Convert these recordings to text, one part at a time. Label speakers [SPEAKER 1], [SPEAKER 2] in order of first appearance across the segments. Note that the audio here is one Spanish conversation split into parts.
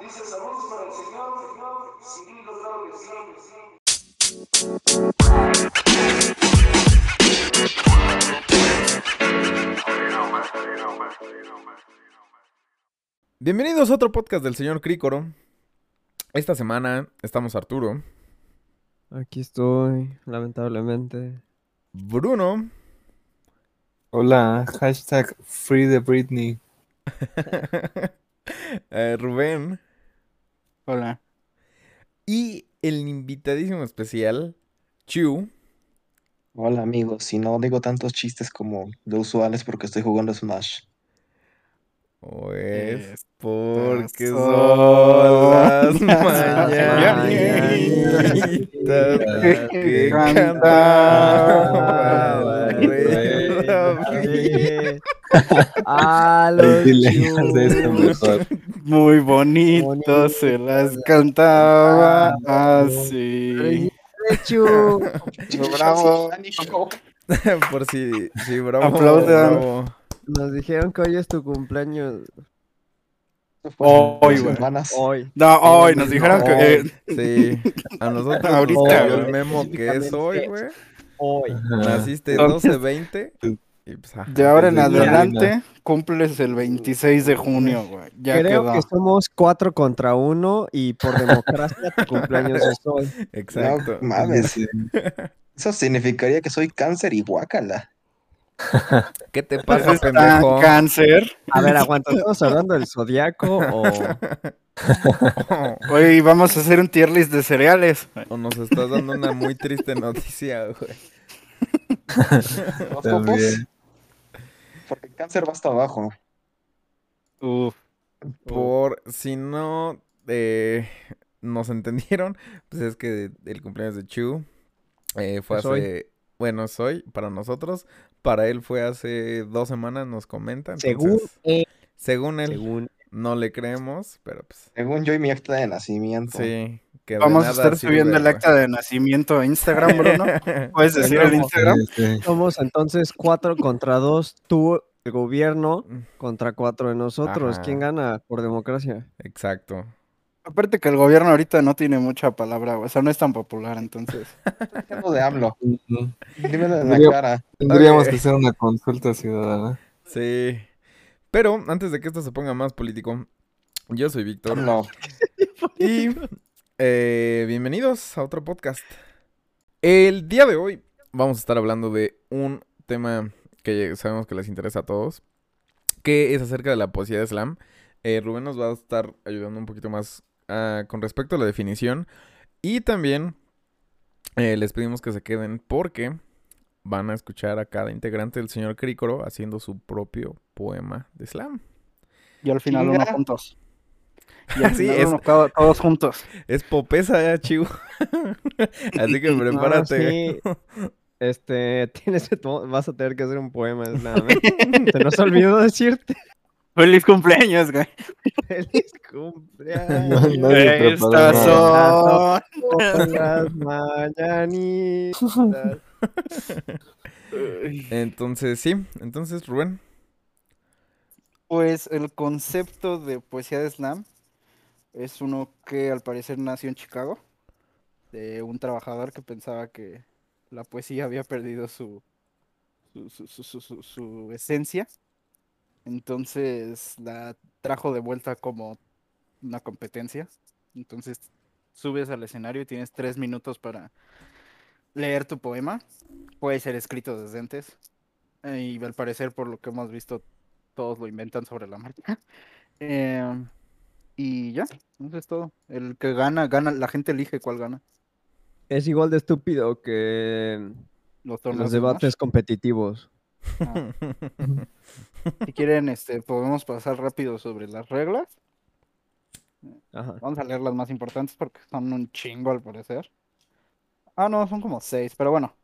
[SPEAKER 1] Dice saludos para el Señor, Señor, Cirilo, claro que sí.
[SPEAKER 2] Bienvenidos a otro podcast del señor Crícoro. Esta semana estamos Arturo,
[SPEAKER 3] Aquí estoy, lamentablemente.
[SPEAKER 2] Bruno,
[SPEAKER 4] Hola, hashtag Free the Britney.
[SPEAKER 2] eh, Rubén
[SPEAKER 4] Hola.
[SPEAKER 2] y el invitadísimo especial, Chu.
[SPEAKER 5] Hola amigos, si no digo tantos chistes como de usuales porque estoy jugando Smash.
[SPEAKER 2] O
[SPEAKER 4] Eh,
[SPEAKER 2] es Pues, porque
[SPEAKER 4] Estas
[SPEAKER 2] son las
[SPEAKER 4] son
[SPEAKER 2] mañanitas
[SPEAKER 3] mañanitas
[SPEAKER 2] que
[SPEAKER 4] que
[SPEAKER 3] Ah,
[SPEAKER 2] cantaba
[SPEAKER 4] cantaba
[SPEAKER 2] el
[SPEAKER 4] el
[SPEAKER 2] rey
[SPEAKER 3] rey
[SPEAKER 2] David.
[SPEAKER 3] A Ah, los chus.
[SPEAKER 4] Muy bonito se las cantaba así.
[SPEAKER 3] Rechu.
[SPEAKER 4] Bravo.
[SPEAKER 2] Por si, si bravo,
[SPEAKER 4] Aplaudan.
[SPEAKER 2] bravo.
[SPEAKER 3] Nos dijeron que hoy es tu cumpleaños.
[SPEAKER 4] Hoy, güey.
[SPEAKER 5] Hermanas.
[SPEAKER 3] Hoy.
[SPEAKER 4] No, hoy nos dijeron que. eh,
[SPEAKER 2] Sí, a nosotros
[SPEAKER 4] Ahorita,
[SPEAKER 2] nos cayó el
[SPEAKER 4] güey.
[SPEAKER 2] memo que es hoy, güey.
[SPEAKER 3] Hoy.
[SPEAKER 2] Naciste 12-20 y pues, ah,
[SPEAKER 4] de ahora en
[SPEAKER 2] desde ya.
[SPEAKER 4] adelante cumples el 26 de junio, güey. Ya
[SPEAKER 3] Creo
[SPEAKER 4] quedó.
[SPEAKER 3] que somos cuatro contra uno y por democracia tu cumpleaños es hoy.
[SPEAKER 2] Exacto.
[SPEAKER 5] No mames. Eso significaría que soy cáncer y guácala.
[SPEAKER 2] ¿Qué te pasa,
[SPEAKER 4] Entonces, está
[SPEAKER 2] pendejo?
[SPEAKER 4] cáncer.
[SPEAKER 3] A ver, aguanta, ¿estamos hablando del zodiaco o
[SPEAKER 4] Hoy vamos a hacer un tier list de cereales.
[SPEAKER 2] O nos estás dando una muy triste noticia, güey.
[SPEAKER 5] Horóscopos, Porque el cáncer va hasta abajo.
[SPEAKER 4] Uf.
[SPEAKER 2] Por si no eh, nos entendieron, pues es que el cumpleaños de Chu eh, fue
[SPEAKER 3] Es
[SPEAKER 2] hace.
[SPEAKER 3] hoy.
[SPEAKER 2] Bueno, es hoy para nosotros. Para él fue hace dos semanas, nos comentan.
[SPEAKER 3] según él,
[SPEAKER 2] según él,
[SPEAKER 3] según
[SPEAKER 2] no le creemos, pero pues.
[SPEAKER 5] Según yo y mi acta de nacimiento.
[SPEAKER 2] Sí, que de
[SPEAKER 4] Vamos a
[SPEAKER 2] nada
[SPEAKER 4] estar
[SPEAKER 2] sirve,
[SPEAKER 4] subiendo el
[SPEAKER 2] güey.
[SPEAKER 4] acta de nacimiento a Instagram, Bruno. ¿Puedes decir el Instagram?
[SPEAKER 3] somos entonces cuatro contra dos, tú, el gobierno, contra cuatro de nosotros.
[SPEAKER 2] Ajá.
[SPEAKER 3] ¿Quién gana por democracia?
[SPEAKER 2] Exacto.
[SPEAKER 4] Aparte que el gobierno ahorita no tiene mucha palabra, güey, o sea, no es tan popular, entonces.
[SPEAKER 5] ¿Qué de hablo?
[SPEAKER 6] Ujú.
[SPEAKER 5] Dímelo en la
[SPEAKER 6] Digo-
[SPEAKER 5] cara.
[SPEAKER 6] Tendríamos
[SPEAKER 2] Ok.
[SPEAKER 6] que hacer una consulta ciudadana.
[SPEAKER 2] Sí. Pero antes de que esto se ponga más político, yo soy Víctor.
[SPEAKER 5] No.
[SPEAKER 2] Y eh, bienvenidos a otro podcast. El día de hoy vamos a estar hablando de un tema que sabemos que les interesa a todos, que es acerca de la poesía de slam. Eh, Rubén nos va a estar ayudando un poquito más ah, con respecto a la definición. Y también eh, les pedimos que se queden porque van a escuchar a cada integrante del señor Crícoro haciendo su propio poema de slam.
[SPEAKER 4] Y al final uno
[SPEAKER 5] Chinga.
[SPEAKER 4] juntos. Y al
[SPEAKER 2] Sí,
[SPEAKER 4] final
[SPEAKER 2] es-
[SPEAKER 4] uno cada- todos juntos.
[SPEAKER 2] Es popesa ya, chivo. Así que
[SPEAKER 3] No,
[SPEAKER 2] prepárate.
[SPEAKER 3] sí, Este, tienes que to- vas a tener que hacer un poema. es nada más. Se nos olvidó decirte.
[SPEAKER 4] Feliz cumpleaños, güey.
[SPEAKER 3] Feliz
[SPEAKER 6] No,
[SPEAKER 3] cumpleaños.
[SPEAKER 6] no se preparó
[SPEAKER 4] Estas
[SPEAKER 6] nada.
[SPEAKER 4] son.
[SPEAKER 3] Las mañanitas.
[SPEAKER 2] Entonces, sí. Entonces, Rubén.
[SPEAKER 4] Pues el concepto de poesía de slam es uno que al parecer nació en Chicago, de un trabajador que pensaba que la poesía había perdido su, su, su- su- su- su- su esencia. Entonces la trajo de vuelta como una competencia. Entonces subes al escenario y tienes tres minutos para leer tu poema. Puede ser escrito desde antes. eh, Y al parecer, por lo que hemos visto, todos lo inventan sobre la marca. Em, y ya, eso es todo. El que gana, gana, la gente elige cuál gana.
[SPEAKER 3] Es igual de estúpido que
[SPEAKER 4] Los torneos
[SPEAKER 3] los
[SPEAKER 4] de Smash.
[SPEAKER 3] debates competitivos.
[SPEAKER 4] Ah, Si quieren, este, podemos pasar rápido sobre las reglas.
[SPEAKER 3] Ajá.
[SPEAKER 4] Vamos a leer las más importantes porque son un chingo al parecer. Ah, no, son como seis, pero bueno.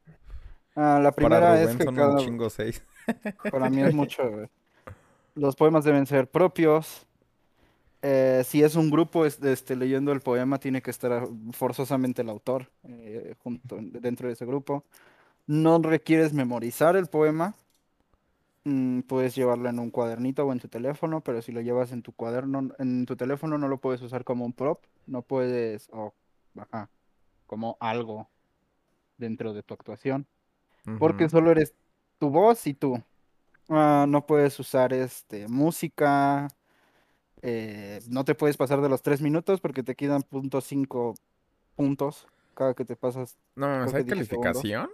[SPEAKER 4] Ah, la primera
[SPEAKER 2] Para
[SPEAKER 4] es
[SPEAKER 2] Rubén
[SPEAKER 4] que
[SPEAKER 2] son un
[SPEAKER 4] cada-
[SPEAKER 2] chingo seis.
[SPEAKER 4] Para mí es mucho. güey. Los poemas deben ser propios. Eh, si es un grupo es- este, leyendo el poema, tiene que estar ah, forzosamente el autor eh, junto, dentro de ese grupo. No requieres memorizar el poema. Mm, puedes llevarlo en un cuadernito o en tu teléfono, pero si lo llevas en tu cuaderno, en tu teléfono no lo puedes usar como un prop, no puedes, o, ajá, como algo dentro de tu actuación, porque
[SPEAKER 2] Ujú.
[SPEAKER 4] solo eres tu voz y tú. Ah, no puedes usar este música, eh, no te puedes pasar de los tres minutos porque te quedan punto cinco puntos cada que te pasas,
[SPEAKER 2] No mames,
[SPEAKER 4] creo
[SPEAKER 2] ¿hay
[SPEAKER 4] que 10 segundos.
[SPEAKER 2] calificación?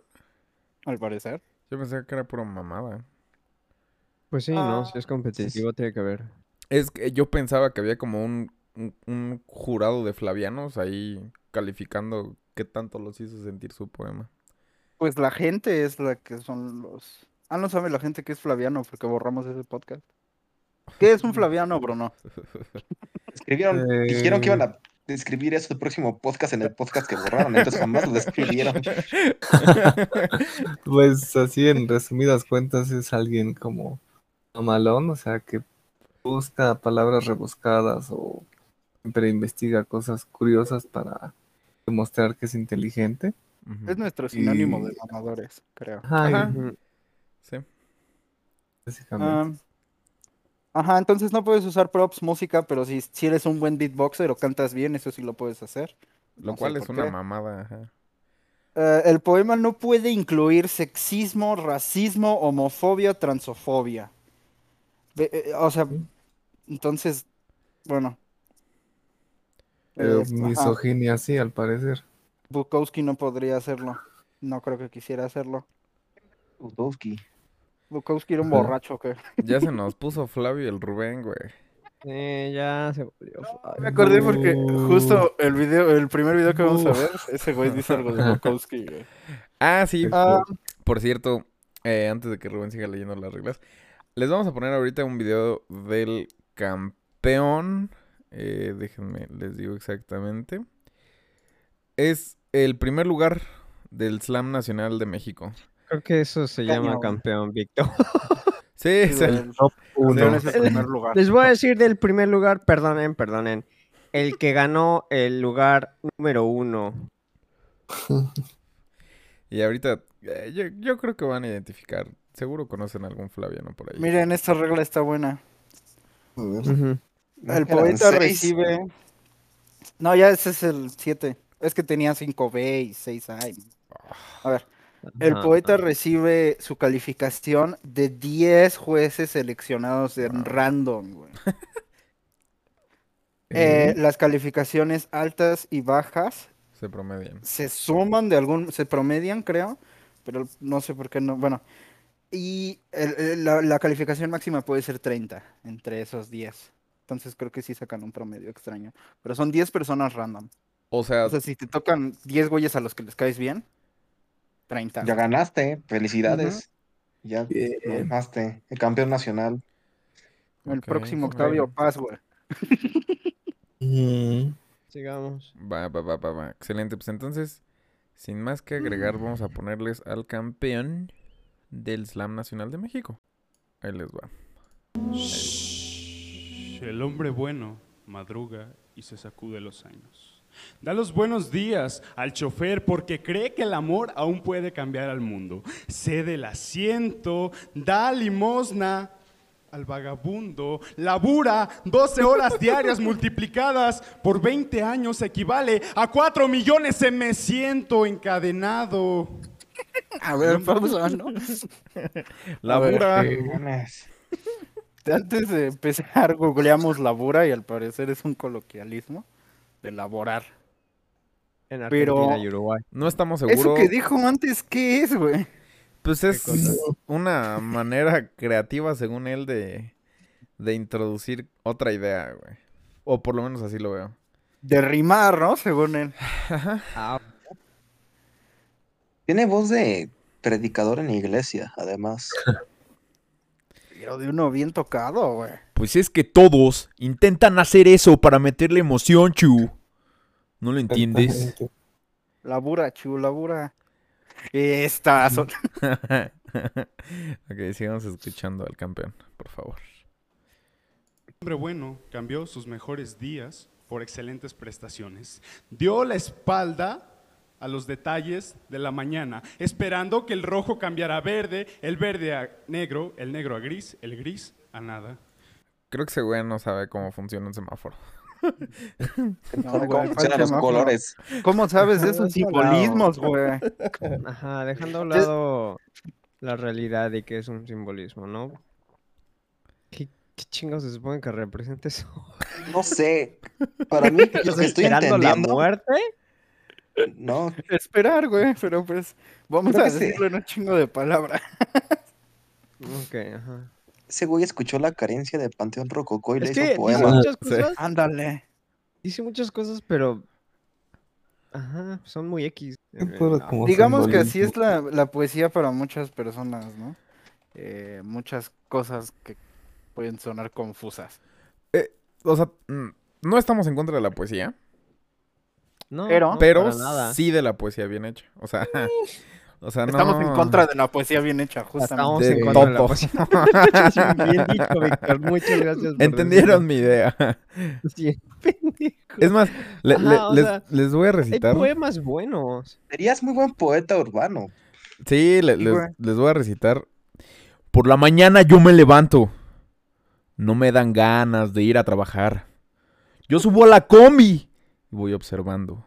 [SPEAKER 4] al parecer.
[SPEAKER 2] Yo pensé que era pura mamada.
[SPEAKER 3] Pues sí, no, si
[SPEAKER 4] Ah.
[SPEAKER 3] es competitivo tiene que haber.
[SPEAKER 2] Es que yo pensaba que había como un, un- un jurado de Flavianos ahí calificando qué tanto los hizo sentir su poema.
[SPEAKER 4] Pues la gente es la que son los. Ah, no sabe la gente que es Flaviano porque borramos ese podcast. ¿Qué es un Flaviano, Bruno?
[SPEAKER 5] Escribieron, dijeron que
[SPEAKER 6] Eh.
[SPEAKER 5] iban a escribir eso el próximo podcast en el podcast que borraron, entonces jamás lo escribieron.
[SPEAKER 6] Pues así en resumidas cuentas es alguien como mamalón, o sea que busca palabras rebuscadas o siempre investiga cosas curiosas para demostrar que es inteligente.
[SPEAKER 2] Ujú.
[SPEAKER 4] Es nuestro sinónimo de
[SPEAKER 6] Y-
[SPEAKER 4] mamadores, creo.
[SPEAKER 6] Ajá, y
[SPEAKER 2] Ajá. Sí.
[SPEAKER 6] básicamente.
[SPEAKER 4] Ah, ajá, entonces no puedes usar props, música, pero si, si eres un buen beatboxer o cantas bien, eso sí lo puedes hacer.
[SPEAKER 2] Lo
[SPEAKER 4] No sé
[SPEAKER 2] cual es
[SPEAKER 4] por
[SPEAKER 2] una
[SPEAKER 4] qué.
[SPEAKER 2] mamada. ajá.
[SPEAKER 4] Eh, el poema no puede incluir sexismo, racismo, homofobia, transofobia. Ve- eh, o sea,
[SPEAKER 6] Sí.
[SPEAKER 4] entonces, bueno.
[SPEAKER 6] Pero
[SPEAKER 4] Es- ajá.
[SPEAKER 6] misoginia sí, al parecer.
[SPEAKER 4] Bukowski no podría hacerlo. No creo que quisiera hacerlo.
[SPEAKER 5] Udowski.
[SPEAKER 4] Bukowski era un
[SPEAKER 6] Ajá.
[SPEAKER 4] borracho que.
[SPEAKER 2] Ya se nos puso Flavio el Rubén, güey.
[SPEAKER 3] Sí, ya se volvió
[SPEAKER 4] Me
[SPEAKER 3] Flavio.
[SPEAKER 4] acordé porque justo el video, el primer video que vamos a
[SPEAKER 6] Uf.
[SPEAKER 4] ver, ese güey dice algo de Bukowski, güey.
[SPEAKER 2] Ah, sí.
[SPEAKER 4] Ah,
[SPEAKER 2] Por cierto, eh, antes de que Rubén siga leyendo las reglas, les vamos a poner ahorita un video del campeón. Eh, déjenme, les digo exactamente. Es el primer lugar del Slam Nacional de México.
[SPEAKER 3] Creo que eso se llama
[SPEAKER 4] Cañón.
[SPEAKER 3] campeón, Víctor.
[SPEAKER 2] Sí, es el-
[SPEAKER 4] el
[SPEAKER 6] Top
[SPEAKER 4] campeón
[SPEAKER 6] uno.
[SPEAKER 4] es el primer lugar.
[SPEAKER 3] Les voy a decir del primer lugar, perdonen, perdonen. El que ganó el lugar número uno.
[SPEAKER 2] Y ahorita, eh, yo, yo creo que van a identificar. Seguro conocen a algún Flaviano por ahí.
[SPEAKER 4] Miren, esta regla está buena.
[SPEAKER 3] Ujú.
[SPEAKER 4] El
[SPEAKER 5] Eran
[SPEAKER 4] poeta
[SPEAKER 5] seis.
[SPEAKER 4] recibe. No, ya ese es el 7. Es que tenía 5B y 6A. A ver. El
[SPEAKER 3] Ajá.
[SPEAKER 4] poeta recibe su calificación de 10 jueces seleccionados en random, güey. Eh, las calificaciones altas y bajas
[SPEAKER 2] Se promedian.
[SPEAKER 4] se suman de algún, se promedian, creo, pero no sé por qué no. Bueno, y el- el- la, la calificación máxima puede ser 30 entre esos 10. Entonces creo que sí sacan un promedio extraño. Pero son 10 personas random.
[SPEAKER 2] O sea,
[SPEAKER 4] O sea, si te tocan 10 güeyes a los que les caes bien, 30.
[SPEAKER 5] Ya ganaste, felicidades. Ya
[SPEAKER 6] Bien.
[SPEAKER 5] ganaste, el campeón nacional.
[SPEAKER 4] El
[SPEAKER 2] ok,
[SPEAKER 4] próximo
[SPEAKER 2] ok.
[SPEAKER 4] Octavio Paz, güey.
[SPEAKER 6] Mm.
[SPEAKER 3] Sigamos.
[SPEAKER 2] Va, va, va, va, va. Excelente. Pues entonces, sin más que agregar, vamos a ponerles al campeón del Slam Nacional de México. Ahí les va.
[SPEAKER 7] Shh. El hombre bueno madruga y se sacude los años. Da los buenos días al chofer porque cree que el amor aún puede cambiar al mundo. Cede el asiento, da limosna al vagabundo, labura 12 horas diarias multiplicadas por 20 años equivale a 4 millones se me siento encadenado.
[SPEAKER 4] A ver, pausa, ¿no?
[SPEAKER 2] La
[SPEAKER 4] A ver, eh,
[SPEAKER 2] pura.
[SPEAKER 5] Ganas.
[SPEAKER 4] Antes de empezar, googleamos labura y al parecer es un coloquialismo de laborar.
[SPEAKER 3] En
[SPEAKER 4] Pero-
[SPEAKER 3] Argentina y Uruguay.
[SPEAKER 2] No estamos
[SPEAKER 4] Eso
[SPEAKER 2] seguros.
[SPEAKER 4] que dijo antes, ¿qué es, güey?
[SPEAKER 2] Pues es una manera creativa, según él, de, de introducir otra idea, güey. O por lo menos así lo veo.
[SPEAKER 4] De rimar, ¿no? Según él.
[SPEAKER 5] Tiene voz de predicador en iglesia, además.
[SPEAKER 4] Pero de uno bien tocado, güey.
[SPEAKER 8] Pues es que todos intentan hacer eso para meterle emoción, Chu. ¿No lo entiendes?
[SPEAKER 4] Labura, chu, labura. Esta son-
[SPEAKER 2] ok, sigamos escuchando al campeón, por favor.
[SPEAKER 7] hombre bueno cambió sus mejores días por excelentes prestaciones. Dio la espalda a los detalles de la mañana, esperando que el rojo cambiara a verde, el verde a negro, el negro a gris, el gris a nada.
[SPEAKER 2] Creo que ese güey no sabe cómo funciona un semáforo.
[SPEAKER 4] No,
[SPEAKER 5] ¿Cómo
[SPEAKER 4] güey, ¿cuál
[SPEAKER 5] funcionan los
[SPEAKER 4] semáforo?
[SPEAKER 5] colores?
[SPEAKER 4] ¿Cómo sabes de esos
[SPEAKER 3] Ah, está al lado.
[SPEAKER 4] simbolismos, güey?
[SPEAKER 3] Ajá, dejando a un lado la realidad y que es un simbolismo, ¿no? ¿Qué, qué chingados se supone que representa eso?
[SPEAKER 5] No sé. Para mí, lo que estoy
[SPEAKER 3] ¿Esperando la
[SPEAKER 5] entendiendo.
[SPEAKER 3] muerte?
[SPEAKER 5] No,
[SPEAKER 4] Esperar, güey, pero pues vamos
[SPEAKER 5] Creo
[SPEAKER 4] a
[SPEAKER 5] que sí.
[SPEAKER 4] decirlo en un chingo de palabras.
[SPEAKER 3] Ok, ajá.
[SPEAKER 5] ese güey escuchó la carencia de Panteón Rococó y le
[SPEAKER 3] Es
[SPEAKER 5] hizo
[SPEAKER 3] que dice
[SPEAKER 5] poema.
[SPEAKER 3] muchas cosas,
[SPEAKER 4] Ándale.
[SPEAKER 3] dice muchas cosas, pero... Ajá, son muy X.
[SPEAKER 6] Es puro como
[SPEAKER 4] Digamos que así
[SPEAKER 6] simbolismo.
[SPEAKER 4] es la, la poesía para muchas personas, ¿no? Eh, muchas cosas que pueden sonar confusas.
[SPEAKER 2] O sea, mm, no estamos en contra de la poesía,
[SPEAKER 3] No,
[SPEAKER 4] Pero-
[SPEAKER 3] no,
[SPEAKER 2] pero
[SPEAKER 3] para nada.
[SPEAKER 2] sí de la poesía bien hecha. O sea, o sea, no.
[SPEAKER 4] Estamos en contra de la poesía bien hecha, justamente.
[SPEAKER 3] Estamos
[SPEAKER 2] de
[SPEAKER 3] en contra de la
[SPEAKER 2] todo.
[SPEAKER 3] pasión. Bien dicho, Víctor. Muchas gracias. por
[SPEAKER 2] Entendieron mi idea.
[SPEAKER 3] decirlo. Sí, pendejo.
[SPEAKER 2] Es más, le-
[SPEAKER 3] Ajá,
[SPEAKER 2] le-
[SPEAKER 3] o
[SPEAKER 2] les,
[SPEAKER 3] sea,
[SPEAKER 2] les voy a
[SPEAKER 3] Hay
[SPEAKER 2] recitar.
[SPEAKER 3] poemas buenos.
[SPEAKER 5] Serías muy buen poeta urbano.
[SPEAKER 2] Sí, le- les,
[SPEAKER 4] güey.
[SPEAKER 2] les voy a recitar. Por la mañana yo me levanto. No me dan ganas de ir a trabajar. Yo subo a la combi y voy observando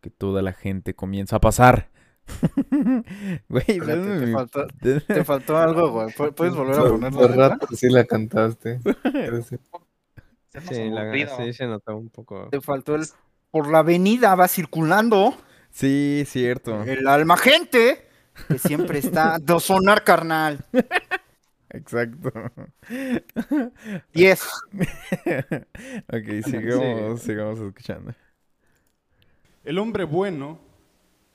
[SPEAKER 2] que toda la gente comienza a pasar. Güey,
[SPEAKER 4] Espérate,
[SPEAKER 2] denme
[SPEAKER 4] te
[SPEAKER 2] mi-
[SPEAKER 4] faltó-
[SPEAKER 2] denme-
[SPEAKER 4] Te faltó algo, güey. ¿Pu- ¿Puedes volver a
[SPEAKER 6] Por-
[SPEAKER 4] ponerlo?
[SPEAKER 6] por rato sí la cantaste. Pero sí.
[SPEAKER 3] Sí, la,
[SPEAKER 5] Aburrido.
[SPEAKER 3] sí, se notó un poco.
[SPEAKER 4] Te faltó el... Por la avenida va circulando
[SPEAKER 2] Sí, cierto.
[SPEAKER 4] el alma gente que siempre está de sonar carnal.
[SPEAKER 2] Exacto.
[SPEAKER 4] 10.
[SPEAKER 2] ok, sigamos, sigamos escuchando.
[SPEAKER 7] El hombre bueno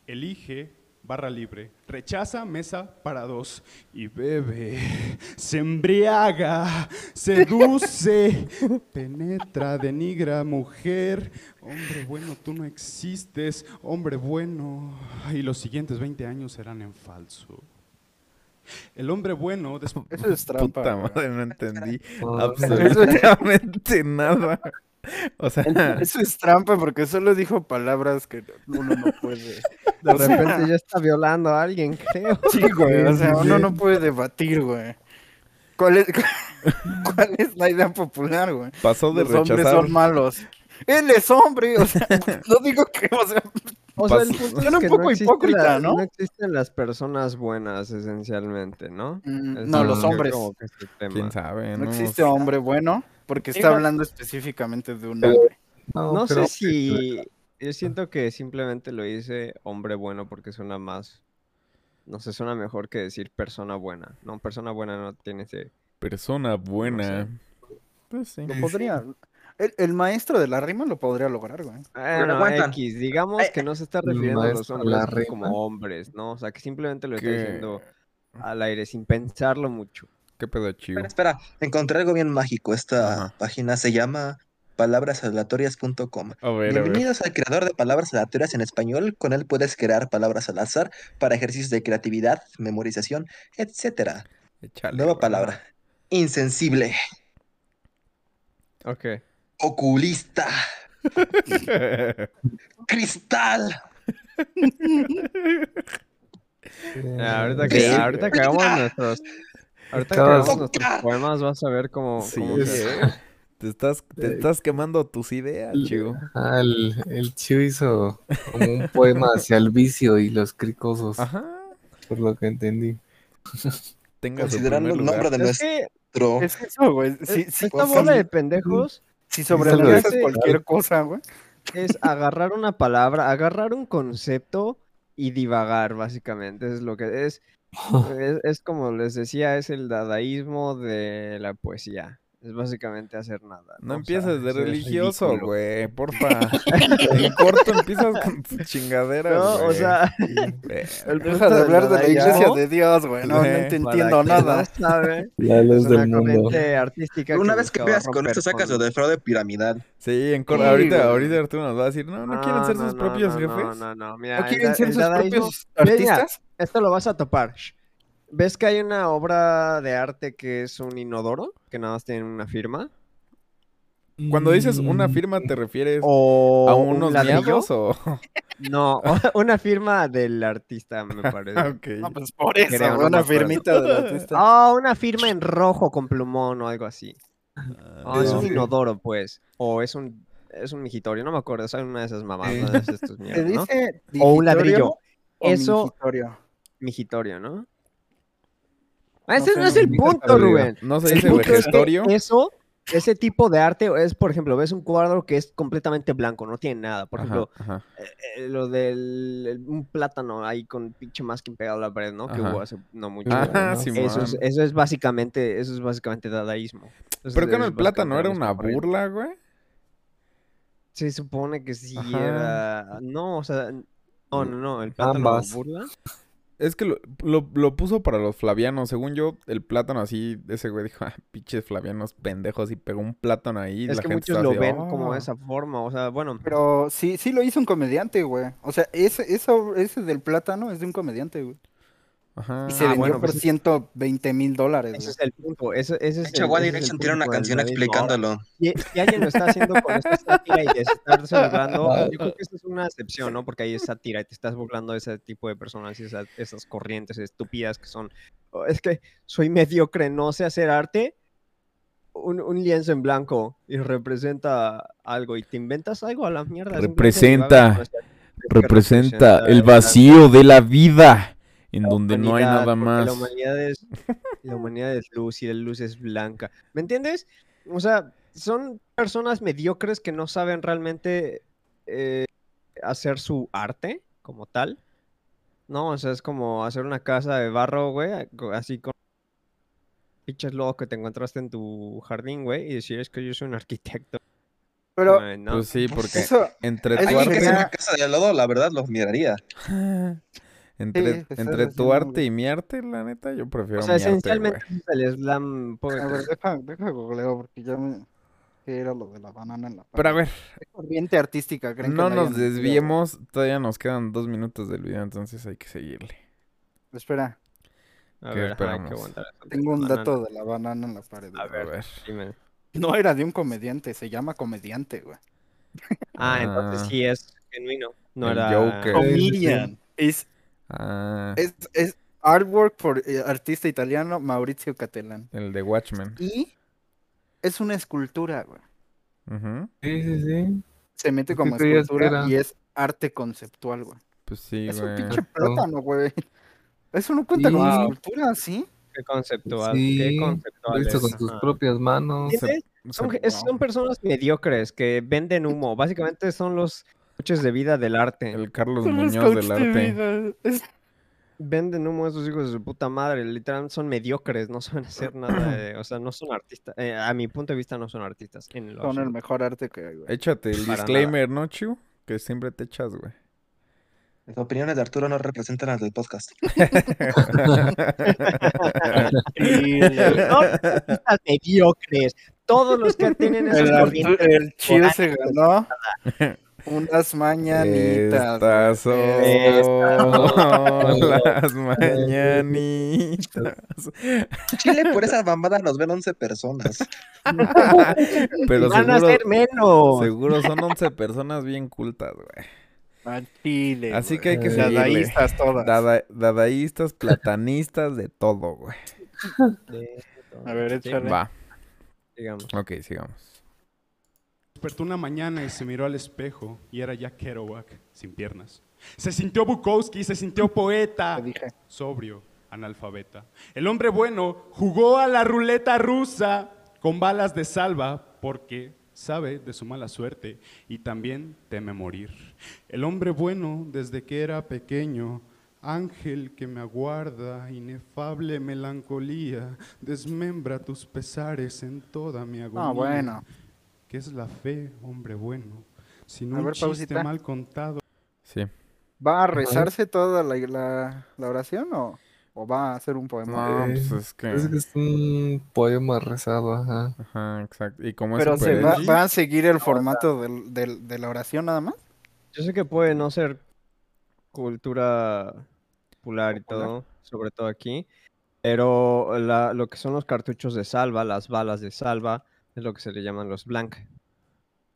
[SPEAKER 7] elige barra libre, rechaza mesa para dos y bebe, se embriaga, seduce, penetra, denigra, mujer. Hombre bueno, tú no existes, hombre bueno. Y los siguientes 20 años serán en falso. El hombre bueno después...
[SPEAKER 4] Eso es trampa.
[SPEAKER 2] Puta
[SPEAKER 4] güey.
[SPEAKER 2] madre, no entendí
[SPEAKER 6] Ah,
[SPEAKER 2] absolutamente nada. O sea,
[SPEAKER 4] Eso es trampa porque solo dijo palabras que uno no puede.
[SPEAKER 3] De repente ya está violando a alguien, creo.
[SPEAKER 4] Sí, güey. O sea, uno no puede debatir, güey. ¿Cuál es, cuál es la idea popular, güey?
[SPEAKER 2] pasó de
[SPEAKER 4] Los hombres
[SPEAKER 2] rechazar.
[SPEAKER 4] son malos. Él es hombre, o sea, no digo que, o sea,
[SPEAKER 3] O sea, el
[SPEAKER 2] Pas-
[SPEAKER 3] punto
[SPEAKER 4] Suena
[SPEAKER 3] es
[SPEAKER 4] un
[SPEAKER 3] que
[SPEAKER 4] poco
[SPEAKER 3] no existe
[SPEAKER 4] hipócrita,
[SPEAKER 3] la-
[SPEAKER 4] ¿no?
[SPEAKER 3] No existen las personas buenas, esencialmente, ¿no?
[SPEAKER 4] Mm,
[SPEAKER 3] Es
[SPEAKER 4] no, los
[SPEAKER 3] como que-
[SPEAKER 4] hombres.
[SPEAKER 3] como que es el tema.
[SPEAKER 2] ¿Quién sabe?
[SPEAKER 4] no
[SPEAKER 2] No
[SPEAKER 4] existe hombre bueno, porque está
[SPEAKER 5] Digo-
[SPEAKER 4] hablando específicamente de un
[SPEAKER 6] Pero-
[SPEAKER 4] hombre.
[SPEAKER 6] no,
[SPEAKER 3] No
[SPEAKER 6] pero-
[SPEAKER 3] sé si. Yo siento que simplemente lo hice hombre bueno porque suena más. No sé, suena mejor que decir persona buena. No, persona buena no tiene ese.
[SPEAKER 2] Persona buena. Pues sí.
[SPEAKER 4] Lo podría. El, el maestro de la rima lo podría lograr, güey.
[SPEAKER 3] Bueno,
[SPEAKER 5] aguantan.
[SPEAKER 3] X, digamos
[SPEAKER 5] Ay,
[SPEAKER 3] que no se está
[SPEAKER 6] el
[SPEAKER 3] refiriendo a los
[SPEAKER 6] maestro la
[SPEAKER 3] hombres
[SPEAKER 6] rima.
[SPEAKER 3] como hombres, ¿no? O sea, que simplemente lo está
[SPEAKER 2] Que-
[SPEAKER 3] diciendo al aire sin pensarlo mucho.
[SPEAKER 2] ¿Qué pedo chivo?
[SPEAKER 5] Espera, espera, encontré algo bien mágico. Esta
[SPEAKER 2] Ajá.
[SPEAKER 5] página se llama palabrasaleatorias.com.
[SPEAKER 2] A ver, a ver.
[SPEAKER 5] Bienvenidos al creador de palabras aleatorias en español. Con él puedes crear palabras al azar para ejercicios de creatividad, memorización, etcétera.
[SPEAKER 2] Échale,
[SPEAKER 5] Nueva
[SPEAKER 2] güey.
[SPEAKER 5] palabra. Insensible.
[SPEAKER 3] Ok.
[SPEAKER 5] Oculista. Cristal.
[SPEAKER 3] Ah, ahorita, que,
[SPEAKER 5] Verga.
[SPEAKER 3] ahorita que hagamos nuestros. Ahorita que
[SPEAKER 6] Acabas-
[SPEAKER 3] hagamos nuestros poemas vas a ver cómo.
[SPEAKER 2] Sí,
[SPEAKER 3] cómo
[SPEAKER 2] güey.
[SPEAKER 3] se-
[SPEAKER 2] Te estás, te estás quemando tus ideas, chivo.
[SPEAKER 6] Ah, el, el Chiu hizo como un poema hacia el vicio y los cricosos,
[SPEAKER 3] Ah.
[SPEAKER 2] Ajá.
[SPEAKER 6] por lo que entendí.
[SPEAKER 2] Tenga su primer
[SPEAKER 5] Considerando el nombre
[SPEAKER 2] lugar.
[SPEAKER 5] de
[SPEAKER 3] Es que
[SPEAKER 5] nuestro.
[SPEAKER 4] Es eso, güey. Si, si,
[SPEAKER 3] esta bola de pendejos
[SPEAKER 4] si
[SPEAKER 6] Eso
[SPEAKER 4] sobrepasas
[SPEAKER 6] lo es.
[SPEAKER 4] cualquier cosa, güey.
[SPEAKER 3] es agarrar una palabra, agarrar un concepto y divagar, básicamente. Es lo que es. Es, es como les decía, es el dadaísmo de la poesía. Es básicamente hacer nada.
[SPEAKER 2] No
[SPEAKER 3] O sea,
[SPEAKER 2] empieces de
[SPEAKER 3] eso es
[SPEAKER 2] religioso,
[SPEAKER 3] ridículo.
[SPEAKER 2] güey. Porfa. en corto empiezas con tus chingaderas,
[SPEAKER 3] No, o
[SPEAKER 2] güey.
[SPEAKER 3] sea,
[SPEAKER 2] Ver-
[SPEAKER 3] el
[SPEAKER 4] Deja de hablar de la iglesia de Dios, güey. No, no te entiendo nada.
[SPEAKER 6] La luz
[SPEAKER 3] Es
[SPEAKER 6] del
[SPEAKER 3] una
[SPEAKER 6] mundo.
[SPEAKER 3] corriente artística.
[SPEAKER 5] Una vez que
[SPEAKER 3] buscaba
[SPEAKER 5] veas con esto
[SPEAKER 3] romper
[SPEAKER 5] sacas
[SPEAKER 3] con-
[SPEAKER 5] lo de fraude piramidal.
[SPEAKER 2] Sí, en corto.
[SPEAKER 4] Sí,
[SPEAKER 2] ahorita,
[SPEAKER 4] güey.
[SPEAKER 2] ahorita Arturo nos va a decir, no, no quieren ser sus
[SPEAKER 3] no,
[SPEAKER 2] propios
[SPEAKER 3] no,
[SPEAKER 2] jefes.
[SPEAKER 3] No, no, no. Mira,
[SPEAKER 4] ¿No
[SPEAKER 3] el
[SPEAKER 4] quieren
[SPEAKER 3] da-
[SPEAKER 4] ser
[SPEAKER 3] el
[SPEAKER 4] sus
[SPEAKER 3] dadaísmo-
[SPEAKER 4] propios
[SPEAKER 3] Mira, mira,
[SPEAKER 4] artistas?
[SPEAKER 3] Esto lo vas a topar. Shh. ¿Ves que hay una obra de arte que es un inodoro? Que nada más tiene una firma.
[SPEAKER 2] Cuando dices una firma, ¿te refieres
[SPEAKER 3] Mm. O
[SPEAKER 2] a
[SPEAKER 3] un
[SPEAKER 2] unos
[SPEAKER 3] ladrillo.
[SPEAKER 2] miados o...?
[SPEAKER 3] No, una firma del artista, me parece.
[SPEAKER 2] Ok.
[SPEAKER 4] No, pues por eso,
[SPEAKER 3] Creo, no
[SPEAKER 4] una
[SPEAKER 3] me acuerdo.
[SPEAKER 4] firmita del artista.
[SPEAKER 3] Oh, una firma en rojo con plumón o algo así.
[SPEAKER 2] Ah,
[SPEAKER 3] Oh, es un
[SPEAKER 6] sí.
[SPEAKER 3] inodoro, pues. O es un es un mijitorio, no me acuerdo, es una de esas
[SPEAKER 2] Eh.
[SPEAKER 3] mamadas, de estos mierdas,
[SPEAKER 4] ¿Te
[SPEAKER 3] ¿no?
[SPEAKER 4] dice
[SPEAKER 3] O un
[SPEAKER 4] digitorio
[SPEAKER 3] ladrillo.
[SPEAKER 4] o
[SPEAKER 3] Eso-
[SPEAKER 4] mingitorio?
[SPEAKER 3] Mijitorio, ¿no? Ah, ese
[SPEAKER 4] sé,
[SPEAKER 3] no es el
[SPEAKER 6] mijita
[SPEAKER 3] punto,
[SPEAKER 6] perdida.
[SPEAKER 3] Rubén.
[SPEAKER 2] No se
[SPEAKER 3] El
[SPEAKER 2] dice
[SPEAKER 3] punto es que
[SPEAKER 2] vegestorio.
[SPEAKER 3] Eso, ese tipo de arte es, por ejemplo, ves un cuadro que es completamente blanco, no tiene nada. Por ejemplo,
[SPEAKER 2] Ajá, ajá.
[SPEAKER 3] eh, lo del el- un plátano ahí con pinche masking pegado a la pared, ¿no? Que
[SPEAKER 2] Ajá.
[SPEAKER 3] hubo hace no mucho.
[SPEAKER 6] Ah,
[SPEAKER 2] Ajá,
[SPEAKER 6] no.
[SPEAKER 2] Simón.
[SPEAKER 3] eso, es, eso es básicamente, eso es básicamente dadaísmo. Eso
[SPEAKER 2] Pero
[SPEAKER 3] es-
[SPEAKER 2] que no,
[SPEAKER 3] es
[SPEAKER 2] el plátano
[SPEAKER 3] básicamente
[SPEAKER 2] era
[SPEAKER 3] la misma
[SPEAKER 2] una
[SPEAKER 3] corriente.
[SPEAKER 2] burla, güey.
[SPEAKER 3] Se supone que sí
[SPEAKER 2] Ajá.
[SPEAKER 3] era. No, o sea, no, no, no, el plátano
[SPEAKER 6] Ambas.
[SPEAKER 3] burla.
[SPEAKER 2] Es que lo, lo- lo puso para los flavianos. Según yo, el plátano así, ese güey dijo, ah, pinches flavianos pendejos, y pegó un plátano ahí. y
[SPEAKER 3] es
[SPEAKER 2] la
[SPEAKER 3] que
[SPEAKER 2] gente
[SPEAKER 3] muchos
[SPEAKER 2] estaba
[SPEAKER 3] lo
[SPEAKER 2] así,
[SPEAKER 3] ven
[SPEAKER 2] "Ah".
[SPEAKER 3] como esa forma, o sea, bueno.
[SPEAKER 4] Pero sí, sí lo hizo un comediante, güey. O sea, ese, eso, ese del plátano es de un comediante, güey.
[SPEAKER 2] Ajá.
[SPEAKER 4] Y se
[SPEAKER 3] Ah,
[SPEAKER 4] vendió
[SPEAKER 3] bueno,
[SPEAKER 4] por
[SPEAKER 3] pues-
[SPEAKER 4] 120 mil dólares,
[SPEAKER 3] Ese
[SPEAKER 4] güey.
[SPEAKER 3] es el punto. Eso, ese
[SPEAKER 5] De
[SPEAKER 3] es
[SPEAKER 5] hecho,
[SPEAKER 3] el-
[SPEAKER 5] One
[SPEAKER 3] ese es el
[SPEAKER 5] Direction tiene una
[SPEAKER 3] punto del
[SPEAKER 5] canción
[SPEAKER 3] dadaísmo.
[SPEAKER 5] explicándolo.
[SPEAKER 3] Si, si alguien lo está haciendo con esta sátira y te estás burlando, yo creo que eso es una excepción, ¿no? Porque ahí es sátira y te estás burlando de ese tipo de personas y esas, esas corrientes estúpidas que son. "Oh, Es que soy mediocre, no sé hacer arte. Un, un lienzo en blanco y representa algo y te inventas algo a la mierda.
[SPEAKER 8] Representa-
[SPEAKER 3] simplemente lo hagas, no sé,
[SPEAKER 8] Representa el
[SPEAKER 3] representa
[SPEAKER 8] vacío de la vida, en
[SPEAKER 3] la
[SPEAKER 8] donde no hay
[SPEAKER 3] humanidad,
[SPEAKER 8] nada
[SPEAKER 3] porque
[SPEAKER 8] más.
[SPEAKER 3] La humanidad, es, la humanidad es luz y la luz es blanca. ¿Me entiendes? O sea, son personas mediocres que no saben realmente eh, hacer su arte como tal. No, o sea, es como hacer una casa de barro, güey, co- así con pinches lobos que te encontraste en tu jardín, güey, y decir es que yo soy un arquitecto.
[SPEAKER 4] Pero
[SPEAKER 3] Güey, no.
[SPEAKER 2] Pues sí, porque
[SPEAKER 4] eso,
[SPEAKER 2] entre tu
[SPEAKER 5] Alguien que
[SPEAKER 2] arte,
[SPEAKER 5] hace
[SPEAKER 4] Eduardo.
[SPEAKER 5] una casa de al lado, la verdad, los miraría.
[SPEAKER 2] entre,
[SPEAKER 4] Sí, te estás
[SPEAKER 2] entre tu
[SPEAKER 4] haciendo,
[SPEAKER 2] arte
[SPEAKER 4] güey.
[SPEAKER 2] y mi arte, la neta, yo prefiero
[SPEAKER 3] o sea,
[SPEAKER 2] mi arte,
[SPEAKER 3] esencialmente
[SPEAKER 2] güey.
[SPEAKER 3] es el slam
[SPEAKER 4] a ver,
[SPEAKER 3] poetry.
[SPEAKER 4] deja, deja googleo porque ya me... ¿Qué era lo de la banana en la
[SPEAKER 2] Pero a ver,
[SPEAKER 4] ¿Qué corriente artística creen que
[SPEAKER 2] no
[SPEAKER 4] la
[SPEAKER 2] nos
[SPEAKER 4] hayan metido, güey?
[SPEAKER 2] desviemos. Todavía nos quedan dos minutos del video, entonces hay que seguirle.
[SPEAKER 4] Espera,
[SPEAKER 3] A
[SPEAKER 2] ¿Qué
[SPEAKER 3] ver, ajá, hay que
[SPEAKER 2] esperamos?
[SPEAKER 3] aguantar eso.
[SPEAKER 4] tengo un
[SPEAKER 3] Banana.
[SPEAKER 4] dato de la banana en la pared.
[SPEAKER 3] A
[SPEAKER 2] A
[SPEAKER 4] güey.
[SPEAKER 2] ver.
[SPEAKER 3] ver. Dime.
[SPEAKER 4] No era de un comediante, se llama comediante, güey.
[SPEAKER 3] Ah, entonces
[SPEAKER 2] Ah.
[SPEAKER 3] sí es genuino. No
[SPEAKER 2] El
[SPEAKER 3] era.
[SPEAKER 2] Joker.
[SPEAKER 6] Com-
[SPEAKER 4] Comedian. Es,
[SPEAKER 2] Ah,
[SPEAKER 4] es, es artwork por eh, artista italiano Maurizio Catalán.
[SPEAKER 2] el de Watchmen.
[SPEAKER 4] Y es una escultura, güey.
[SPEAKER 2] Ujú.
[SPEAKER 6] Sí, sí, sí.
[SPEAKER 4] Se mete
[SPEAKER 6] ¿Qué
[SPEAKER 4] como
[SPEAKER 6] creías que
[SPEAKER 4] escultura
[SPEAKER 6] era?
[SPEAKER 4] y es arte conceptual, güey.
[SPEAKER 2] Pues sí,
[SPEAKER 4] es un
[SPEAKER 2] güey.
[SPEAKER 4] pinche plátano, güey. Eso no cuenta como
[SPEAKER 6] Sí.
[SPEAKER 4] escultura, Ah, ¿sí?
[SPEAKER 3] Qué conceptual. qué
[SPEAKER 6] Sí, Lo
[SPEAKER 3] conceptual.
[SPEAKER 6] hizo
[SPEAKER 3] es, Ah.
[SPEAKER 6] con tus
[SPEAKER 3] ajá.
[SPEAKER 6] propias manos.
[SPEAKER 3] ¿Entiendes? Son,
[SPEAKER 2] Se-
[SPEAKER 3] ge- es- son personas mediocres que venden humo. Básicamente son los coches de vida del arte.
[SPEAKER 2] El Carlos
[SPEAKER 4] Son los
[SPEAKER 2] Muñoz
[SPEAKER 4] coaches
[SPEAKER 2] del
[SPEAKER 4] de
[SPEAKER 2] arte.
[SPEAKER 4] vida. Es-
[SPEAKER 3] Venden humo esos hijos de su puta madre. Literalmente son mediocres. No saben hacer nada. de- o sea, no son artistas. eh, a mi punto de vista, no son artistas. En lo
[SPEAKER 2] Ah,
[SPEAKER 4] Son el
[SPEAKER 3] absoluto.
[SPEAKER 4] mejor arte que hay, güey.
[SPEAKER 2] Échate el
[SPEAKER 3] Para nada.
[SPEAKER 2] disclaimer, ¿no, Chu? Que siempre te echas, güey.
[SPEAKER 5] Las opiniones de Arturo no representan las del podcast.
[SPEAKER 3] Son artistas mediocres. Todos los que tienen esas
[SPEAKER 4] El,
[SPEAKER 3] corrientes.
[SPEAKER 4] Artu- el Chiu se
[SPEAKER 3] Coraje.
[SPEAKER 4] ganó unas mañanitas.
[SPEAKER 2] Estas son
[SPEAKER 3] Estas
[SPEAKER 2] las mañanitas.
[SPEAKER 5] Chile, por esa bambada nos ven 11 personas.
[SPEAKER 2] Pero
[SPEAKER 3] Van a
[SPEAKER 2] seguro,
[SPEAKER 3] ser menos.
[SPEAKER 2] seguro son 11 personas bien cultas, güey.
[SPEAKER 4] Al Chile.
[SPEAKER 2] Así
[SPEAKER 4] güey.
[SPEAKER 2] que hay que
[SPEAKER 6] Eh,
[SPEAKER 2] seguirle.
[SPEAKER 4] Dadaístas todas.
[SPEAKER 2] Dada- dadaístas, platanistas, de todo, güey.
[SPEAKER 4] A ver,
[SPEAKER 3] Sí,
[SPEAKER 4] échale.
[SPEAKER 2] Va,
[SPEAKER 3] digamos.
[SPEAKER 2] ok, sigamos.
[SPEAKER 7] Despertó una mañana y se miró al espejo y era Jack Kerouac, sin piernas. Se sintió Bukowski, se sintió poeta.
[SPEAKER 4] Te dije.
[SPEAKER 7] sobrio, analfabeta. El hombre bueno jugó a la ruleta rusa con balas de salva porque sabe de su mala suerte y también teme morir. El hombre bueno desde que era pequeño, ángel que me aguarda, inefable melancolía, desmembra tus pesares en toda mi agonía.
[SPEAKER 4] No, Ah, bueno.
[SPEAKER 7] ¿Qué es la fe, hombre bueno? Sin
[SPEAKER 4] A
[SPEAKER 7] un
[SPEAKER 4] ver,
[SPEAKER 7] chiste
[SPEAKER 4] pausita.
[SPEAKER 7] mal contado.
[SPEAKER 2] Sí.
[SPEAKER 4] ¿Va a rezarse toda la, la, la oración o, o va a hacer un poema?
[SPEAKER 2] No,
[SPEAKER 6] Eh,
[SPEAKER 2] pues es que.
[SPEAKER 6] Es que es un poema rezado, ajá.
[SPEAKER 2] Ajá, exacto. Y como
[SPEAKER 4] Pero
[SPEAKER 2] es
[SPEAKER 4] se
[SPEAKER 2] super
[SPEAKER 4] va,
[SPEAKER 2] edgy,
[SPEAKER 4] va a seguir el formato del, del, de la oración nada más.
[SPEAKER 3] Yo sé que puede no ser cultura popular y todo, sobre todo aquí, pero la- lo que son los cartuchos de salva, las balas de salva, es lo que se le llaman los blank.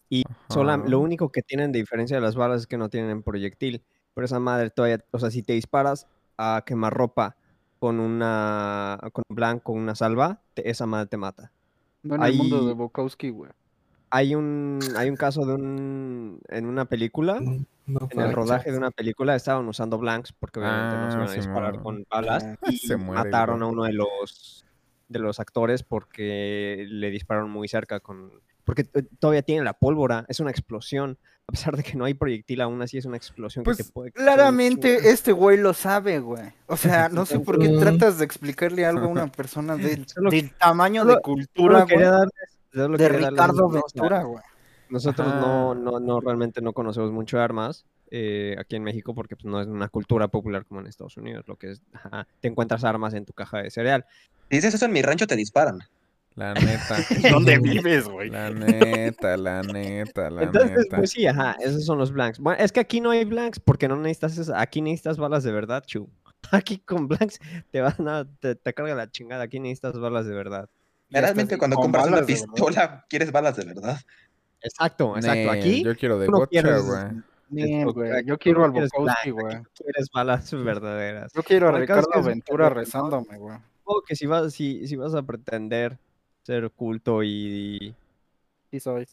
[SPEAKER 3] Y sola-
[SPEAKER 2] Ajá.
[SPEAKER 3] lo único que tienen de diferencia de las balas es que no tienen proyectil. Pero esa madre todavía, o sea, si te disparas a quemarropa con una con un blanco, una salva, te- esa madre te mata.
[SPEAKER 4] No en el mundo de
[SPEAKER 3] Ahí-
[SPEAKER 4] Bukowski, güey.
[SPEAKER 3] Hay un hay un caso de un en una película
[SPEAKER 6] No,
[SPEAKER 3] en el
[SPEAKER 6] para-
[SPEAKER 3] rodaje de una película estaban usando blanks porque obviamente no se
[SPEAKER 2] Ah,
[SPEAKER 3] iban a disparar
[SPEAKER 2] Simón.
[SPEAKER 3] con balas
[SPEAKER 4] Ah,
[SPEAKER 3] y
[SPEAKER 2] se muere el
[SPEAKER 3] mataron a
[SPEAKER 2] güey.
[SPEAKER 3] uno de los de los actores porque le dispararon muy cerca con porque t- todavía tiene la pólvora, es una explosión, a pesar de que no hay proyectil aún así es una explosión que
[SPEAKER 2] Pues,
[SPEAKER 3] te puede causar un
[SPEAKER 4] Claramente
[SPEAKER 3] chingo.
[SPEAKER 4] este güey lo sabe, güey. O sea, no sé por qué
[SPEAKER 6] Mm.
[SPEAKER 4] tratas de explicarle algo a una persona del,
[SPEAKER 3] Solo-
[SPEAKER 4] del tamaño
[SPEAKER 3] solo-
[SPEAKER 4] de
[SPEAKER 3] Solo
[SPEAKER 4] cultura, güey,
[SPEAKER 3] quería darles- solo
[SPEAKER 4] de
[SPEAKER 3] quería darles
[SPEAKER 4] Ricardo
[SPEAKER 3] una-
[SPEAKER 4] Ventura, Ah. güey.
[SPEAKER 3] Nosotros
[SPEAKER 2] Ajá.
[SPEAKER 3] no, no, no realmente no conocemos mucho de armas eh, aquí en México porque pues, no es una cultura popular como en Estados Unidos, lo que es, ajá, te encuentras armas en tu caja de cereal.
[SPEAKER 5] Dices eso en mi rancho, te disparan.
[SPEAKER 2] La neta.
[SPEAKER 4] ¿Dónde vives, güey?
[SPEAKER 2] La neta, la neta, la
[SPEAKER 3] Entonces,
[SPEAKER 2] neta.
[SPEAKER 3] pues sí, ajá, esos son los blanks. Bueno, es que aquí no hay blanks porque no necesitas eso. Aquí necesitas balas de verdad, chu. Aquí con blanks te van a, te, te carga la chingada. Aquí necesitas balas de verdad.
[SPEAKER 5] Realmente cuando
[SPEAKER 4] con
[SPEAKER 5] compras una
[SPEAKER 4] balas de verdad.
[SPEAKER 5] pistola, quieres balas de verdad.
[SPEAKER 3] Exacto, exacto.
[SPEAKER 2] Nel,
[SPEAKER 3] Aquí
[SPEAKER 2] Yo quiero de
[SPEAKER 3] tú no
[SPEAKER 2] gocha,
[SPEAKER 3] pierdes-
[SPEAKER 2] güey.
[SPEAKER 4] Bien,
[SPEAKER 3] Esto,
[SPEAKER 4] güey.
[SPEAKER 3] crack,
[SPEAKER 4] Yo quiero al
[SPEAKER 3] tú eres
[SPEAKER 4] Bukowski,
[SPEAKER 3] black,
[SPEAKER 4] güey.
[SPEAKER 3] tú eres balas verdaderas.
[SPEAKER 4] Yo quiero a
[SPEAKER 3] Por el caso es
[SPEAKER 4] Ricardo
[SPEAKER 3] que es
[SPEAKER 4] Ventura
[SPEAKER 3] Ricardo
[SPEAKER 4] rezándome, güey.
[SPEAKER 3] Supongo que si vas, si, si vas a pretender ser culto y,
[SPEAKER 4] Sí soy.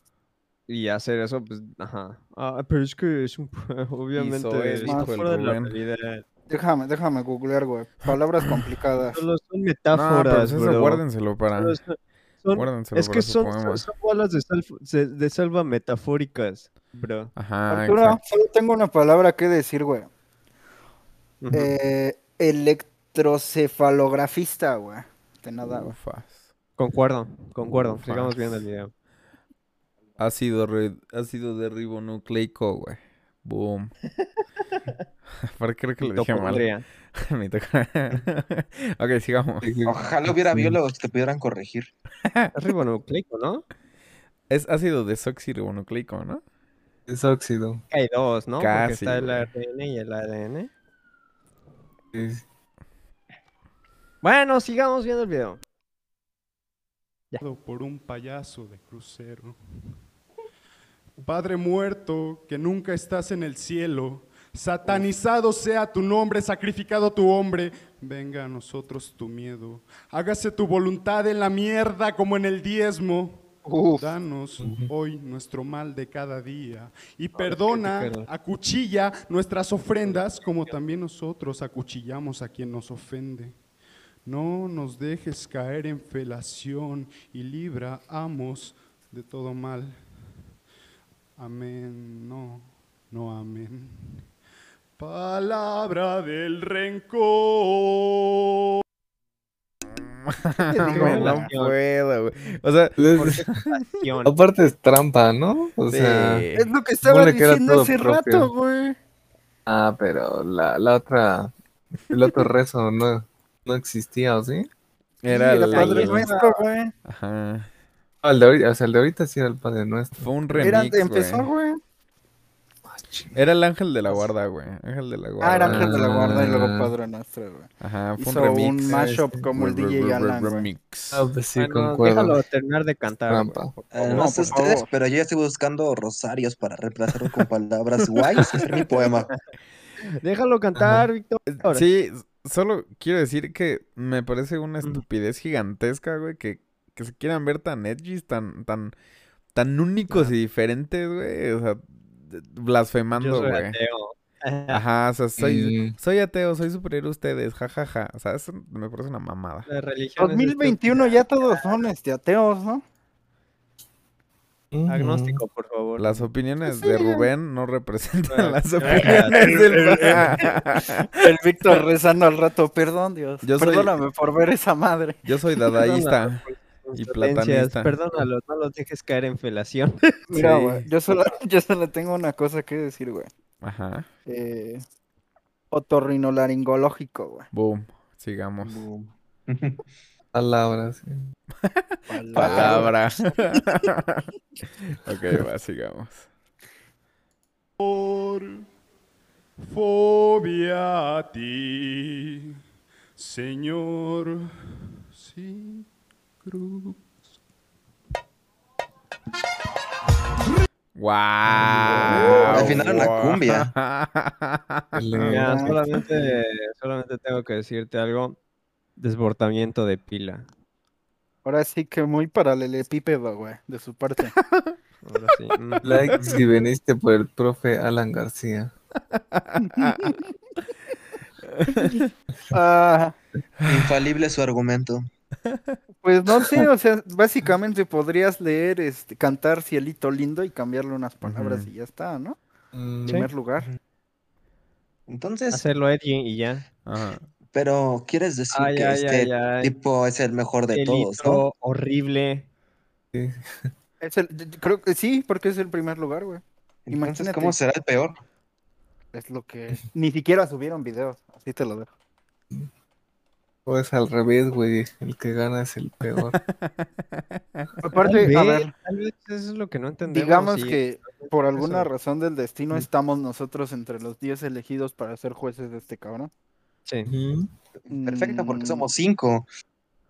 [SPEAKER 3] y hacer eso, pues, ajá. Ah, pero es que es un... Obviamente
[SPEAKER 2] es
[SPEAKER 3] está
[SPEAKER 2] hijo del
[SPEAKER 3] fuera de la
[SPEAKER 2] Rubén.
[SPEAKER 3] realidad.
[SPEAKER 4] Déjame, déjame googlear, güey. Palabras complicadas.
[SPEAKER 3] Solo son
[SPEAKER 2] No, pero pues
[SPEAKER 3] metáforas,
[SPEAKER 2] eso
[SPEAKER 3] bro.
[SPEAKER 2] guárdenselo para.
[SPEAKER 3] Solo son- son-
[SPEAKER 2] Guárdenselo
[SPEAKER 3] es
[SPEAKER 2] para
[SPEAKER 3] que
[SPEAKER 2] su
[SPEAKER 3] son,
[SPEAKER 2] poema.
[SPEAKER 3] son, son bolas de, salf- se- de salva metafóricas, bro.
[SPEAKER 2] Ajá,
[SPEAKER 4] Ventura,
[SPEAKER 2] exacto.
[SPEAKER 4] solo tengo una palabra que decir, güey.
[SPEAKER 3] Ujú.
[SPEAKER 4] Eh, electrocefalografista, güey. De nada, güey.
[SPEAKER 2] Ufas.
[SPEAKER 3] concuerdo, concuerdo. Sigamos viendo el
[SPEAKER 2] ufas.
[SPEAKER 3] video.
[SPEAKER 2] Ácido, re- ácido de ribonucleico, güey. Boom. Aparte creo que lo dije mal.
[SPEAKER 3] Mitocondria.
[SPEAKER 2] Mi toca- ok, sigamos.
[SPEAKER 5] Ojalá hubiera biólogos que pudieran corregir.
[SPEAKER 3] Es ribonucleico, ¿no?
[SPEAKER 2] Es ácido desoxirribonucleico, ¿no?
[SPEAKER 6] Es óxido.
[SPEAKER 3] Que Hay dos, ¿no? Porque
[SPEAKER 2] Casi,
[SPEAKER 3] está el
[SPEAKER 2] güey.
[SPEAKER 3] ARN y el ADN.
[SPEAKER 6] Es-
[SPEAKER 3] Bueno, sigamos viendo el video.
[SPEAKER 7] por un payaso de crucero. Padre muerto, que nunca estás en el cielo, satanizado sea tu nombre, sacrificado tu hombre, venga a nosotros tu miedo, hágase tu voluntad en la mierda como en el diezmo. Danos hoy nuestro mal de cada día y perdona, acuchilla nuestras ofrendas como también nosotros acuchillamos a quien nos ofende. No nos dejes caer en felación y libra, amos, de todo mal. Amén, no, no amén. Palabra del rencor.
[SPEAKER 3] digo,
[SPEAKER 2] Me no
[SPEAKER 3] güey?
[SPEAKER 2] puedo, güey. O sea,
[SPEAKER 3] Acción.
[SPEAKER 6] Aparte es trampa, ¿no? O sea,
[SPEAKER 2] sí.
[SPEAKER 4] Es lo que estaba
[SPEAKER 6] Ponle que era
[SPEAKER 4] diciendo
[SPEAKER 6] todo
[SPEAKER 4] hace
[SPEAKER 6] propio.
[SPEAKER 4] rato, güey.
[SPEAKER 6] ah, pero la, la otra, el otro rezo no, no existía, ¿o sí?
[SPEAKER 2] era
[SPEAKER 4] Sí,
[SPEAKER 2] el-
[SPEAKER 4] Padre
[SPEAKER 2] el-
[SPEAKER 4] Nuestro, güey.
[SPEAKER 2] Ajá.
[SPEAKER 6] Ah, el de ahorita, o sea, el de ahorita sí era el Padre Nuestro.
[SPEAKER 2] Fue un
[SPEAKER 4] Era-
[SPEAKER 2] remix,
[SPEAKER 4] Empezó,
[SPEAKER 2] güey.
[SPEAKER 4] güey.
[SPEAKER 6] Ah, ching-
[SPEAKER 2] Era el ángel de la guarda, güey. Ángel de la guarda.
[SPEAKER 4] Ah, era Ángel de la Guarda y luego
[SPEAKER 6] Ah.
[SPEAKER 4] Padre Nuestro, güey.
[SPEAKER 2] Ajá, fue
[SPEAKER 4] Hizo
[SPEAKER 2] un remix. este,
[SPEAKER 4] un mashup como el
[SPEAKER 2] Re- re-
[SPEAKER 4] DJ
[SPEAKER 2] re-
[SPEAKER 4] Alan, güey.
[SPEAKER 2] Remix.
[SPEAKER 6] Ah, pues sí,
[SPEAKER 3] Bueno,
[SPEAKER 6] concuerdo.
[SPEAKER 3] déjalo terminar de cantar. güey,
[SPEAKER 6] Trampa.
[SPEAKER 3] por favor.
[SPEAKER 5] Eh, no
[SPEAKER 4] No,
[SPEAKER 5] sé
[SPEAKER 4] por
[SPEAKER 5] ustedes,
[SPEAKER 4] favor.
[SPEAKER 5] pero yo ya estoy buscando rosarios para reemplazarlo con palabras guays y hacer mi poema.
[SPEAKER 3] Déjalo cantar, Víctor.
[SPEAKER 2] Sí, s- solo quiero decir que me parece una estupidez gigantesca, güey, que, que se quieran ver tan edgys, tan, tan, tan únicos y diferentes, güey. O sea, d-
[SPEAKER 3] Yo
[SPEAKER 2] blasfemando,
[SPEAKER 3] soy
[SPEAKER 2] güey. Ah.
[SPEAKER 3] ateo.
[SPEAKER 2] Ajá, o sea, soy,
[SPEAKER 6] Mm,
[SPEAKER 2] soy ateo, soy superior a ustedes, jajaja. O sea, eso me parece una mamada.
[SPEAKER 3] La
[SPEAKER 4] este
[SPEAKER 3] religión es
[SPEAKER 4] 2021 ya todos son este ateos, ¿no?
[SPEAKER 3] estúpida.
[SPEAKER 6] mm.
[SPEAKER 3] Agnóstico, por pues favor.
[SPEAKER 2] Las opiniones de Rubén no representan las
[SPEAKER 3] Cállate.
[SPEAKER 2] opiniones del...
[SPEAKER 4] El Víctor rezando al rato, perdón Dios,
[SPEAKER 2] Yo soy-
[SPEAKER 4] perdóname por ver esa madre.
[SPEAKER 2] Yo soy
[SPEAKER 3] Perdona
[SPEAKER 2] dadaísta.
[SPEAKER 3] por tus
[SPEAKER 2] y
[SPEAKER 3] potencias,
[SPEAKER 2] platanista.
[SPEAKER 3] Perdónalo, no los dejes caer en felación.
[SPEAKER 4] Mira,
[SPEAKER 2] Sí.
[SPEAKER 4] güey, yo solo, yo solo tengo una cosa que decir, güey.
[SPEAKER 2] Ajá.
[SPEAKER 4] Eh, otorrinolaringológico, güey.
[SPEAKER 2] Boom. Sigamos.
[SPEAKER 6] Palabras. sí.
[SPEAKER 2] Palabra. ok, va, sigamos.
[SPEAKER 7] Por fobia a ti, Señor, sin cruz.
[SPEAKER 2] ¡Wow!
[SPEAKER 5] Al final era una
[SPEAKER 2] cumbia.
[SPEAKER 3] Ah, Mira,
[SPEAKER 6] Ele-
[SPEAKER 3] solamente, solamente tengo que decirte algo. Desbordamiento de pila.
[SPEAKER 4] Ahora sí que muy paralelepípedo, güey, de su parte.
[SPEAKER 3] Ahora sí. Mm.
[SPEAKER 6] Like si veniste por el profe Alan García.
[SPEAKER 4] Ah,
[SPEAKER 5] Infalible su argumento.
[SPEAKER 4] pues no sé, o sea, básicamente podrías leer, este, cantar Cielito Lindo y cambiarle unas palabras
[SPEAKER 2] Ujú.
[SPEAKER 4] y ya está, ¿no?
[SPEAKER 6] Mm,
[SPEAKER 4] En primer lugar.
[SPEAKER 5] Entonces,
[SPEAKER 3] Hacerlo Edging y ya.
[SPEAKER 2] Ajá.
[SPEAKER 5] pero quieres decir
[SPEAKER 3] Ay,
[SPEAKER 5] que
[SPEAKER 3] ay,
[SPEAKER 5] este
[SPEAKER 3] ay, ay.
[SPEAKER 5] tipo es el mejor de todos,
[SPEAKER 3] Delito
[SPEAKER 5] ¿no?
[SPEAKER 3] horrible.
[SPEAKER 6] sí.
[SPEAKER 4] Es el, yo- yo creo que sí, porque es el primer lugar, güey.
[SPEAKER 5] Entonces,
[SPEAKER 4] Imagínate.
[SPEAKER 5] ¿cómo será el peor?
[SPEAKER 4] Es lo que ni siquiera subieron videos, así te lo dejo.
[SPEAKER 6] O es al revés, güey. El que gana es el peor.
[SPEAKER 3] Tal
[SPEAKER 4] Aparte, a
[SPEAKER 3] vez-
[SPEAKER 4] ver,
[SPEAKER 3] tal vez eso es lo que no entendemos.
[SPEAKER 4] digamos
[SPEAKER 3] y-
[SPEAKER 4] que por alguna
[SPEAKER 3] eso.
[SPEAKER 4] razón del destino estamos nosotros entre los 10 elegidos para ser jueces de este cabrón.
[SPEAKER 3] Sí.
[SPEAKER 6] Ujú.
[SPEAKER 5] Perfecto, porque
[SPEAKER 4] Mm,
[SPEAKER 5] somos cinco.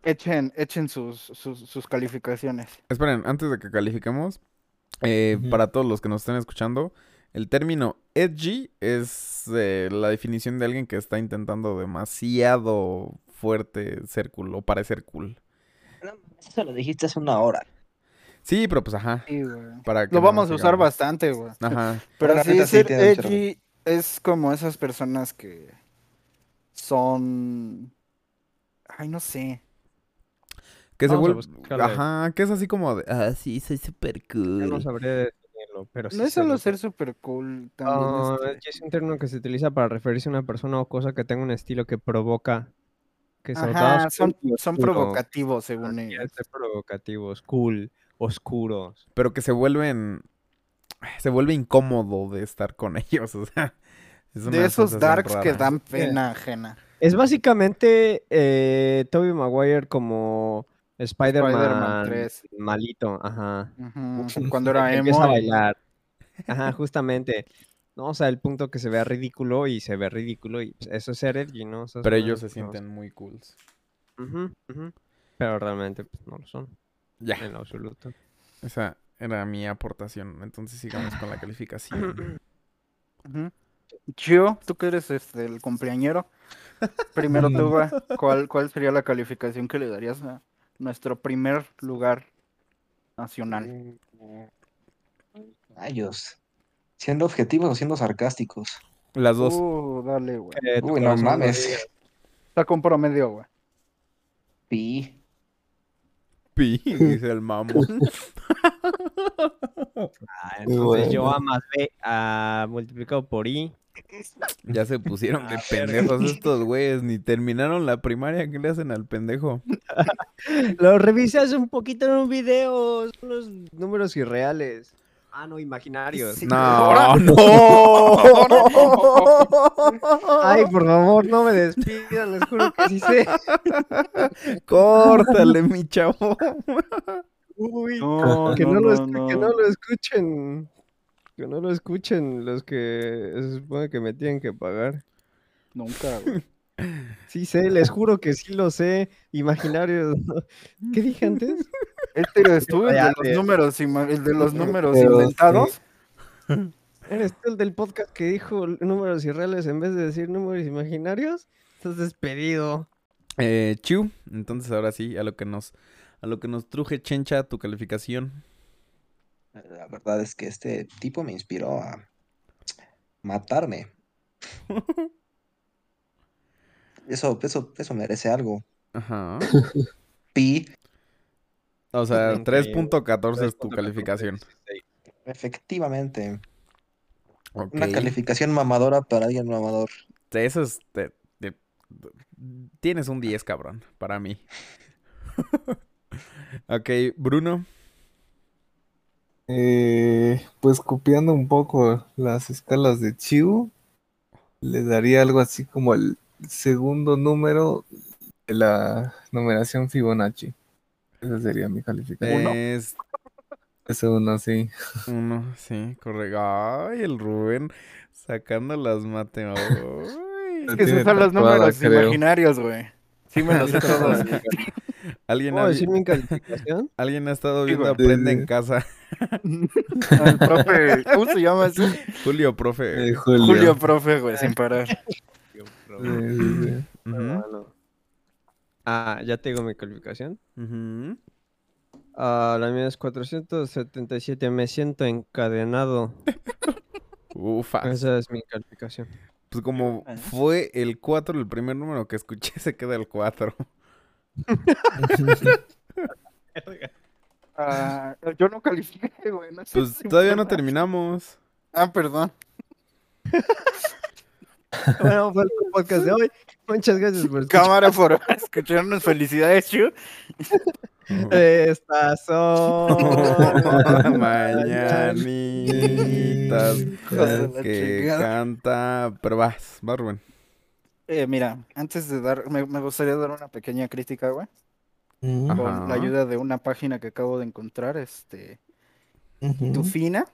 [SPEAKER 4] Echen, echen sus, sus, sus calificaciones.
[SPEAKER 2] Esperen, antes de que califiquemos, eh,
[SPEAKER 6] Ujú.
[SPEAKER 2] para todos los que nos estén escuchando, el término edgy es eh, la definición de alguien que está intentando demasiado fuerte ser cool o parecer cool.
[SPEAKER 5] Eso lo dijiste hace una hora.
[SPEAKER 2] Sí, pero pues ajá.
[SPEAKER 4] Sí, güey.
[SPEAKER 2] Para que
[SPEAKER 4] Lo
[SPEAKER 2] no
[SPEAKER 4] vamos
[SPEAKER 2] nos
[SPEAKER 4] a usar
[SPEAKER 2] digamos.
[SPEAKER 4] bastante, güey.
[SPEAKER 2] Ajá.
[SPEAKER 4] Pero
[SPEAKER 5] La
[SPEAKER 4] sí,
[SPEAKER 5] neta sí
[SPEAKER 4] ser
[SPEAKER 5] tiene mucha razón.
[SPEAKER 4] edgy es como esas personas que son... Ay, no sé.
[SPEAKER 2] Que se
[SPEAKER 8] Vamos a
[SPEAKER 2] vuelve.
[SPEAKER 8] buscarle.
[SPEAKER 2] Ajá, que es así como de. Ah, sí, soy súper
[SPEAKER 3] Yo no
[SPEAKER 2] cool.
[SPEAKER 3] sabré definirlo, pero Pues sí
[SPEAKER 4] No es
[SPEAKER 3] sé
[SPEAKER 4] solo
[SPEAKER 3] lo que-
[SPEAKER 4] ser super cool, también
[SPEAKER 3] Ah,
[SPEAKER 4] este,
[SPEAKER 3] edgy es un término que se utiliza para referirse a una persona o cosa que tenga un estilo que provoca. Que se
[SPEAKER 4] Ajá, son, son
[SPEAKER 3] oscuro.
[SPEAKER 4] provocativos, según ellos.
[SPEAKER 3] provocativos, cool, oscuros.
[SPEAKER 2] Pero que se vuelven. Se vuelve incómodo de estar con ellos. O sea. es
[SPEAKER 4] De
[SPEAKER 2] una
[SPEAKER 4] esos
[SPEAKER 2] sensación
[SPEAKER 4] darks que
[SPEAKER 2] rara.
[SPEAKER 4] dan pena ajena.
[SPEAKER 3] Es básicamente eh, Toby Maguire como Spider-Man
[SPEAKER 4] Spider-Man 3.
[SPEAKER 3] malito, ajá.
[SPEAKER 4] Ujú, Cuando era
[SPEAKER 3] Que
[SPEAKER 4] emo.
[SPEAKER 3] Empieza a
[SPEAKER 4] y-
[SPEAKER 3] bailar. Ajá, justamente. No, o sea, el punto que se vea ridículo y se ve ridículo y pues, eso es ser edgy, ¿no? O sea,
[SPEAKER 2] Pero
[SPEAKER 3] son
[SPEAKER 2] ellos se
[SPEAKER 3] los-
[SPEAKER 2] sienten muy cool.
[SPEAKER 3] Ujú, ujú. Pero realmente pues, no lo son,
[SPEAKER 2] Ya.
[SPEAKER 3] en lo absoluto.
[SPEAKER 2] Esa era mi aportación. Entonces sigamos con la calificación.
[SPEAKER 4] Ujú. Yo, tú que eres este, el cumpleañero. Primero tú, güey, ¿cuál, ¿cuál sería la calificación que le darías a nuestro primer lugar nacional?
[SPEAKER 5] Rayos. Siendo objetivos o siendo sarcásticos.
[SPEAKER 2] Las dos.
[SPEAKER 4] Uh, dale, güey.
[SPEAKER 3] Eh, tu
[SPEAKER 5] Uy, no
[SPEAKER 3] corazón
[SPEAKER 5] mames.
[SPEAKER 4] Está con promedio, güey.
[SPEAKER 5] Pi.
[SPEAKER 2] Pi, dice el mamón.
[SPEAKER 3] Ah, Entonces yo
[SPEAKER 6] Bueno.
[SPEAKER 3] A más B ah, multiplicado por I.
[SPEAKER 2] Ya se pusieron de pendejos estos güeyes. Ni terminaron la primaria. ¿Qué le hacen al pendejo?
[SPEAKER 3] Lo revisas un poquito en un video. Son los números irreales. Ah, no, imaginarios.
[SPEAKER 2] No, no.
[SPEAKER 3] Ay, por favor, no me despidan. Les juro que sí sé.
[SPEAKER 2] Córtale, mi chavo.
[SPEAKER 3] Uy,
[SPEAKER 4] No,
[SPEAKER 3] que, no, lo escu-
[SPEAKER 4] no,
[SPEAKER 3] que
[SPEAKER 4] no.
[SPEAKER 3] no lo escuchen. Que no lo escuchen los que se supone que me tienen que pagar.
[SPEAKER 4] Nunca, güey.
[SPEAKER 3] Sí sé, les juro que sí lo sé. Imaginarios. ¿Qué dije antes?
[SPEAKER 4] Este eres tú, el de los
[SPEAKER 3] Cállate.
[SPEAKER 4] números, ima- el de los números
[SPEAKER 6] Pero sí.
[SPEAKER 4] inventados.
[SPEAKER 3] ¿Eres tú el del podcast que dijo números irreales en vez de decir números imaginarios? Estás despedido.
[SPEAKER 2] Eh, Chu, entonces ahora sí, a lo que nos, a lo que nos truje, Chencha, tu calificación.
[SPEAKER 5] La verdad es que este tipo me inspiró a matarme. Eso, eso, eso merece algo.
[SPEAKER 2] Ajá.
[SPEAKER 5] Pi,
[SPEAKER 2] O sea, 3.14
[SPEAKER 3] Entonces
[SPEAKER 2] es tu calificación.
[SPEAKER 5] efectivamente.
[SPEAKER 2] Ok.
[SPEAKER 5] Una calificación mamadora para alguien mamador.
[SPEAKER 2] Eso es. te- te- este, tienes un 10, cabrón, para mí. ok, Bruno.
[SPEAKER 6] Eh, pues copiando un poco las escalas de Chiu, le daría algo así como el segundo número de la numeración Fibonacci. Esa sería mi calificación.
[SPEAKER 2] Es
[SPEAKER 6] Ese uno, sí.
[SPEAKER 2] uno, sí, correcto. Ay, el Rubén sacando las mate. Ay.
[SPEAKER 4] Que se
[SPEAKER 6] tiene
[SPEAKER 4] usan los
[SPEAKER 6] tatuada,
[SPEAKER 4] números
[SPEAKER 6] creo.
[SPEAKER 4] imaginarios, güey. Sí me los sé todos.
[SPEAKER 2] ¿Alguien
[SPEAKER 3] ¿Puedo
[SPEAKER 2] ha, vi-
[SPEAKER 3] decir mi calificación?
[SPEAKER 2] alguien ha estado
[SPEAKER 4] Digo,
[SPEAKER 2] viendo Aprende
[SPEAKER 6] eh,
[SPEAKER 2] en casa.
[SPEAKER 4] Al profe, ¿cómo se llama ese?
[SPEAKER 2] Julio, profe.
[SPEAKER 6] Eh, Julio.
[SPEAKER 4] Julio, profe, güey, sin parar.
[SPEAKER 6] Sí, sí, sí.
[SPEAKER 2] Ujú,
[SPEAKER 3] Bueno. Ah, ya te digo mi calificación.
[SPEAKER 2] ujú.
[SPEAKER 3] Ah, la mía es 477. Me siento encadenado.
[SPEAKER 2] Ufa.
[SPEAKER 3] Esa es mi calificación.
[SPEAKER 2] Pues como
[SPEAKER 4] Bueno.
[SPEAKER 2] fue el 4, el primer número que escuché, se queda el 4.
[SPEAKER 4] Ah, yo no califiqué, güey. No sé
[SPEAKER 2] Pues
[SPEAKER 4] si-
[SPEAKER 2] todavía no terminamos.
[SPEAKER 4] Ah, perdón.
[SPEAKER 3] Bueno, fue el podcast de hoy. Muchas gracias por escuchar.
[SPEAKER 4] Cámara por escucharnos. Felicidades, Chu.
[SPEAKER 3] Estas son
[SPEAKER 2] Mañanitas
[SPEAKER 4] Hijos de la
[SPEAKER 2] que
[SPEAKER 4] chingada.
[SPEAKER 2] canta. Pero vas, vas, Rubén.
[SPEAKER 4] Eh, mira, antes de dar, me, me gustaría dar una pequeña crítica, güey.
[SPEAKER 6] Ujú,
[SPEAKER 4] Con
[SPEAKER 2] Ajá.
[SPEAKER 4] la ayuda de una página que acabo de encontrar, este,
[SPEAKER 6] ujú.
[SPEAKER 4] Tufina.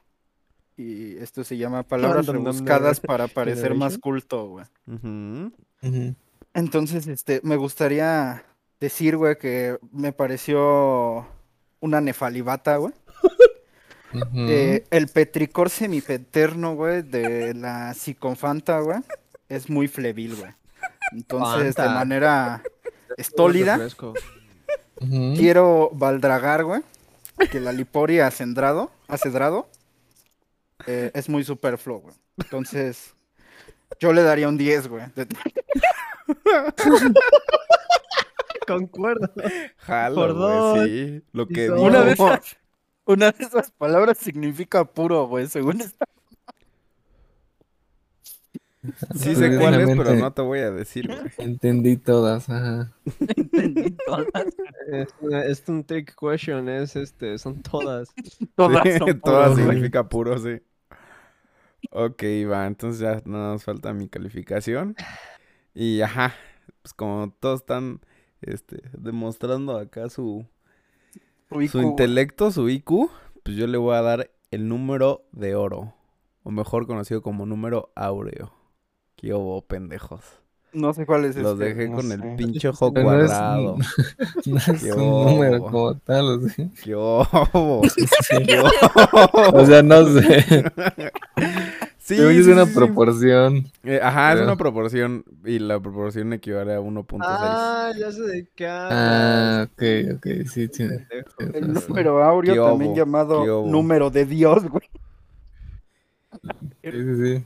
[SPEAKER 4] Y esto se llama Palabras
[SPEAKER 3] Random Number
[SPEAKER 4] Rebuscadas para parecer más
[SPEAKER 3] Generation.
[SPEAKER 4] culto, güey.
[SPEAKER 2] Ujú.
[SPEAKER 6] Ujú.
[SPEAKER 4] Entonces, este, me gustaría decir, güey, que me pareció una nefalibata, güey.
[SPEAKER 6] Ujú.
[SPEAKER 4] Eh, el petricor semipenterno, güey, de la psiconfanta, güey, es muy flebil, güey. Entonces, de
[SPEAKER 3] Fanta.
[SPEAKER 4] manera estólida,
[SPEAKER 3] Refresco.
[SPEAKER 6] Ujú.
[SPEAKER 4] quiero baldragar, güey, que la liporia acendrado, acedrado, eh, es muy superfluo, güey. Entonces, yo le daría un 10, güey. de-
[SPEAKER 3] Concuerdo.
[SPEAKER 2] Jalo,
[SPEAKER 3] Por
[SPEAKER 2] güey,
[SPEAKER 3] dos.
[SPEAKER 2] sí. Lo
[SPEAKER 3] Y
[SPEAKER 2] que
[SPEAKER 3] son-
[SPEAKER 2] dijo.
[SPEAKER 3] No.
[SPEAKER 4] Una de esas, una de esas palabras significa puro, güey, según esta.
[SPEAKER 2] Sí sé cuál es, pero
[SPEAKER 6] Precisamente
[SPEAKER 2] no te voy a decir, güey.
[SPEAKER 6] Entendí todas, ajá.
[SPEAKER 3] Es, una- es un trick question, es este, son todas.
[SPEAKER 2] Sí, todas
[SPEAKER 4] son puros, güey.
[SPEAKER 2] significa puro, sí. Ok, va, entonces ya nada nos falta mi calificación. Y ajá, pues como todos están este, demostrando acá su,
[SPEAKER 4] Su IQ,
[SPEAKER 2] su
[SPEAKER 4] güey.
[SPEAKER 2] intelecto, su IQ, pues yo le voy a dar el número de oro. O mejor conocido como número áureo. Qué hubo, pendejos.
[SPEAKER 4] No sé cuál es
[SPEAKER 2] Los
[SPEAKER 4] este.
[SPEAKER 2] dejé
[SPEAKER 6] no
[SPEAKER 2] con
[SPEAKER 6] sé.
[SPEAKER 2] el pinche ojo
[SPEAKER 6] Pero no es-
[SPEAKER 2] cuadrado.
[SPEAKER 6] No es
[SPEAKER 2] Qué
[SPEAKER 6] un número
[SPEAKER 2] bobo.
[SPEAKER 6] como tal, o sea.
[SPEAKER 2] Qué hubo.
[SPEAKER 6] O sea, no sé.
[SPEAKER 2] Sí,
[SPEAKER 6] Según yo es
[SPEAKER 2] sí,
[SPEAKER 6] una
[SPEAKER 2] sí, sí.
[SPEAKER 6] proporción.
[SPEAKER 2] Eh, ajá, es
[SPEAKER 6] Creo.
[SPEAKER 2] una proporción y la proporción equivale a 1.6.
[SPEAKER 3] Ah, ya sé de qué. hablas,
[SPEAKER 6] Ah, ok, ok, sí, tiene.
[SPEAKER 3] pendejo.
[SPEAKER 6] tienes
[SPEAKER 4] El
[SPEAKER 6] razón.
[SPEAKER 4] número áureo,
[SPEAKER 2] Qué
[SPEAKER 4] también
[SPEAKER 2] obo, qué
[SPEAKER 4] llamado
[SPEAKER 2] obo.
[SPEAKER 4] número de Dios, güey.
[SPEAKER 6] Sí, sí, sí.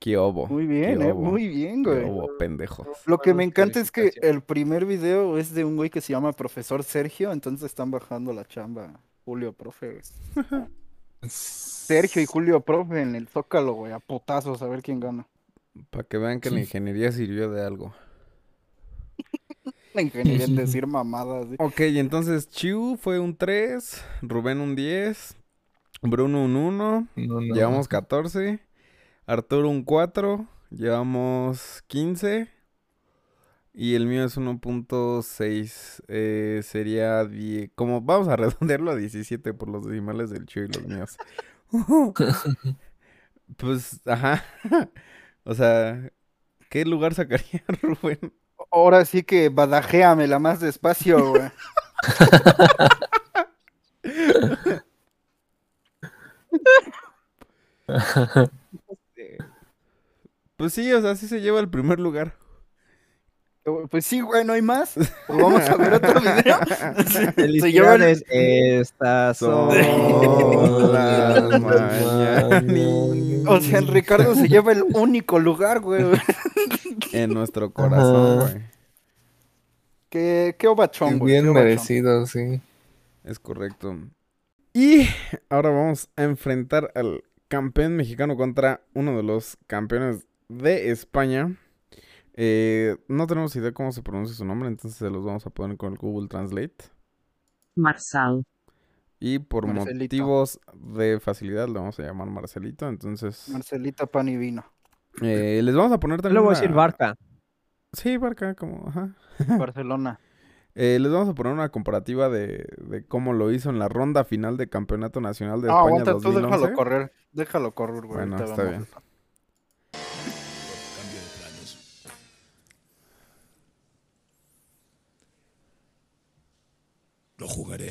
[SPEAKER 2] Qué obo.
[SPEAKER 4] Muy
[SPEAKER 2] qué
[SPEAKER 4] bien, eh,
[SPEAKER 2] obo,
[SPEAKER 4] muy bien,
[SPEAKER 2] qué
[SPEAKER 4] güey.
[SPEAKER 2] obo, pendejos.
[SPEAKER 4] Lo que me
[SPEAKER 3] Buenas
[SPEAKER 4] encanta es que
[SPEAKER 3] calificaciones.
[SPEAKER 4] el primer video es de un güey que se llama Profesor Sergio, entonces están bajando la chamba Julio Profe. güey. Sergio y Julio Profe en el Zócalo, güey, a putazos, a ver quién gana.
[SPEAKER 2] Para que vean que la ingeniería sirvió de algo.
[SPEAKER 4] La ingeniería en decir mamadas. güey.
[SPEAKER 2] Ok, y entonces Chiu fue un 3, Rubén un 10, Bruno un 1,
[SPEAKER 6] No, no.
[SPEAKER 2] llevamos 14, Arturo un 4, llevamos 15 y el mío es 1.6, eh, sería 10, como vamos a redondearlo a 17 por los decimales del Chiu y los míos. pues, ajá, o sea, ¿qué lugar sacaría Rubén?
[SPEAKER 4] Ahora sí que badajéamela más despacio, güey.
[SPEAKER 2] Pues sí, o sea, sí se lleva el primer lugar.
[SPEAKER 4] Pues sí, güey, no hay más. Pues vamos a ver otro video. Se llevan-
[SPEAKER 3] Felicidades, estas son
[SPEAKER 2] Son las
[SPEAKER 6] las
[SPEAKER 2] mañanitas
[SPEAKER 4] O sea, el Ricardo se lleva el único lugar, güey.
[SPEAKER 2] en nuestro corazón,
[SPEAKER 6] Ajá.
[SPEAKER 2] güey.
[SPEAKER 4] Qué, qué obachón,
[SPEAKER 6] Sí,
[SPEAKER 4] güey. qué
[SPEAKER 6] Bien
[SPEAKER 4] obachón.
[SPEAKER 6] merecido, sí.
[SPEAKER 2] Es correcto. Y ahora vamos a enfrentar al campeón mexicano contra uno de los campeones de España. Eh, no tenemos idea cómo se pronuncia su nombre, entonces se los vamos a poner con el Google Translate.
[SPEAKER 9] Marsal.
[SPEAKER 2] Y por
[SPEAKER 4] Marcelito.
[SPEAKER 2] motivos de facilidad le vamos a llamar Marcelito. Entonces,
[SPEAKER 4] Marcelita Pan y Vino.
[SPEAKER 2] eh, les vamos a poner también.
[SPEAKER 3] Le voy a decir
[SPEAKER 2] una-
[SPEAKER 3] Barca.
[SPEAKER 2] Sí, Barca, como. Ajá.
[SPEAKER 4] Barcelona.
[SPEAKER 2] Eh, les vamos a poner una comparativa de, de cómo lo hizo en la ronda final de Campeonato Nacional de
[SPEAKER 4] No,
[SPEAKER 2] España
[SPEAKER 4] aguanta, tú
[SPEAKER 2] 2011.
[SPEAKER 4] déjalo correr. Déjalo correr, güey.
[SPEAKER 2] Bueno,
[SPEAKER 4] ahorita
[SPEAKER 2] está
[SPEAKER 4] vamos.
[SPEAKER 2] bien.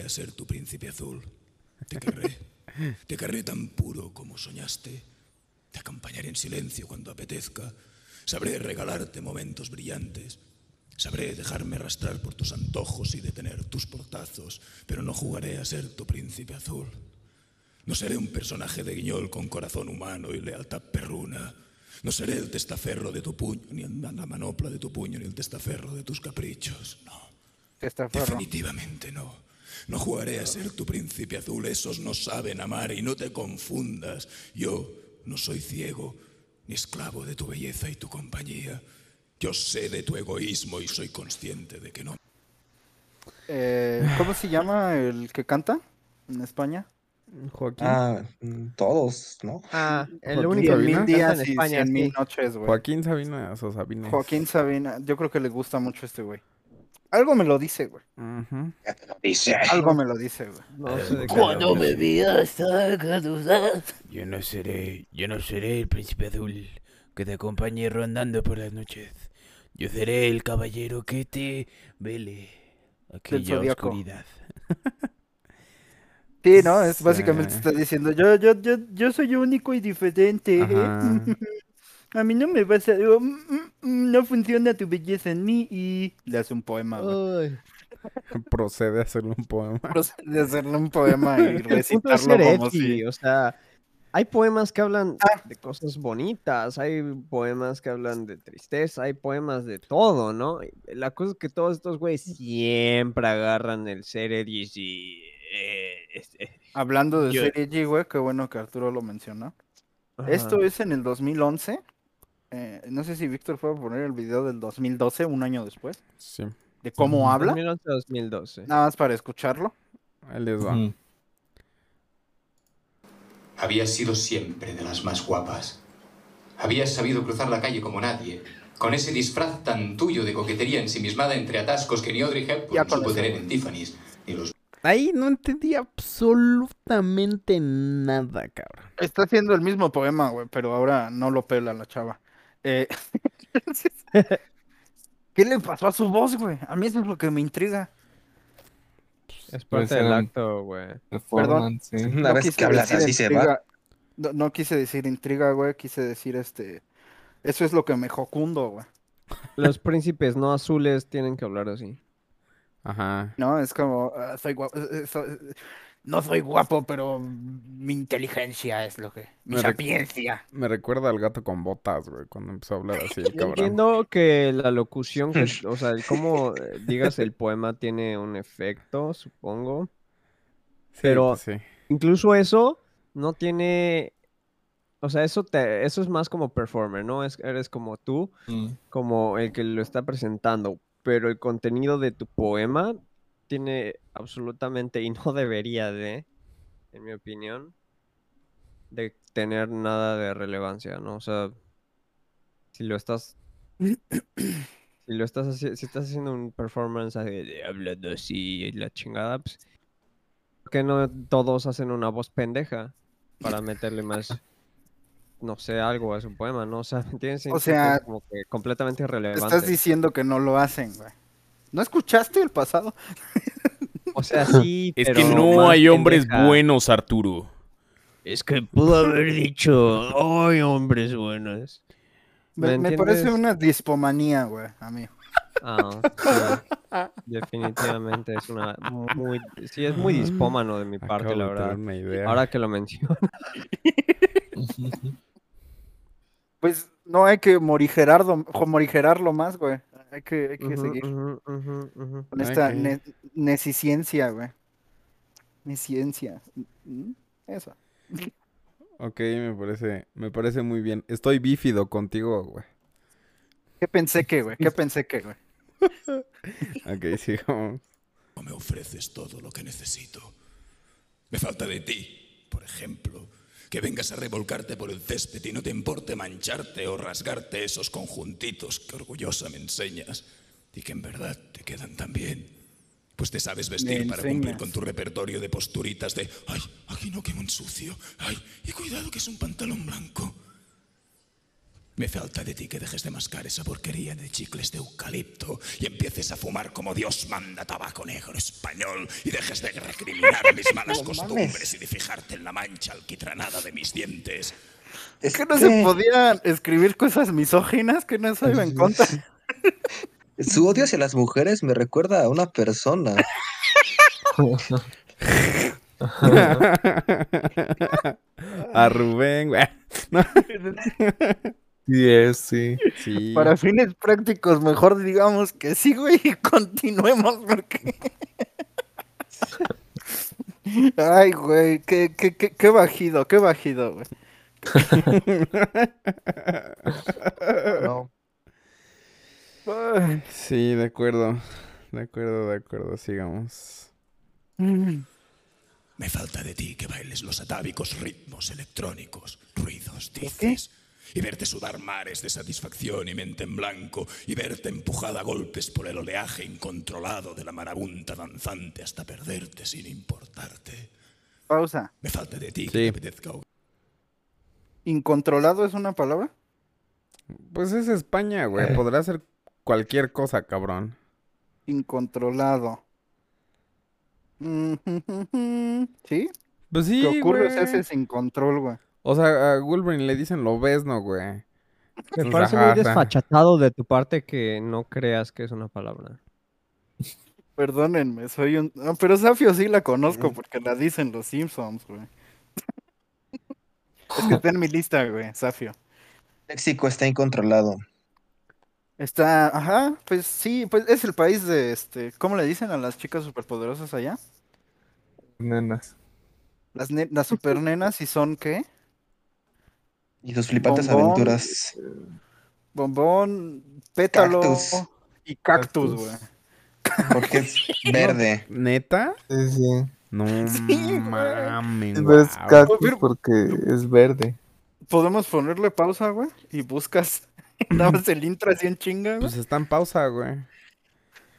[SPEAKER 10] a ser tu príncipe azul. Te querré. Te querré tan puro como soñaste. Te acompañaré en silencio cuando apetezca. Sabré regalarte momentos brillantes. Sabré dejarme arrastrar por tus antojos y detener tus portazos, pero no jugaré a ser tu príncipe azul. No seré un personaje de guiñol con corazón humano y lealtad perruna. No seré el testaferro de tu puño, ni el- la manopla de tu puño, ni el testaferro de tus caprichos. No,
[SPEAKER 4] Testaferro.
[SPEAKER 10] definitivamente no. No jugaré a ser tu príncipe azul. Esos no saben amar y no te confundas. Yo no soy ciego, ni esclavo de tu belleza y tu compañía. Yo sé de tu egoísmo y soy consciente de que no
[SPEAKER 4] Eh, ¿Cómo se llama el que canta en España?
[SPEAKER 3] Joaquín.
[SPEAKER 5] Ah, mm, todos, ¿no?
[SPEAKER 3] Ah, el
[SPEAKER 2] Joaquín
[SPEAKER 3] único que
[SPEAKER 2] Sabina.
[SPEAKER 3] canta
[SPEAKER 4] días
[SPEAKER 3] en
[SPEAKER 4] y
[SPEAKER 3] España.
[SPEAKER 4] cien mil
[SPEAKER 3] sí.
[SPEAKER 4] noches, güey.
[SPEAKER 2] Joaquín Sabina o Sabines.
[SPEAKER 4] Joaquín Sabina. Yo creo que le gusta mucho este güey. Algo me lo dice, güey.
[SPEAKER 2] Ujú.
[SPEAKER 5] Dice.
[SPEAKER 4] Algo me lo dice, güey.
[SPEAKER 3] No sé de qué
[SPEAKER 11] Cuando
[SPEAKER 3] habla.
[SPEAKER 11] me veas, acá
[SPEAKER 12] Yo no seré, yo no seré el príncipe azul que te acompañe rondando por las noches. Yo seré el caballero que te vele aquella
[SPEAKER 4] zodiaco.
[SPEAKER 12] oscuridad.
[SPEAKER 4] Sí, ¿no? Es
[SPEAKER 2] Este
[SPEAKER 12] Sí.
[SPEAKER 4] básicamente está diciendo, yo, yo, yo, yo soy único y diferente. ¿eh?
[SPEAKER 12] Ajá.
[SPEAKER 4] A mí no me vas a... oh, mm, mm, mm, No funciona tu belleza en mí y... Le hace un poema, güey.
[SPEAKER 3] Ay,
[SPEAKER 2] Procede a hacerle un poema.
[SPEAKER 4] De hacerle un poema y
[SPEAKER 3] el punto es ser
[SPEAKER 4] recitarlo como
[SPEAKER 3] edgy,
[SPEAKER 4] si... Ah.
[SPEAKER 3] O sea, hay poemas que hablan de cosas bonitas, hay poemas que hablan de tristeza, hay poemas de todo, ¿no? La cosa es que todos estos güeyes siempre agarran el ser edgy y... eh, este,
[SPEAKER 4] Hablando de
[SPEAKER 3] Yo-
[SPEAKER 4] serie G, güey, qué bueno que Arturo lo mencionó. Esto
[SPEAKER 3] ajá.
[SPEAKER 4] es en el 2011. Eh, no sé si Víctor puede poner el video del 2012, un año después,
[SPEAKER 2] Sí.
[SPEAKER 4] de cómo habla,
[SPEAKER 3] 2011-2012.
[SPEAKER 4] nada más para escucharlo.
[SPEAKER 2] Ahí les va.
[SPEAKER 6] Ujú.
[SPEAKER 10] Habías sido siempre de las más guapas. Habías sabido cruzar la calle como nadie, con ese disfraz tan tuyo de coquetería ensimismada entre atascos que ni Audrey
[SPEAKER 4] Ya
[SPEAKER 10] Hepburn
[SPEAKER 4] con
[SPEAKER 10] supo
[SPEAKER 4] eso,
[SPEAKER 10] tener
[SPEAKER 4] güey.
[SPEAKER 10] en Tiffany's, ni los
[SPEAKER 12] Ahí no entendí absolutamente nada, cabrón.
[SPEAKER 4] Está haciendo el mismo poema, güey, pero ahora no lo pela la chava. Eh, entonces, ¿Qué le pasó a su voz, güey? A mí eso es lo que me intriga.
[SPEAKER 3] Es
[SPEAKER 6] Pues
[SPEAKER 3] parte del
[SPEAKER 6] eran-
[SPEAKER 3] acto, güey.
[SPEAKER 6] Performance, sí.
[SPEAKER 5] Una
[SPEAKER 4] No
[SPEAKER 5] vez
[SPEAKER 4] quise
[SPEAKER 5] que hablas
[SPEAKER 4] decir
[SPEAKER 5] así se va.
[SPEAKER 4] intriga- No, no quise decir intriga, güey, quise decir este... Eso es lo que me jocundo, güey.
[SPEAKER 3] Los príncipes no azules tienen que hablar así.
[SPEAKER 2] Ajá.
[SPEAKER 4] No, es como, ah, soy guapo, eh, eh, so- eh, no soy guapo, pero mi inteligencia es lo que, mi
[SPEAKER 2] Me rec-
[SPEAKER 4] sapiencia.
[SPEAKER 2] Me recuerda al gato con botas, güey, cuando empezó a hablar así el
[SPEAKER 3] Yo
[SPEAKER 2] cabrón.
[SPEAKER 3] entiendo que la locución, que, o sea, el cómo eh, digas el poema tiene un efecto, supongo.
[SPEAKER 2] Sí,
[SPEAKER 3] pero-
[SPEAKER 2] pues sí.
[SPEAKER 3] Incluso eso no tiene, o sea, eso te, eso es más como performer, ¿no? Es, eres como tú,
[SPEAKER 6] Mm.
[SPEAKER 3] como el que lo está presentando, pero el contenido de tu poema tiene absolutamente y no debería de, en mi opinión, de tener nada de relevancia, ¿no? O sea, si lo estás si lo estás haciendo, si estás haciendo un performance así de hablando así y la chingada, pues, ¿por qué no todos hacen una voz pendeja para meterle más, no sé, algo a su poema, ¿no? O sea, ¿me entiendes? Siento que es
[SPEAKER 4] sea,
[SPEAKER 3] como que completamente
[SPEAKER 4] Estás
[SPEAKER 3] irrelevante.
[SPEAKER 4] diciendo que no lo hacen, güey. ¿No escuchaste el pasado?
[SPEAKER 3] O sea, sí,
[SPEAKER 8] Es que
[SPEAKER 3] pero
[SPEAKER 8] no
[SPEAKER 3] más
[SPEAKER 8] hay hombres
[SPEAKER 3] pendeja.
[SPEAKER 8] buenos, Arturo.
[SPEAKER 11] Es que pudo haber dicho, ¡ay, hombres buenos!
[SPEAKER 4] Me,
[SPEAKER 3] ¿Me
[SPEAKER 4] me parece
[SPEAKER 3] entiendes?
[SPEAKER 4] una dispomanía, güey, a mí.
[SPEAKER 3] Ah, sí, definitivamente es una muy, sí, es muy dispómano de mi parte,
[SPEAKER 2] Acabo
[SPEAKER 3] la
[SPEAKER 2] de tener
[SPEAKER 3] verdad.
[SPEAKER 2] una idea.
[SPEAKER 3] Ahora que lo menciono.
[SPEAKER 4] Pues no hay que morigerarlo, jo- morigerarlo más, güey. Hay que, hay que
[SPEAKER 3] Ujú,
[SPEAKER 4] seguir
[SPEAKER 3] ujú, ujú, ujú.
[SPEAKER 4] con esta
[SPEAKER 2] Ok.
[SPEAKER 4] ne- neciciencia, güey. Neciencia. ¿Mm? Eso.
[SPEAKER 2] Ok, me parece, me parece muy bien. Estoy bífido contigo, güey.
[SPEAKER 4] ¿Qué pensé que, güey? ¿Qué pensé que, güey?
[SPEAKER 2] Ok, sigamos.
[SPEAKER 10] No me ofreces todo lo que necesito. Me falta de ti, por ejemplo, que vengas a revolcarte por el césped y no te importe mancharte o rasgarte esos conjuntitos que orgullosa me enseñas y que en verdad te quedan tan bien. Pues te sabes vestir para cumplir
[SPEAKER 4] enseñas.
[SPEAKER 10] con tu repertorio de posturitas de ay, aquí no que me ensucio, ay, y cuidado que es un pantalón blanco. Me falta de ti que dejes de mascar esa porquería de chicles de eucalipto y empieces a fumar como Dios manda tabaco negro español y dejes de recriminar mis malas
[SPEAKER 5] No mames.
[SPEAKER 10] costumbres y de fijarte en la mancha alquitranada de mis dientes.
[SPEAKER 4] Es que
[SPEAKER 5] Este,
[SPEAKER 4] no se podía escribir cosas misóginas que no se iban en contra.
[SPEAKER 5] Su odio hacia las mujeres me recuerda a una persona.
[SPEAKER 2] A Rubén, güey.
[SPEAKER 6] sí.
[SPEAKER 2] Sí.
[SPEAKER 4] Para fines prácticos, mejor digamos que sí, güey, y continuemos porque. Ay, güey, qué, qué, qué, qué bajido, qué bajido, güey.
[SPEAKER 2] No. Sí, de acuerdo. De acuerdo, de acuerdo. Sigamos.
[SPEAKER 10] Me falta de ti que bailes los atávicos ritmos electrónicos, ruidos, dices, y verte sudar mares de satisfacción y mente en blanco, y verte empujada a golpes por el oleaje incontrolado de la marabunta danzante hasta perderte sin importarte.
[SPEAKER 4] Pausa.
[SPEAKER 10] Me falta de ti que te apetezca ahogar-
[SPEAKER 4] ¿Incontrolado es una palabra?
[SPEAKER 2] Pues es España, güey.
[SPEAKER 6] Eh,
[SPEAKER 2] Podrá ser cualquier cosa, cabrón.
[SPEAKER 4] Incontrolado. ¿Sí?
[SPEAKER 2] Pues sí,
[SPEAKER 4] ¿Qué ocurre
[SPEAKER 2] güey.
[SPEAKER 4] se hace sin control, güey?
[SPEAKER 2] O sea, a Wolverine le dicen lo ves, ¿no, güey?
[SPEAKER 3] Me
[SPEAKER 2] Entonces,
[SPEAKER 3] parece muy
[SPEAKER 2] ajá, o sea,
[SPEAKER 3] desfachatado de tu parte que no creas que es una palabra.
[SPEAKER 4] Perdónenme, soy un... Ah, pero Safio sí la conozco porque la dicen los Simpsons, güey. es que está en mi lista, güey, Safio.
[SPEAKER 5] México está incontrolado.
[SPEAKER 4] Está, ajá, pues sí, pues es el país de este, ¿cómo le dicen a las chicas superpoderosas allá?
[SPEAKER 6] Nenas.
[SPEAKER 4] Las, ne- las supernenas y son qué?
[SPEAKER 5] Y sus flipantes
[SPEAKER 4] Bombón,
[SPEAKER 5] aventuras.
[SPEAKER 4] Bombón, pétalo
[SPEAKER 5] Cactus.
[SPEAKER 4] y cactus, güey.
[SPEAKER 5] Porque es verde.
[SPEAKER 2] ¿Neta?
[SPEAKER 6] Sí, sí.
[SPEAKER 2] No mames,
[SPEAKER 6] Pero es
[SPEAKER 2] guau.
[SPEAKER 6] cactus porque es verde.
[SPEAKER 4] Podemos ponerle pausa, güey, y buscas. Nada más el intro así en chinga, güey.
[SPEAKER 2] Pues está en pausa, güey.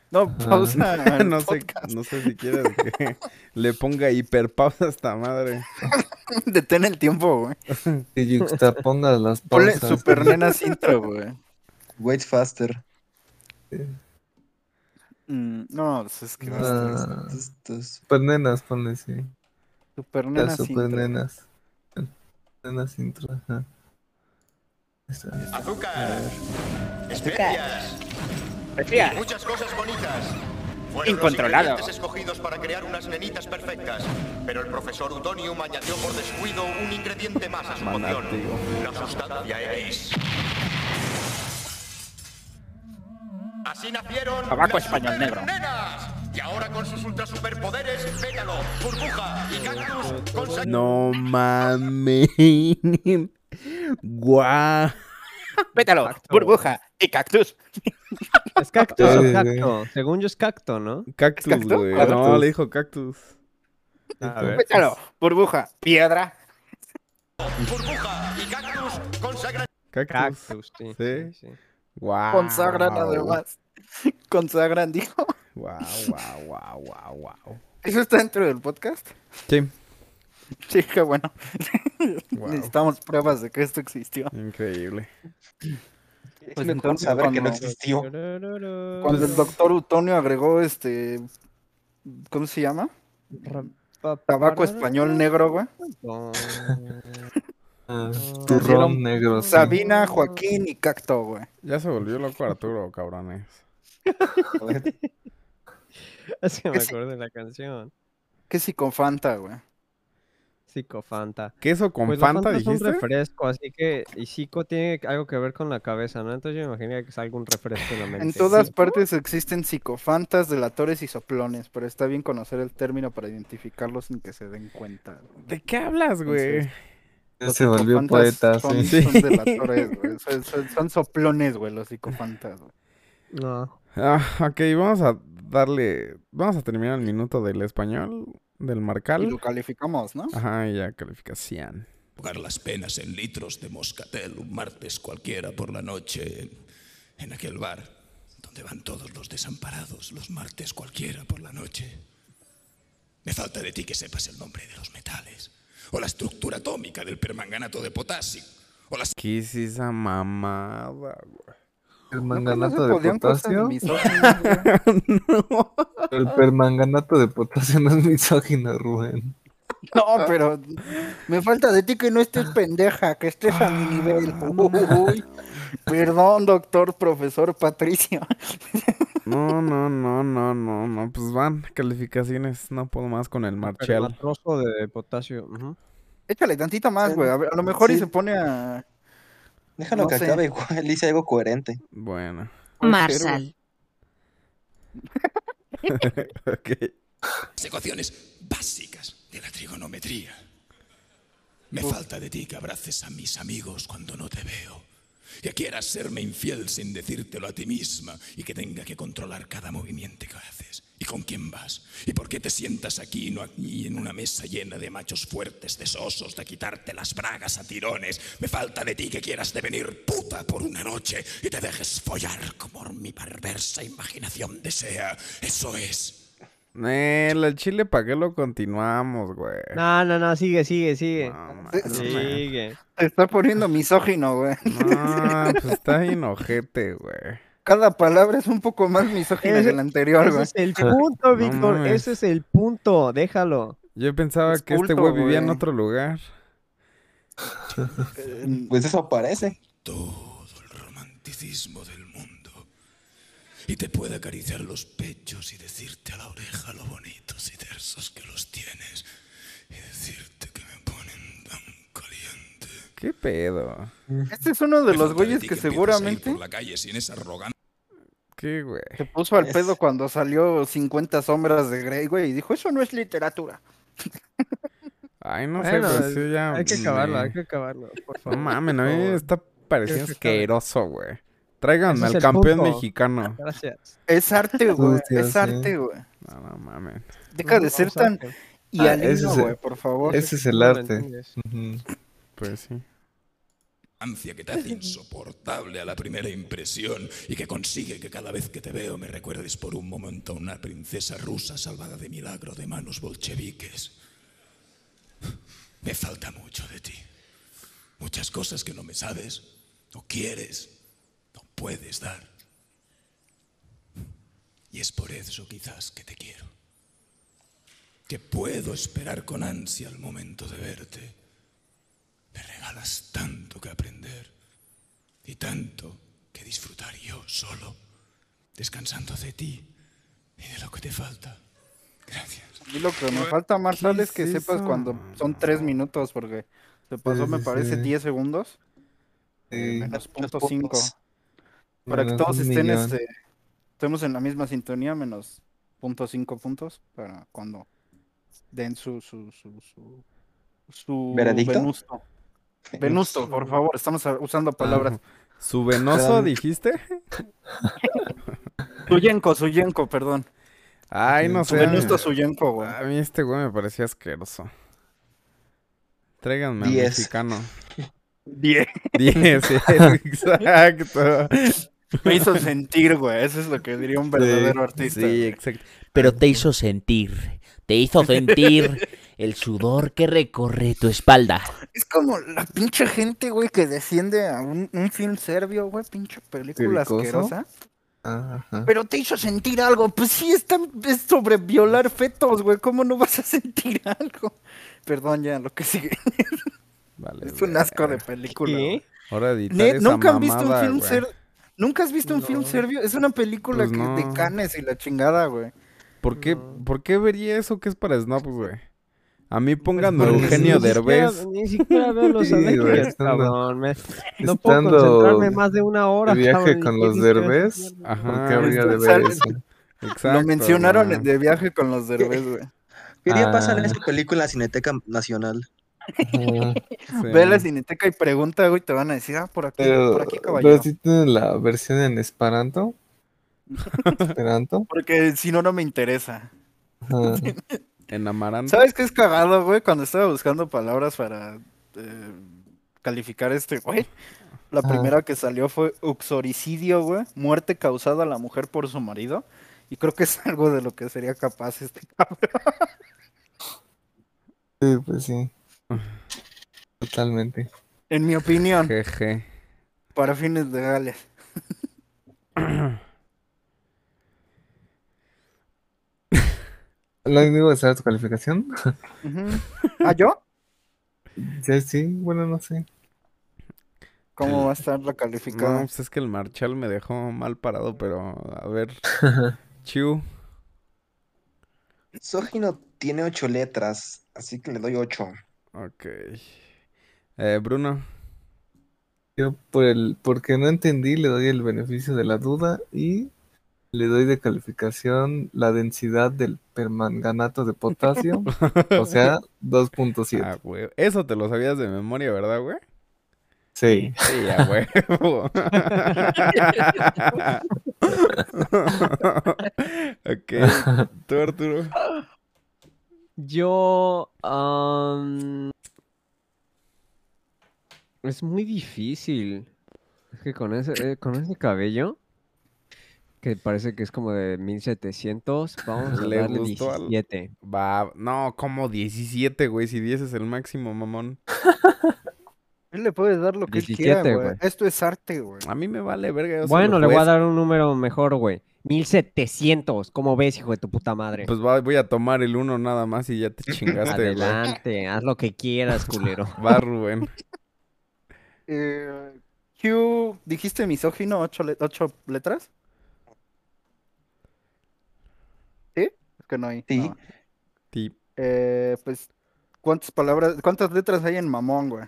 [SPEAKER 4] No, pausa. al
[SPEAKER 2] no, sé,
[SPEAKER 4] podcast.
[SPEAKER 2] no sé si quieres que le ponga hiperpausa a esta madre.
[SPEAKER 4] Detén el tiempo, güey.
[SPEAKER 6] Que yuxtapongas las
[SPEAKER 4] Ponle
[SPEAKER 6] pausas.
[SPEAKER 4] supernenas intro, güey.
[SPEAKER 5] Wait faster.
[SPEAKER 4] Mm, no, pues es que
[SPEAKER 6] Ah,
[SPEAKER 5] Estos-
[SPEAKER 6] supernenas, ponle, sí.
[SPEAKER 4] supernenas
[SPEAKER 6] Las
[SPEAKER 4] intro.
[SPEAKER 6] supernenas. Nenas intro, ajá. Está bien.
[SPEAKER 13] Azúcar, especias y muchas cosas bonitas. Fueron
[SPEAKER 4] Incontrolado.
[SPEAKER 13] los ingredientes escogidos para crear unas nenitas perfectas, pero el profesor Utonium añadió por descuido un ingrediente más a su poción, la sustancia X. Así nacieron
[SPEAKER 4] Tabaco
[SPEAKER 13] las
[SPEAKER 4] español negro.
[SPEAKER 13] supernenas. Y ahora con sus ultra superpoderes, pétalo, burbuja y cactus consiguen
[SPEAKER 8] No mames. Guau.
[SPEAKER 4] Pétalo, burbuja y cactus.
[SPEAKER 3] Es cactus
[SPEAKER 6] Sí,
[SPEAKER 3] o
[SPEAKER 6] sí.
[SPEAKER 3] cacto. Según yo es cacto, ¿no?
[SPEAKER 2] Cactus,
[SPEAKER 4] cacto?
[SPEAKER 2] güey.
[SPEAKER 4] Cactus.
[SPEAKER 2] No, le dijo cactus. A ver.
[SPEAKER 4] Pétalo, burbuja, piedra.
[SPEAKER 13] burbuja y cactus consagran
[SPEAKER 2] Cactus.
[SPEAKER 3] Cactus, sí.
[SPEAKER 2] Sí.
[SPEAKER 3] sí.
[SPEAKER 2] Guau.
[SPEAKER 4] Consagran además. Consagran, dijo.
[SPEAKER 2] Ah, Guau, guau, guau, guau, guau.
[SPEAKER 4] ¿Eso está dentro del podcast?
[SPEAKER 2] Sí,
[SPEAKER 4] Sí, qué bueno.
[SPEAKER 2] Wow.
[SPEAKER 4] Necesitamos pruebas de que esto existió.
[SPEAKER 2] increíble.
[SPEAKER 4] Pues
[SPEAKER 5] mejor
[SPEAKER 4] entonces,
[SPEAKER 5] saber que no
[SPEAKER 4] cuando-
[SPEAKER 5] existió.
[SPEAKER 4] Cuando
[SPEAKER 2] Pues
[SPEAKER 4] el doctor Utonio agregó este. ¿Cómo se llama? Tabaco español negro, güey.
[SPEAKER 6] Ah,
[SPEAKER 4] Hicieron
[SPEAKER 6] turrón negro, sí.
[SPEAKER 4] Sabina, Joaquín y Cacto, güey.
[SPEAKER 2] Ya se volvió loco Arturo, cabrones.
[SPEAKER 3] Así me
[SPEAKER 4] Que sí.
[SPEAKER 3] acuerdo de la canción.
[SPEAKER 4] ¿Qué si con Fanta, güey?
[SPEAKER 3] Psicofanta.
[SPEAKER 2] ¿Queso con
[SPEAKER 3] Pues la
[SPEAKER 2] Fanta,
[SPEAKER 3] Fanta es un
[SPEAKER 2] dijiste?
[SPEAKER 3] refresco, así que y psico tiene algo que ver con la cabeza, ¿no? Entonces yo me imagino que es algún refresco en la mente.
[SPEAKER 4] En todas partes existen psicofantas, delatores y soplones, pero está bien conocer el término para identificarlos sin que se den cuenta.
[SPEAKER 2] ¿De qué hablas, güey?
[SPEAKER 4] Entonces,
[SPEAKER 6] Ya
[SPEAKER 4] Los
[SPEAKER 6] se volvió
[SPEAKER 4] psicofantas
[SPEAKER 6] poeta,
[SPEAKER 4] son,
[SPEAKER 6] sí.
[SPEAKER 4] son delatores, güey. Son, son- son soplones, güey, los psicofantas. güey.
[SPEAKER 3] No.
[SPEAKER 2] Ah, ok, vamos a darle. Vamos a terminar el minuto del español, del
[SPEAKER 4] Y
[SPEAKER 2] marcal.
[SPEAKER 4] lo calificamos, ¿no?
[SPEAKER 2] Ajá, y ya calificación.
[SPEAKER 10] ahogar las penas en litros de moscatel un martes cualquiera por la noche en- en aquel bar donde van todos los desamparados los martes cualquiera por la noche. Me falta de ti que sepas el nombre de los metales o la estructura atómica del permanganato de potasio
[SPEAKER 7] ¿Qué es esa mamada, güey?
[SPEAKER 6] ¿El
[SPEAKER 4] ¿No
[SPEAKER 6] manganato
[SPEAKER 4] se
[SPEAKER 6] de
[SPEAKER 4] podían cosas
[SPEAKER 6] potasio?
[SPEAKER 4] misóginas, güey?
[SPEAKER 6] El permanganato de potasio no es misógino, Rubén.
[SPEAKER 4] No, pero me falta de ti que no estés pendeja, que estés a
[SPEAKER 6] Ah.
[SPEAKER 4] mi nivel. Uy, perdón, doctor, profesor Patricio.
[SPEAKER 7] No, no, no, no, no, no. Pues van calificaciones. No puedo más con el Marchal.
[SPEAKER 3] Permatrozo de potasio. ujú.
[SPEAKER 4] Échale tantita más, güey. A, ver, a lo mejor y se pone a.
[SPEAKER 5] Déjalo
[SPEAKER 4] No
[SPEAKER 5] que
[SPEAKER 4] sé.
[SPEAKER 5] acabe, güey. Le hice algo coherente.
[SPEAKER 7] Bueno.
[SPEAKER 9] Marsal.
[SPEAKER 7] ok.
[SPEAKER 10] Las ecuaciones básicas de la trigonometría. Me falta de ti que abraces a mis amigos cuando no te veo. Que quieras serme infiel sin decírtelo a ti misma y que tenga que controlar cada movimiento que haces. ¿Y con quién vas? ¿Y por qué te sientas aquí y no aquí en una mesa llena de machos fuertes, de sosos, de quitarte las bragas a tirones? Me falta de ti que quieras devenir puta por una noche y te dejes follar como mi perversa imaginación desea. Eso es.
[SPEAKER 7] Eh, el chile, ¿para qué lo continuamos, güey?
[SPEAKER 2] Eh.
[SPEAKER 3] No, no, no, sigue, sigue, sigue.
[SPEAKER 7] Sigue.
[SPEAKER 3] sigue.
[SPEAKER 4] Te está poniendo misógino, güey.
[SPEAKER 7] No, pues está bien ojete, güey.
[SPEAKER 4] Cada palabra es un poco más misógina
[SPEAKER 3] Ese-
[SPEAKER 4] que la anterior,
[SPEAKER 3] Ese
[SPEAKER 4] güey.
[SPEAKER 3] es el punto,
[SPEAKER 7] No
[SPEAKER 3] Víctor.
[SPEAKER 7] mames.
[SPEAKER 3] ese es el punto. Déjalo.
[SPEAKER 7] Yo pensaba
[SPEAKER 4] Es
[SPEAKER 7] que este
[SPEAKER 4] culto,
[SPEAKER 7] güey vivía en
[SPEAKER 4] güey.
[SPEAKER 7] otro lugar.
[SPEAKER 5] Pues eso parece.
[SPEAKER 10] romanticismo del mundo y te puede acariciar los pechos y decirte a la oreja lo bonitos y tersos que los tienes y decirte que me ponen tan caliente.
[SPEAKER 7] ¿Qué pedo?
[SPEAKER 4] Este es uno de
[SPEAKER 10] Me
[SPEAKER 4] los
[SPEAKER 10] falta
[SPEAKER 4] güeyes
[SPEAKER 10] ti
[SPEAKER 4] que
[SPEAKER 10] empieces a ir
[SPEAKER 4] seguramente
[SPEAKER 10] por la calle sin esa arrogan-
[SPEAKER 7] ¿Qué, güey?
[SPEAKER 4] se puso al
[SPEAKER 5] Es-
[SPEAKER 4] pedo cuando salió 50 sombras de Grey, güey, y dijo, eso no es literatura.
[SPEAKER 7] Ay, no
[SPEAKER 3] Bueno,
[SPEAKER 7] sé, pues sí, ya.
[SPEAKER 3] hay que
[SPEAKER 7] me-
[SPEAKER 3] acabarlo, hay que acabarlo, por
[SPEAKER 7] No
[SPEAKER 3] favor.
[SPEAKER 7] mames, a
[SPEAKER 3] por
[SPEAKER 7] mí
[SPEAKER 3] favor.
[SPEAKER 7] está pareciendo
[SPEAKER 3] Creo que cabe.
[SPEAKER 7] asqueroso, güey.
[SPEAKER 3] Ese
[SPEAKER 7] Tráiganme
[SPEAKER 3] es
[SPEAKER 7] al
[SPEAKER 3] el
[SPEAKER 7] campeón
[SPEAKER 3] punto.
[SPEAKER 7] mexicano.
[SPEAKER 3] Gracias.
[SPEAKER 4] Es arte, güey,
[SPEAKER 6] Hostia,
[SPEAKER 4] es
[SPEAKER 6] sí.
[SPEAKER 4] arte, güey.
[SPEAKER 7] No, no mames.
[SPEAKER 4] Deja de
[SPEAKER 3] Vamos
[SPEAKER 4] ser
[SPEAKER 3] a-
[SPEAKER 4] tan y
[SPEAKER 6] Ah, ese es el-
[SPEAKER 4] güey, por favor.
[SPEAKER 6] Ese es
[SPEAKER 3] No
[SPEAKER 6] el
[SPEAKER 3] lo
[SPEAKER 6] arte.
[SPEAKER 3] entiendes.
[SPEAKER 6] Ujú.
[SPEAKER 7] Pues sí.
[SPEAKER 10] ansia que te hace insoportable a la primera impresión y que consigue que cada vez que te veo me recuerdes por un momento a una princesa rusa salvada de milagro de manos bolcheviques. Me falta mucho de ti. Muchas cosas que no me sabes, no quieres, no puedes dar. Y es por eso quizás que te quiero. Que puedo esperar con ansia el momento de verte. Me regalas tanto que aprender y tanto que disfrutar yo solo, descansando de ti y de lo que te falta. Gracias.
[SPEAKER 4] Y lo que me falta, Marsal,
[SPEAKER 7] ¿Qué
[SPEAKER 4] es que
[SPEAKER 7] es
[SPEAKER 4] sepas
[SPEAKER 7] eso?
[SPEAKER 4] cuando son tres minutos, porque se pasó, me
[SPEAKER 6] sí,
[SPEAKER 4] parece,
[SPEAKER 6] sí.
[SPEAKER 4] 10 segundos, eh,
[SPEAKER 6] Sí.
[SPEAKER 4] menos
[SPEAKER 5] Los
[SPEAKER 4] punto cinco.
[SPEAKER 5] puntos.
[SPEAKER 4] Para que
[SPEAKER 6] Menos
[SPEAKER 4] todos
[SPEAKER 6] un
[SPEAKER 4] estén,
[SPEAKER 6] millón.
[SPEAKER 4] este, estemos en la misma sintonía, menos punto cinco puntos, para cuando den su, su, su, su, su
[SPEAKER 5] ¿Veredicto?
[SPEAKER 4] Venusto. Venusto, por favor, estamos a- usando palabras.
[SPEAKER 7] ¿Su venoso
[SPEAKER 6] Claro.
[SPEAKER 7] dijiste?
[SPEAKER 4] Suyenko, Suyenko, perdón.
[SPEAKER 7] Ay, no
[SPEAKER 4] Su
[SPEAKER 7] sé. a mí-
[SPEAKER 4] Venusto Suyenko, güey.
[SPEAKER 7] A mí este güey me parecía asqueroso. Tráiganme al
[SPEAKER 5] Diez.
[SPEAKER 7] mexicano.
[SPEAKER 4] Bien.
[SPEAKER 7] 10, exacto.
[SPEAKER 4] Me hizo sentir, güey. Eso es lo que diría un verdadero artista.
[SPEAKER 7] Sí, exacto.
[SPEAKER 12] Pero te hizo sentir, te hizo sentir el sudor que recorre tu espalda.
[SPEAKER 4] Es como la pinche gente, güey, que desciende a un, un film serbio, güey, pinche película
[SPEAKER 6] ¿Cricoso?
[SPEAKER 4] asquerosa.
[SPEAKER 6] Ah, ajá.
[SPEAKER 4] Pero te hizo sentir algo. Pues sí, está, es sobre violar fetos, güey. ¿Cómo no vas a sentir algo? Perdón, ya, lo que sigue.
[SPEAKER 7] Vale,
[SPEAKER 4] Es un
[SPEAKER 7] ver.
[SPEAKER 4] asco de película. güey.
[SPEAKER 3] ¿Qué?
[SPEAKER 7] Ahora editar
[SPEAKER 4] Ne-
[SPEAKER 7] esa
[SPEAKER 4] ¿Nunca han visto un
[SPEAKER 7] mamada,
[SPEAKER 4] film
[SPEAKER 7] güey.
[SPEAKER 4] serbio? ¿Nunca has visto un film
[SPEAKER 3] No.
[SPEAKER 4] serbio? Es una película
[SPEAKER 7] Pues
[SPEAKER 4] que-
[SPEAKER 7] no.
[SPEAKER 4] de canes y la chingada, güey.
[SPEAKER 7] ¿Por qué,
[SPEAKER 3] No. Pues
[SPEAKER 7] ¿Por qué vería eso que es para snobs, güey? A mí pónganme
[SPEAKER 6] porque
[SPEAKER 7] Eugenio
[SPEAKER 6] sí.
[SPEAKER 7] Derbez.
[SPEAKER 3] Ni siquiera veo los
[SPEAKER 6] Sí, güey,
[SPEAKER 3] Avengers,
[SPEAKER 6] estando-
[SPEAKER 3] cabrón. me- No puedo
[SPEAKER 6] Estando
[SPEAKER 3] concentrarme más de una hora.
[SPEAKER 6] de viaje
[SPEAKER 3] cabrón,
[SPEAKER 6] con
[SPEAKER 3] ¿y
[SPEAKER 6] los
[SPEAKER 3] qué dices?
[SPEAKER 6] Derbez? ¿Por qué
[SPEAKER 7] Ajá,
[SPEAKER 6] habría de ver
[SPEAKER 4] Sale-
[SPEAKER 6] eso?
[SPEAKER 7] exacto.
[SPEAKER 4] este, lo mencionaron
[SPEAKER 7] güey.
[SPEAKER 4] de viaje con los derbez, güey.
[SPEAKER 5] ¿Qué día pasa
[SPEAKER 6] Ah.
[SPEAKER 5] en esa película en la Cineteca Nacional?
[SPEAKER 6] Ajá.
[SPEAKER 7] Sí.
[SPEAKER 4] Ve a la cineteca y pregunta, güey, te van a decir, ah, por aquí, por
[SPEAKER 6] Pero,
[SPEAKER 4] aquí,
[SPEAKER 6] pero
[SPEAKER 4] caballero.
[SPEAKER 6] si tienen la versión en Esperanto. Esperanto. Ah,
[SPEAKER 4] Porque si no, no me interesa.
[SPEAKER 6] Ajá.
[SPEAKER 7] En Amaranto.
[SPEAKER 4] ¿Sabes qué es cagado, güey? Cuando estaba buscando palabras para eh, calificar este, güey. La
[SPEAKER 6] Ajá.
[SPEAKER 4] primera que salió fue uxoricidio, güey. Muerte causada a la mujer por su marido. Y creo que es algo de lo que sería capaz este cabrón.
[SPEAKER 6] Sí, pues sí. Totalmente.
[SPEAKER 4] En mi opinión.
[SPEAKER 2] Jeje.
[SPEAKER 4] Para fines legales.
[SPEAKER 6] Lo único que sabe tu calificación.
[SPEAKER 4] ¿Ah, yo?
[SPEAKER 6] Sí, sí, bueno, no sé.
[SPEAKER 4] ¿Cómo va a estar la
[SPEAKER 2] No,
[SPEAKER 4] calificada?
[SPEAKER 2] pues es que el Marshall me dejó mal parado, pero a ver. Chiu.
[SPEAKER 5] Sógino tiene ocho letras, así que le doy ocho.
[SPEAKER 2] Ok. Eh, Bruno.
[SPEAKER 6] Yo por el, porque no entendí, le doy el beneficio de la duda y le doy de calificación la densidad del permanganato de potasio, o sea, 2.7.
[SPEAKER 2] Ah, güey. Eso te lo sabías de memoria, ¿verdad, güey?
[SPEAKER 6] Sí.
[SPEAKER 2] Sí, a huevo. ok. Tú, Arturo.
[SPEAKER 3] Yo. am, es muy difícil. Es que con ese, eh, con ese cabello, que parece que es como de 1700, vamos a
[SPEAKER 2] Le
[SPEAKER 3] darle
[SPEAKER 2] gustó al-
[SPEAKER 3] 17.
[SPEAKER 2] Va, no, como 17, güey. Si 10 es el máximo, mamón.
[SPEAKER 4] Él le puedes dar lo que él
[SPEAKER 3] 17,
[SPEAKER 4] quiera, güey.
[SPEAKER 3] güey.
[SPEAKER 4] Esto es arte, güey.
[SPEAKER 2] A mí me vale verga. yo
[SPEAKER 3] Bueno,
[SPEAKER 2] solo
[SPEAKER 3] le voy a
[SPEAKER 2] juez.
[SPEAKER 3] dar un número mejor, güey. 1700, como ves, hijo de tu puta madre?
[SPEAKER 2] Pues va- voy a tomar el uno nada más y ya te chingaste, güey.
[SPEAKER 3] Adelante, haz lo que quieras, culero.
[SPEAKER 2] Va, Rubén.
[SPEAKER 4] Eh, Q, ¿dijiste misógino ocho, le- ocho letras? ¿Sí? Es que no hay.
[SPEAKER 5] Sí.
[SPEAKER 4] no.
[SPEAKER 2] Sí.
[SPEAKER 4] Eh, pues, ¿cuántas palabras, cuántas letras hay en mamón, güey?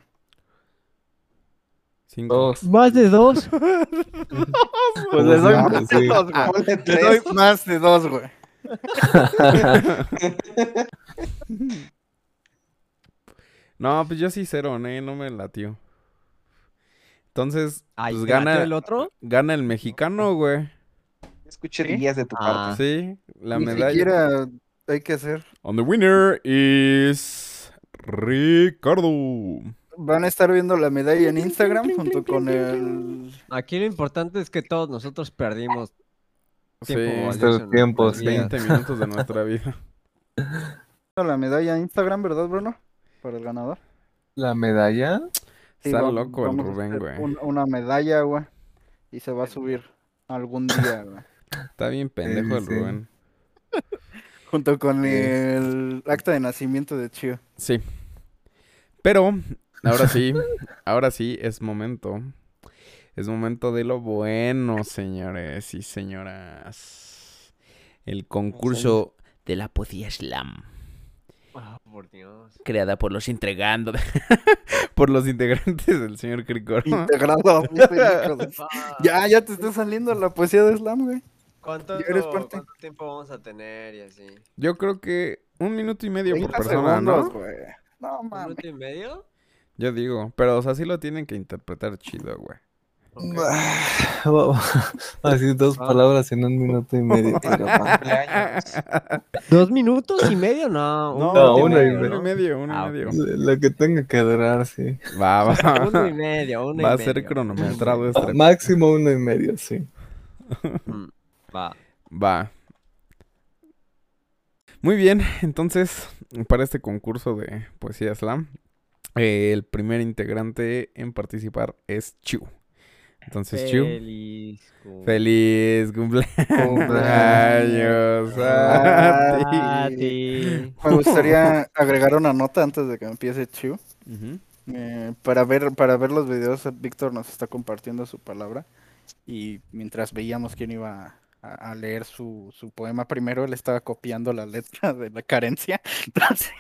[SPEAKER 2] Cinco.
[SPEAKER 3] ¿Más de dos?
[SPEAKER 4] Pues le doy
[SPEAKER 6] Ah,
[SPEAKER 4] más de
[SPEAKER 6] sí.
[SPEAKER 4] dos, güey.
[SPEAKER 5] Ponle
[SPEAKER 4] Le
[SPEAKER 5] tres.
[SPEAKER 4] doy más de dos, güey.
[SPEAKER 2] No, pues yo sí cero, ¿eh? No me latió. Entonces,
[SPEAKER 3] Ay,
[SPEAKER 2] pues
[SPEAKER 3] ¿te latió
[SPEAKER 2] gana
[SPEAKER 3] el otro?
[SPEAKER 2] gana el mexicano, güey.
[SPEAKER 5] Escuché guías de tu
[SPEAKER 2] Ah.
[SPEAKER 5] parte.
[SPEAKER 2] Sí, la
[SPEAKER 4] Ah. Ni
[SPEAKER 2] medalla.
[SPEAKER 4] siquiera hay que hacer.
[SPEAKER 2] On the winner is Ricardo.
[SPEAKER 4] Van a estar viendo la medalla en Instagram junto con el.
[SPEAKER 3] Aquí lo importante es que todos nosotros perdimos
[SPEAKER 2] Sí, este
[SPEAKER 3] tiempo
[SPEAKER 6] nuestros
[SPEAKER 3] valioso en
[SPEAKER 6] tiempos,
[SPEAKER 3] nuestras vidas.
[SPEAKER 2] 20 minutos de nuestra vida.
[SPEAKER 4] La medalla en Instagram, ¿verdad, Bruno? Para el ganador.
[SPEAKER 6] La medalla.
[SPEAKER 4] Sí,
[SPEAKER 2] Está
[SPEAKER 4] va-
[SPEAKER 2] loco el
[SPEAKER 4] vamos a
[SPEAKER 2] Rubén,
[SPEAKER 4] hacer
[SPEAKER 2] güey.
[SPEAKER 4] un- una medalla, güey. Y se va a subir algún día, güey.
[SPEAKER 2] Está bien pendejo el
[SPEAKER 6] sí.
[SPEAKER 2] Rubén.
[SPEAKER 4] Junto con
[SPEAKER 6] Sí.
[SPEAKER 4] el acta de nacimiento de Chio.
[SPEAKER 2] Sí. Pero, ahora sí, ahora sí es momento. Es momento de lo bueno, señores y señoras. El concurso de la poesía slam.
[SPEAKER 3] Ah, por Dios.
[SPEAKER 2] creada por los entregando por los integrantes del señor Cricor.
[SPEAKER 4] Integrado. dice el hijo de- ya, ya te está saliendo la poesía de Slam, güey.
[SPEAKER 3] ¿Cuánto,
[SPEAKER 4] ¿Ya eres parte?
[SPEAKER 3] cuánto tiempo vamos a tener y así?
[SPEAKER 2] Yo creo que un minuto y medio por
[SPEAKER 4] 30
[SPEAKER 2] persona, ¿no?
[SPEAKER 4] segundos, güey. No
[SPEAKER 3] ¿Un
[SPEAKER 4] mames.
[SPEAKER 3] minuto y medio?
[SPEAKER 2] Yo digo, pero o sea, sí lo tienen que interpretar chido, güey.
[SPEAKER 6] Así dos palabras en un minuto y medio. pero va.
[SPEAKER 3] ¿Dos minutos y medio? No, un
[SPEAKER 2] No,
[SPEAKER 6] No,
[SPEAKER 3] minuto
[SPEAKER 6] uno y
[SPEAKER 2] uno y
[SPEAKER 3] ¿no?
[SPEAKER 2] medio, uno
[SPEAKER 3] Ah,
[SPEAKER 2] y medio.
[SPEAKER 6] Lo que tenga que durar, sí.
[SPEAKER 2] Va, va.
[SPEAKER 3] Uno y medio, uno y
[SPEAKER 2] Va a ser
[SPEAKER 3] medio.
[SPEAKER 2] cronometrado este.
[SPEAKER 6] Máximo uno y medio, sí.
[SPEAKER 3] Mm,
[SPEAKER 2] eh.
[SPEAKER 3] Va.
[SPEAKER 2] Va. Muy bien, entonces, para este concurso de poesía slam, eh, el primer integrante en participar es Chu. Entonces, Chu.
[SPEAKER 3] Feliz cum-
[SPEAKER 2] Feliz cumpleaños a
[SPEAKER 3] a
[SPEAKER 2] ti.
[SPEAKER 3] ti.
[SPEAKER 4] Me gustaría agregar una nota antes de que empiece Chio.
[SPEAKER 2] Ujú.
[SPEAKER 4] Eh, para ver para ver los videos, Víctor nos está compartiendo su palabra y mientras veíamos quién iba a, a leer su, su poema primero, él estaba copiando la letra de la carencia. Entonces,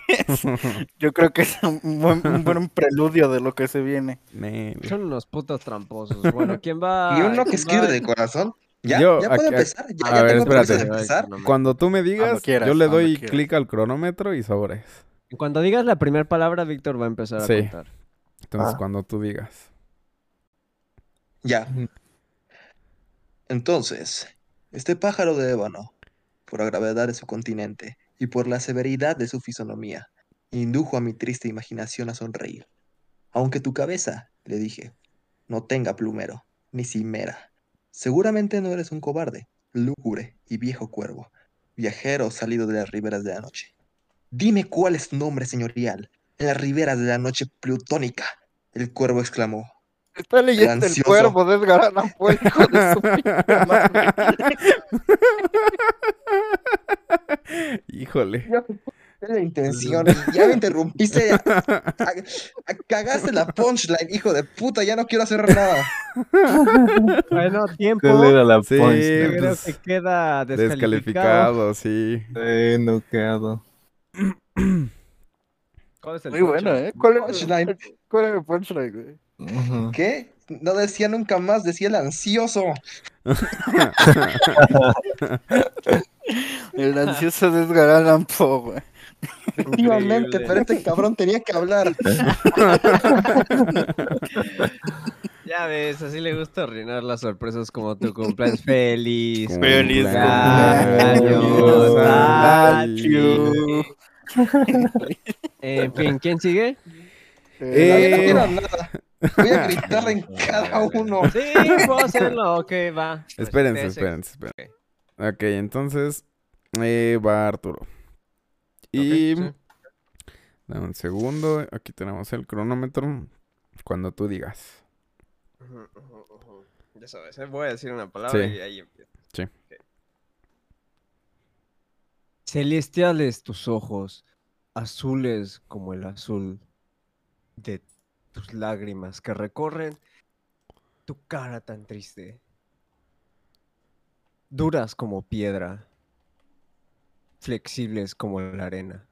[SPEAKER 4] yo creo que es un buen, un buen preludio de lo que se viene.
[SPEAKER 2] Man.
[SPEAKER 3] Son unos putos tramposos. Bueno, ¿quién va?
[SPEAKER 5] Y uno
[SPEAKER 3] quién va?
[SPEAKER 5] que escribe de corazón. Ya,
[SPEAKER 2] Yo,
[SPEAKER 5] ya puedo
[SPEAKER 2] aquí-
[SPEAKER 5] empezar. Ya,
[SPEAKER 2] a
[SPEAKER 5] ya
[SPEAKER 2] ver,
[SPEAKER 5] tengo permiso de
[SPEAKER 2] espérate.
[SPEAKER 5] empezar.
[SPEAKER 2] Cuando tú me digas,
[SPEAKER 4] quieras,
[SPEAKER 2] yo le
[SPEAKER 4] cuando
[SPEAKER 2] doy
[SPEAKER 4] quieras.
[SPEAKER 2] clic al cronómetro y sobres.
[SPEAKER 3] Cuando digas la primera palabra, Víctor va a empezar a
[SPEAKER 2] Sí.
[SPEAKER 3] contar.
[SPEAKER 2] Entonces,
[SPEAKER 6] Ah.
[SPEAKER 2] cuando tú digas.
[SPEAKER 5] Ya.
[SPEAKER 6] Ujú.
[SPEAKER 5] Entonces, este pájaro de ébano, por la gravedad de su continente y por la severidad de su fisonomía, indujo a mi triste imaginación a sonreír. Aunque tu cabeza, le dije, no tenga plumero, ni cimera, seguramente no eres un cobarde, lúgubre y viejo cuervo, viajero salido de las riberas de la noche. Dime cuál es tu nombre señorial en las riberas de la noche plutónica, El cuervo exclamó.
[SPEAKER 4] Está leyendo el
[SPEAKER 5] Ansioso.
[SPEAKER 4] cuervo de Edgar Allan Poe, hijo de su pinche madre.
[SPEAKER 2] Híjole.
[SPEAKER 5] Yo- era la intención. Ya me interrumpiste. a- a- cagaste la punchline, hijo de puta. Ya no quiero hacer nada.
[SPEAKER 3] Bueno, tiempo.
[SPEAKER 6] ¿Cuál era la
[SPEAKER 2] Sí,
[SPEAKER 6] punchline?
[SPEAKER 3] Pero
[SPEAKER 2] pues,
[SPEAKER 3] se queda descalificado.
[SPEAKER 2] descalificado, sí.
[SPEAKER 6] Eh, noqueado.
[SPEAKER 3] ¿Cuál es el
[SPEAKER 4] Muy bueno,
[SPEAKER 3] punchline?
[SPEAKER 4] ¿eh? ¿Cuál es
[SPEAKER 5] Punchline.
[SPEAKER 4] cuál era el punchline, güey?
[SPEAKER 6] Ujú.
[SPEAKER 5] ¿Qué? No decía nunca más, decía el ansioso.
[SPEAKER 4] El ansioso de Edgar Allan Poe, güey.
[SPEAKER 5] Efectivamente, pero este cabrón tenía que hablar.
[SPEAKER 3] Ya ves, así le gusta arruinar las sorpresas como tu cumpleaños feliz.
[SPEAKER 12] Feliz
[SPEAKER 3] cumpleaños
[SPEAKER 2] cumpleaños
[SPEAKER 3] a
[SPEAKER 4] Ah,
[SPEAKER 2] a
[SPEAKER 3] ti. En fin, ¿quién sigue?
[SPEAKER 5] La
[SPEAKER 2] Eh,
[SPEAKER 5] verdad, no quiero nada. Voy a gritar en cada uno.
[SPEAKER 3] Sí, puedo hacerlo. Ok, va. Pues,
[SPEAKER 2] Espérense,
[SPEAKER 3] Ese-
[SPEAKER 2] espérense, espérense. Ok, entonces eh, va Arturo. Y
[SPEAKER 3] sí.
[SPEAKER 2] dame un segundo. Aquí tenemos el cronómetro. Cuando tú digas.
[SPEAKER 3] Ujú, ujú, ujú. Ya sabes, ¿eh? voy a decir una palabra
[SPEAKER 2] Sí.
[SPEAKER 3] y ahí empieza.
[SPEAKER 2] Sí.
[SPEAKER 3] Ok. Celestiales tus ojos, azules como el azul de tus lágrimas que recorren tu cara tan triste. Duras como piedra, flexibles como la arena,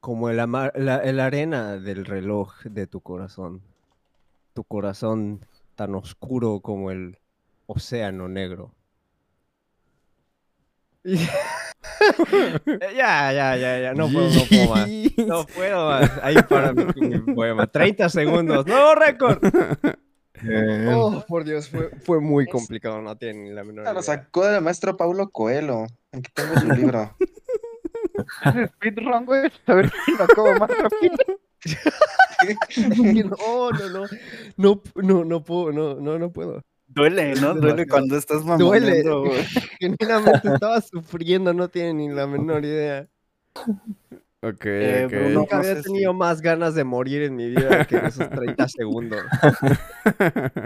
[SPEAKER 3] como el, ama- la el arena del reloj de tu corazón tu corazón tan oscuro como el océano negro. Y- ya, ya, ya, ya, no puedo, no puedo más. No puedo más. Ahí para mi, mi poema. 30 segundos, nuevo récord.
[SPEAKER 6] Bien.
[SPEAKER 3] Oh, por Dios, fue, fue muy complicado, no tiene ni la menor
[SPEAKER 5] Lo
[SPEAKER 3] idea.
[SPEAKER 5] sacó del maestro Paulo Coelho. Aquí tengo su libro.
[SPEAKER 4] Speedrun, güey. A ver si lo acabo más rápido.
[SPEAKER 3] No, no, no, no, no, no puedo, no, no, no puedo.
[SPEAKER 4] Duele, ¿no? Duele cuando estás
[SPEAKER 3] Duele.
[SPEAKER 4] mamoneando, güey.
[SPEAKER 3] Genuinamente estaba sufriendo, no tiene ni la menor idea.
[SPEAKER 2] Ok,
[SPEAKER 4] Eh,
[SPEAKER 2] ok.
[SPEAKER 4] Bruno.
[SPEAKER 3] Nunca
[SPEAKER 4] No
[SPEAKER 3] había
[SPEAKER 4] sé si-
[SPEAKER 3] tenido más ganas de morir en mi vida que en esos 30 segundos.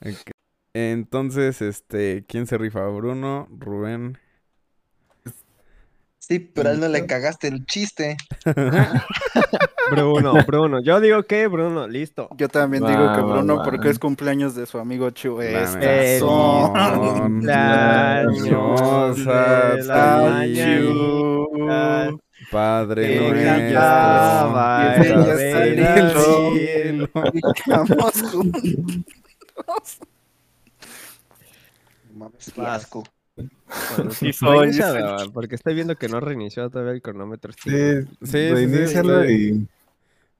[SPEAKER 2] Ok. Entonces, este, ¿quién se rifa? Bruno, Rubén.
[SPEAKER 5] Sí, pero a él no le cagaste el chiste.
[SPEAKER 3] Bruno, Bruno. Yo digo que Bruno, listo.
[SPEAKER 4] Yo también digo que
[SPEAKER 6] Va, va,
[SPEAKER 4] Bruno,
[SPEAKER 6] va.
[SPEAKER 4] porque es cumpleaños de su amigo Chu. Es
[SPEAKER 2] Feliz
[SPEAKER 4] tazón.
[SPEAKER 2] cumpleaños a
[SPEAKER 3] de la
[SPEAKER 2] ti,
[SPEAKER 3] mañanita.
[SPEAKER 2] Padre ¿Este,
[SPEAKER 4] Que
[SPEAKER 2] nuestro,
[SPEAKER 4] ya
[SPEAKER 3] va,
[SPEAKER 2] que
[SPEAKER 3] ya
[SPEAKER 2] estás
[SPEAKER 3] va
[SPEAKER 2] en
[SPEAKER 3] en
[SPEAKER 2] el
[SPEAKER 3] el
[SPEAKER 2] cielo.
[SPEAKER 4] Estamos juntos.
[SPEAKER 5] Mames, qué
[SPEAKER 3] Vas.
[SPEAKER 5] asco.
[SPEAKER 3] Cuando
[SPEAKER 4] Sí
[SPEAKER 3] se
[SPEAKER 4] soy,
[SPEAKER 3] reinicia,
[SPEAKER 4] sí soy.
[SPEAKER 3] va, porque estoy viendo que no reinició todavía el cronómetro.
[SPEAKER 6] Sí,
[SPEAKER 2] sí,
[SPEAKER 6] reinícialo
[SPEAKER 2] estoy-
[SPEAKER 6] y-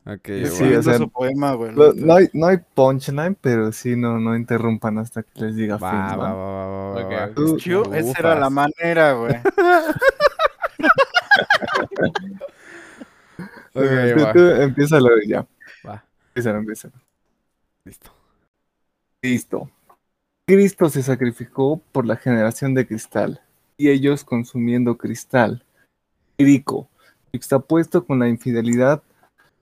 [SPEAKER 2] Ok,
[SPEAKER 6] Sí,
[SPEAKER 2] va.
[SPEAKER 6] sí, o
[SPEAKER 4] Escribiendo
[SPEAKER 6] sea,
[SPEAKER 4] su poema, güey.
[SPEAKER 6] No, no hay, no hay punchline, pero sí, no, no interrumpan hasta que les diga fin.
[SPEAKER 2] Va, va,
[SPEAKER 6] ¿no?
[SPEAKER 2] va, va, va,
[SPEAKER 3] Ok,
[SPEAKER 2] va.
[SPEAKER 3] ok.
[SPEAKER 2] Tú
[SPEAKER 4] Chu, esa era la
[SPEAKER 2] ufas.
[SPEAKER 4] manera, güey.
[SPEAKER 2] Ok,
[SPEAKER 6] Eh, tú,
[SPEAKER 2] va,
[SPEAKER 6] tú empiézalo y ya.
[SPEAKER 2] va.
[SPEAKER 6] Empiézalo, empiézalo.
[SPEAKER 2] Listo.
[SPEAKER 6] Cristo. Cristo se sacrificó por la generación de cristal, y ellos consumiendo cristal. Crico, extapuesto con la infidelidad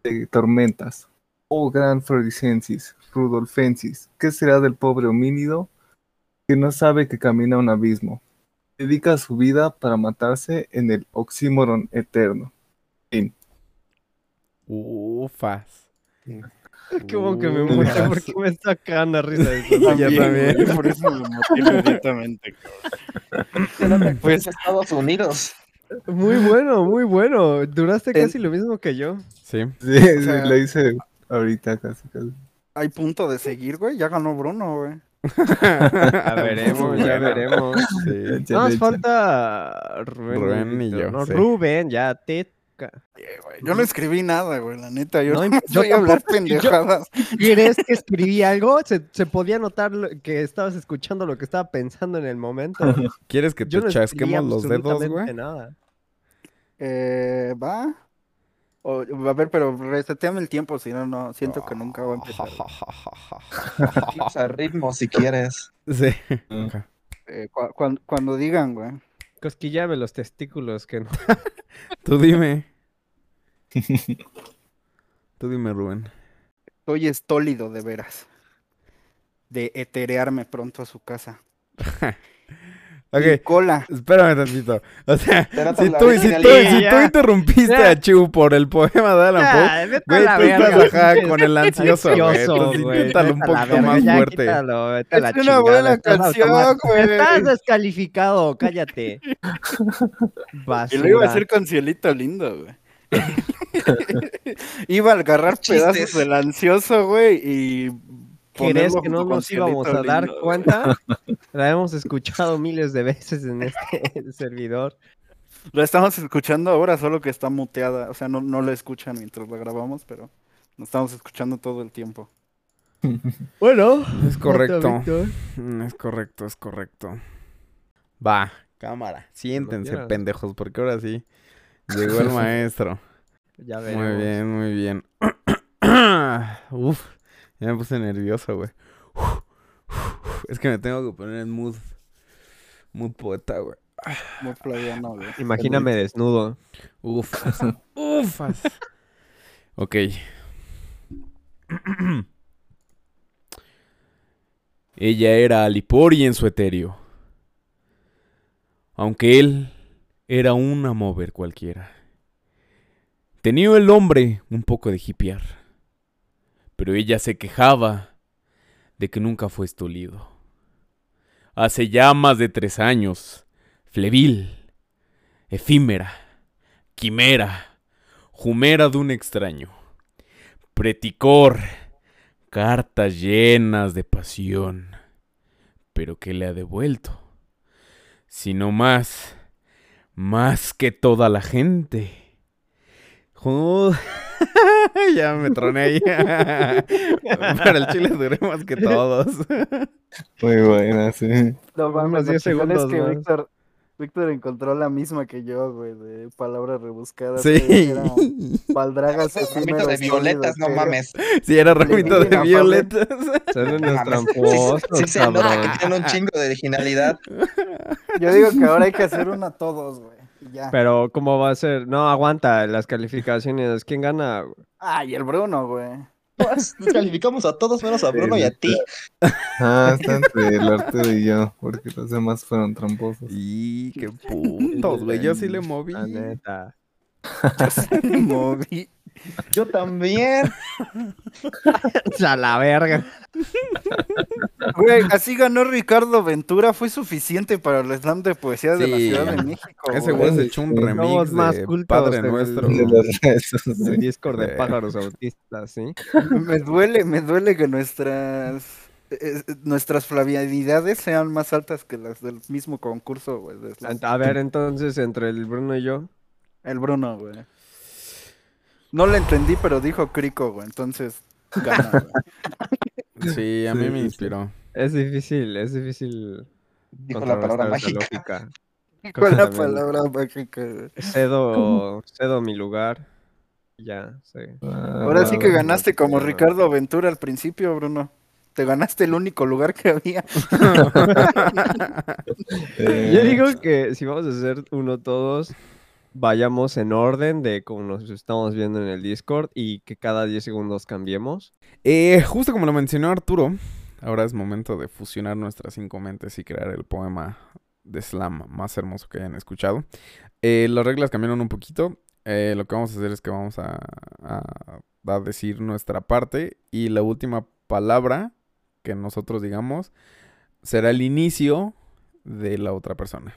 [SPEAKER 6] de tormentas. Oh gran Floricensis, Rudolfensis, ¿qué será del pobre homínido que no sabe que camina un abismo? Dedica su vida para matarse en el oxímoron eterno. Fin.
[SPEAKER 2] Ufas.
[SPEAKER 3] Qué bueno que me
[SPEAKER 2] Uh, Ufas.
[SPEAKER 3] muestra porque me está cagando de risa. esto.
[SPEAKER 2] Yo también.
[SPEAKER 4] güey, Por eso lo maté inmediatamente,
[SPEAKER 5] Pues Estados Unidos.
[SPEAKER 3] Muy bueno, muy bueno. Duraste casi lo mismo que yo.
[SPEAKER 2] Sí.
[SPEAKER 6] Sí, sí,
[SPEAKER 4] sea-
[SPEAKER 6] lo hice ahorita casi. casi.
[SPEAKER 4] Hay punto de seguir, güey. Ya ganó Bruno, güey.
[SPEAKER 2] A
[SPEAKER 3] veremos, ya veremos.
[SPEAKER 2] Sí.
[SPEAKER 6] Ya
[SPEAKER 3] Nada
[SPEAKER 6] le
[SPEAKER 3] más
[SPEAKER 6] eché.
[SPEAKER 3] falta Rubén.
[SPEAKER 2] Rubén y
[SPEAKER 3] Víctor,
[SPEAKER 2] yo,
[SPEAKER 3] No,
[SPEAKER 2] sí.
[SPEAKER 3] Rubén, ya te. ca-
[SPEAKER 4] Yo no escribí nada, güey, la neta. Yo
[SPEAKER 3] No,
[SPEAKER 4] no,
[SPEAKER 3] yo
[SPEAKER 4] voy a hablar
[SPEAKER 3] tampoco, yo-
[SPEAKER 4] pendejadas.
[SPEAKER 3] ¿Quieres que escribí algo? Se, se podía notar lo- que estabas escuchando lo que estaba pensando en el momento.
[SPEAKER 2] ¿Quieres que te
[SPEAKER 3] Yo no escribí
[SPEAKER 2] chasquemos los dedos,
[SPEAKER 3] absolutamente
[SPEAKER 2] güey?
[SPEAKER 3] nada.
[SPEAKER 4] Eh, ¿Va? O- a ver, pero reseteame el tiempo, si no, no. Siento que nunca voy a empezar.
[SPEAKER 5] Vamos a ritmo si quieres.
[SPEAKER 2] Sí.
[SPEAKER 6] Mm.
[SPEAKER 2] Ajá.
[SPEAKER 4] Eh, cua- cuan- cuando digan, güey.
[SPEAKER 3] Cosquillame los testículos que no.
[SPEAKER 2] Tú dime. Tú dime, Rubén.
[SPEAKER 4] Estoy estólido de veras. De eterearme pronto a su casa.
[SPEAKER 2] Ok.
[SPEAKER 4] Cola.
[SPEAKER 2] Espérame tantito. O sea,
[SPEAKER 4] Pero
[SPEAKER 2] si
[SPEAKER 4] la
[SPEAKER 2] tú, si,
[SPEAKER 4] originalidad.
[SPEAKER 2] tú, si
[SPEAKER 4] Ya.
[SPEAKER 2] tú interrumpiste
[SPEAKER 4] Ya.
[SPEAKER 2] a Chu por el poema de Alan
[SPEAKER 3] Ah,
[SPEAKER 2] Poe,
[SPEAKER 4] Ya, vete a
[SPEAKER 2] güey,
[SPEAKER 4] la
[SPEAKER 2] tú
[SPEAKER 4] verga,
[SPEAKER 2] estás ajá
[SPEAKER 4] güey.
[SPEAKER 2] con el ansioso, güey.
[SPEAKER 4] Ansioso,
[SPEAKER 2] Entonces
[SPEAKER 4] güey.
[SPEAKER 2] inténtalo un
[SPEAKER 4] Vete a la
[SPEAKER 2] poquito
[SPEAKER 4] verga,
[SPEAKER 2] más
[SPEAKER 4] ya
[SPEAKER 2] fuerte.
[SPEAKER 3] Quítalo, vete a la
[SPEAKER 4] Es una
[SPEAKER 3] chingada,
[SPEAKER 4] buena
[SPEAKER 3] estás
[SPEAKER 4] canción,
[SPEAKER 3] automático.
[SPEAKER 4] güey.
[SPEAKER 3] Estás descalificado, cállate.
[SPEAKER 4] Y lo iba a
[SPEAKER 3] Basura.
[SPEAKER 4] hacer con cielito lindo, güey. iba a agarrar pedazos del ansioso, güey, y
[SPEAKER 3] ¿Crees
[SPEAKER 4] ponerlo
[SPEAKER 3] que no
[SPEAKER 4] junto con
[SPEAKER 3] nos íbamos a
[SPEAKER 4] Cielito
[SPEAKER 3] dar
[SPEAKER 4] Lindo, güey.
[SPEAKER 3] cuenta? La hemos escuchado miles de veces en este servidor.
[SPEAKER 4] Lo estamos escuchando ahora, solo que está muteada. O sea, no, no lo escuchan mientras lo grabamos, pero lo estamos escuchando todo el tiempo.
[SPEAKER 3] Bueno,
[SPEAKER 2] Es correcto. Mm, Es correcto, es correcto. Va, cámara. Siéntense,
[SPEAKER 14] quieras.
[SPEAKER 2] pendejos, porque ahora sí llegó el maestro.
[SPEAKER 3] Ya
[SPEAKER 2] Muy
[SPEAKER 3] veremos.
[SPEAKER 2] bien, muy bien. Uf, ya me puse nervioso, güey. Es que me tengo que poner en mood. Mood poeta, güey.
[SPEAKER 4] Muy plebeyano, güey.
[SPEAKER 3] Imagíname desnudo.
[SPEAKER 2] Uf. Ufas. Ok.
[SPEAKER 12] Ella era Alipor y en su etéreo. Aunque él era un amover cualquiera. Tenía el hombre un poco de hipiar. Pero ella se quejaba de que nunca fue estolido. Hace ya más de tres años, flebil, efímera, quimera, jumera de un extraño, preticor, cartas llenas de pasión, pero que le ha devuelto, sino más, más que toda la gente. Jod-
[SPEAKER 2] ya me troné ahí. Para el chile duré más que todos.
[SPEAKER 6] Muy buena, sí.
[SPEAKER 4] No mames,
[SPEAKER 3] Unos 10
[SPEAKER 4] lo chingón es
[SPEAKER 3] segundos
[SPEAKER 4] que
[SPEAKER 3] más.
[SPEAKER 4] Víctor, Víctor encontró la misma que yo, güey, de palabras rebuscadas.
[SPEAKER 2] Sí.
[SPEAKER 4] que era Baldragas efímeros
[SPEAKER 5] de violetas, no
[SPEAKER 4] sólidos,
[SPEAKER 5] mames.
[SPEAKER 2] Sí, era
[SPEAKER 4] Sí,
[SPEAKER 2] ramito
[SPEAKER 4] sí,
[SPEAKER 2] de
[SPEAKER 4] no,
[SPEAKER 2] violetas.
[SPEAKER 3] Son unos
[SPEAKER 5] No mames.
[SPEAKER 3] tramposos,
[SPEAKER 5] Sí, sí se nota que
[SPEAKER 3] cabrón.
[SPEAKER 5] tienen un chingo de originalidad.
[SPEAKER 4] que- Yo digo que ahora hay que hacer una a todos, güey. y Ya.
[SPEAKER 3] Pero, ¿cómo va a ser? No, aguanta las calificaciones. ¿Quién gana?
[SPEAKER 4] Ay, el Bruno, güey.
[SPEAKER 5] Pues, Calificamos a todos menos a Bruno y a ti.
[SPEAKER 6] Ah, está entre el arte y yo, porque los demás fueron tramposos.
[SPEAKER 2] Y qué putos, güey. Yo sí le moví.
[SPEAKER 3] La neta.
[SPEAKER 4] moví.
[SPEAKER 5] Yo también.
[SPEAKER 3] A la verga.
[SPEAKER 4] Güey, así ganó Ricardo Ventura, fue suficiente para el slam de poesía de la
[SPEAKER 2] Sí.
[SPEAKER 4] Ciudad de México.
[SPEAKER 2] Ese
[SPEAKER 4] güey.
[SPEAKER 2] güey se echó un
[SPEAKER 6] Sí.
[SPEAKER 2] remix
[SPEAKER 3] Somos más
[SPEAKER 2] de
[SPEAKER 3] cultos
[SPEAKER 2] Padre
[SPEAKER 3] del-
[SPEAKER 2] Nuestro.
[SPEAKER 6] De los restos,
[SPEAKER 3] El
[SPEAKER 6] sí.
[SPEAKER 3] Discord de
[SPEAKER 2] Eh.
[SPEAKER 3] pájaros autistas, ¿sí?
[SPEAKER 4] Me duele, me duele que nuestras eh, eh, nuestras flavianidades sean más altas que las del mismo concurso, güey. de slam.
[SPEAKER 3] A ver, entonces, entre el Bruno y yo.
[SPEAKER 4] El Bruno, güey. No lo entendí, pero dijo Crico, güey. Entonces, gana, güey.
[SPEAKER 2] Sí, a mí me inspiró.
[SPEAKER 3] Es difícil, es difícil.
[SPEAKER 5] Dijo la palabra
[SPEAKER 3] contrarrestar esa
[SPEAKER 5] mágica.
[SPEAKER 3] lógica.
[SPEAKER 4] Con la
[SPEAKER 3] También
[SPEAKER 4] palabra mágica, güey.
[SPEAKER 3] Cedo, cedo mi lugar. Ya, sí.
[SPEAKER 4] Ahora sí que
[SPEAKER 6] Ah,
[SPEAKER 4] ganaste como
[SPEAKER 3] sí.
[SPEAKER 4] Ricardo Ventura al principio, Bruno. Te ganaste el único lugar que había.
[SPEAKER 6] eh,
[SPEAKER 3] Yo digo que si vamos a hacer uno todos, vayamos en orden de como nos estamos viendo en el Discord y que cada 10 segundos cambiemos.
[SPEAKER 2] Eh, justo como lo mencionó Arturo, ahora es momento de fusionar nuestras cinco mentes y crear el poema de slam más hermoso que hayan escuchado. Eh, las reglas cambiaron un poquito. Eh, lo que vamos a hacer es que vamos a, a- a decir nuestra parte y la última palabra que nosotros digamos será el inicio de la otra persona,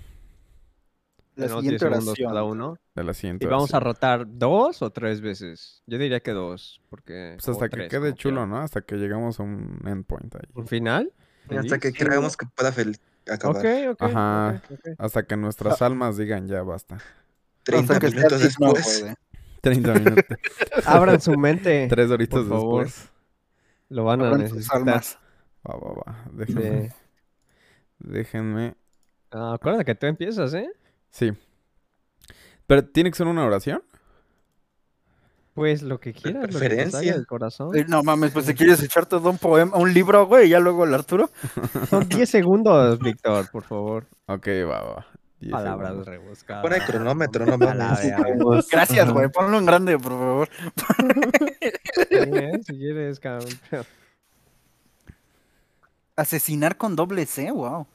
[SPEAKER 4] La
[SPEAKER 3] Tenemos
[SPEAKER 4] siguiente
[SPEAKER 3] segundos
[SPEAKER 4] oración.
[SPEAKER 3] cada uno.
[SPEAKER 2] de la siguiente.
[SPEAKER 3] Y vamos a
[SPEAKER 2] oración.
[SPEAKER 3] rotar dos o tres veces. Yo diría que dos, porque...
[SPEAKER 2] Pues
[SPEAKER 3] o
[SPEAKER 2] hasta que
[SPEAKER 3] tres,
[SPEAKER 2] quede
[SPEAKER 3] como
[SPEAKER 2] chulo,
[SPEAKER 3] quieran.
[SPEAKER 2] ¿no? Hasta que llegamos a un endpoint ahí.
[SPEAKER 3] ¿Un final?
[SPEAKER 5] Hasta que
[SPEAKER 3] Sí.
[SPEAKER 5] creamos que pueda fel- acabar.
[SPEAKER 3] Ok, ok.
[SPEAKER 2] Ajá.
[SPEAKER 3] ok, ok.
[SPEAKER 2] Hasta que nuestras
[SPEAKER 3] Ah.
[SPEAKER 2] almas digan ya basta.
[SPEAKER 4] Hasta
[SPEAKER 5] 30
[SPEAKER 4] que sea
[SPEAKER 5] minutos
[SPEAKER 4] digno,
[SPEAKER 5] después.
[SPEAKER 4] güey.
[SPEAKER 2] 30 minutos.
[SPEAKER 3] Abran su mente.
[SPEAKER 2] Tres horitas
[SPEAKER 3] por favor.
[SPEAKER 2] después.
[SPEAKER 3] Lo van a
[SPEAKER 4] Abran sus
[SPEAKER 3] necesitar.
[SPEAKER 4] almas.
[SPEAKER 2] Va, va, va.
[SPEAKER 3] Sí.
[SPEAKER 2] Déjenme. Déjenme.
[SPEAKER 3] Ah, acuérdate que tú empiezas, ¿eh?
[SPEAKER 2] Sí. Pero tiene que ser una oración.
[SPEAKER 3] Pues lo que quieras, lo que te salga
[SPEAKER 5] preferencia.
[SPEAKER 3] del corazón.
[SPEAKER 4] Eh, No mames, pues si quieres echar todo un poema, un libro, güey, y ya luego el Arturo.
[SPEAKER 3] Son 10 segundos, Víctor, por favor.
[SPEAKER 2] Ok, va, va. Diez
[SPEAKER 3] Palabras
[SPEAKER 2] segundos.
[SPEAKER 3] rebuscadas.
[SPEAKER 5] Pon el cronómetro, no mames.
[SPEAKER 3] A la verga.
[SPEAKER 4] Gracias, güey. Ponlo en grande, por favor.
[SPEAKER 3] Sí, ¿eh? Si quieres, campeón.
[SPEAKER 4] Asesinar con doble C, wow.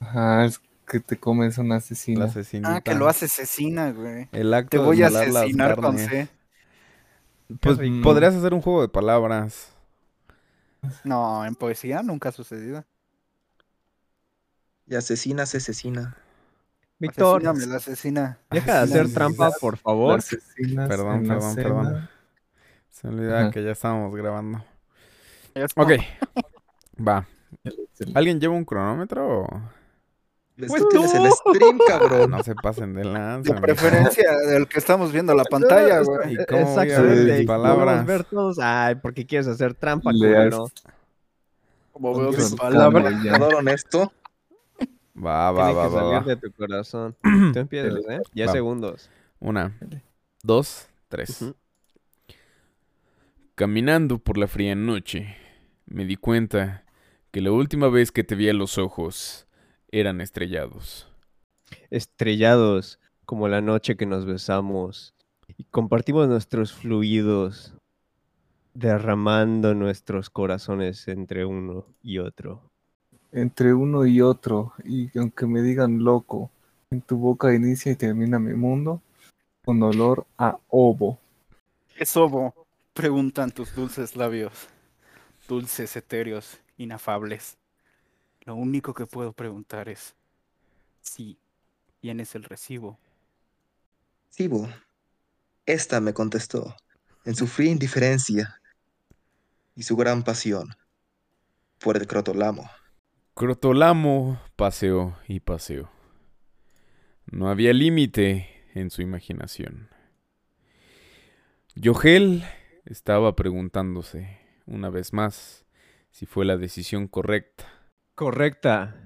[SPEAKER 6] Ajá, es que te comes un asesino.
[SPEAKER 4] Ah, que lo hace asesina, güey.
[SPEAKER 2] El acto
[SPEAKER 4] Te
[SPEAKER 2] de
[SPEAKER 4] voy a
[SPEAKER 2] molar las
[SPEAKER 4] asesinar con
[SPEAKER 2] carnes.
[SPEAKER 4] C.
[SPEAKER 2] Pues
[SPEAKER 6] Qué rico.
[SPEAKER 2] podrías hacer un juego de palabras.
[SPEAKER 4] No, en poesía nunca ha sucedido.
[SPEAKER 5] Y asesina se asesina.
[SPEAKER 3] Víctor,
[SPEAKER 4] Asesíname, la asesina.
[SPEAKER 3] deja de hacer
[SPEAKER 5] sí,
[SPEAKER 3] trampa,
[SPEAKER 5] sí.
[SPEAKER 3] por favor.
[SPEAKER 6] Las asesinas
[SPEAKER 2] Perdón,
[SPEAKER 6] en la
[SPEAKER 2] perdón,
[SPEAKER 6] cena.
[SPEAKER 2] perdón. Se me olvidaba
[SPEAKER 6] Ajá.
[SPEAKER 2] que ya estábamos grabando.
[SPEAKER 4] Ya está.
[SPEAKER 2] Ok. Va.
[SPEAKER 6] Excelente.
[SPEAKER 2] ¿Alguien lleva un cronómetro? o?
[SPEAKER 5] Les
[SPEAKER 4] Pues
[SPEAKER 5] tienes
[SPEAKER 4] tú.
[SPEAKER 5] Este el stream, cabrón.
[SPEAKER 2] No se pasen de lanza.
[SPEAKER 4] De
[SPEAKER 2] mijo.
[SPEAKER 4] preferencia del que estamos viendo la pantalla, güey.
[SPEAKER 2] ¿Y cómo voy a ver
[SPEAKER 3] eh, Exactamente.
[SPEAKER 2] mis
[SPEAKER 3] y podemos
[SPEAKER 2] palabras?
[SPEAKER 3] ver todos. Ay, porque quieres hacer trampa,
[SPEAKER 6] Leas.
[SPEAKER 3] culero.
[SPEAKER 4] Como veo
[SPEAKER 6] Dios,
[SPEAKER 4] mis palabras.
[SPEAKER 6] cambia ya.
[SPEAKER 5] Jugador honesto.
[SPEAKER 2] Va, va,
[SPEAKER 3] Tiene
[SPEAKER 2] va,
[SPEAKER 3] que
[SPEAKER 2] va,
[SPEAKER 3] salir
[SPEAKER 2] va.
[SPEAKER 3] de tu corazón. Tú empiezas, ¿eh? Diez
[SPEAKER 2] Va.
[SPEAKER 3] segundos.
[SPEAKER 2] Una, dos, tres.
[SPEAKER 3] Ujú.
[SPEAKER 12] Caminando por la fría noche, me di cuenta que la última vez que te vi a los ojos eran estrellados.
[SPEAKER 3] Estrellados como la noche que nos besamos y compartimos nuestros fluidos, derramando nuestros corazones entre uno y otro.
[SPEAKER 6] Entre uno y otro, y aunque me digan loco, en tu boca inicia y termina mi mundo con olor a ovo.
[SPEAKER 4] ¿Qué sobo? Preguntan tus dulces labios. Dulces, etéreos, inafables. Lo único que puedo preguntar es si tienes el recibo.
[SPEAKER 5] Sibo. Esta me contestó en su fría indiferencia y su gran pasión por el crotolamo.
[SPEAKER 12] Crotolamo paseó y paseó. No había límite en su imaginación. Yogel estaba preguntándose una vez más si fue la decisión correcta.
[SPEAKER 3] Correcta.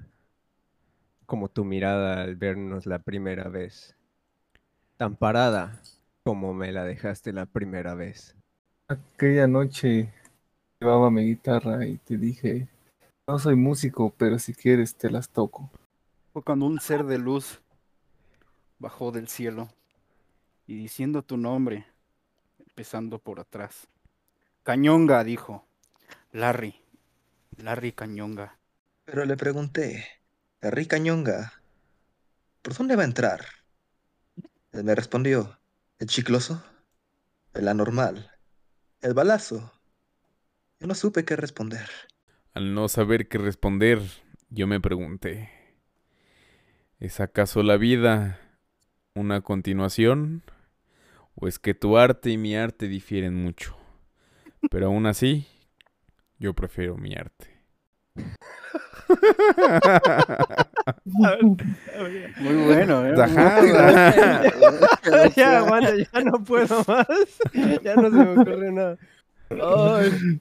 [SPEAKER 3] Como tu mirada al vernos la primera vez. Tan parada como me la dejaste la primera vez.
[SPEAKER 6] Aquella noche llevaba mi guitarra y te dije, no soy músico, pero si quieres te las toco.
[SPEAKER 4] Fue cuando un ser de luz bajó del cielo y diciendo tu nombre, empezando por atrás. Cañonga, dijo. Larry. Larry Cañonga.
[SPEAKER 5] Pero le pregunté, la rica ñonga, ¿por dónde va a entrar? Él me respondió, ¿el chicloso? ¿El anormal? ¿El balazo? Yo no supe qué responder.
[SPEAKER 12] Al no saber qué responder, yo me pregunté, ¿es acaso la vida una continuación? ¿O es que tu arte y mi arte difieren mucho? Pero aún así, yo prefiero mi arte.
[SPEAKER 4] Muy bueno, ¿eh?
[SPEAKER 2] Ajá.
[SPEAKER 3] ya, aguanta, ya no puedo más. Ya no se me ocurre nada. Ay,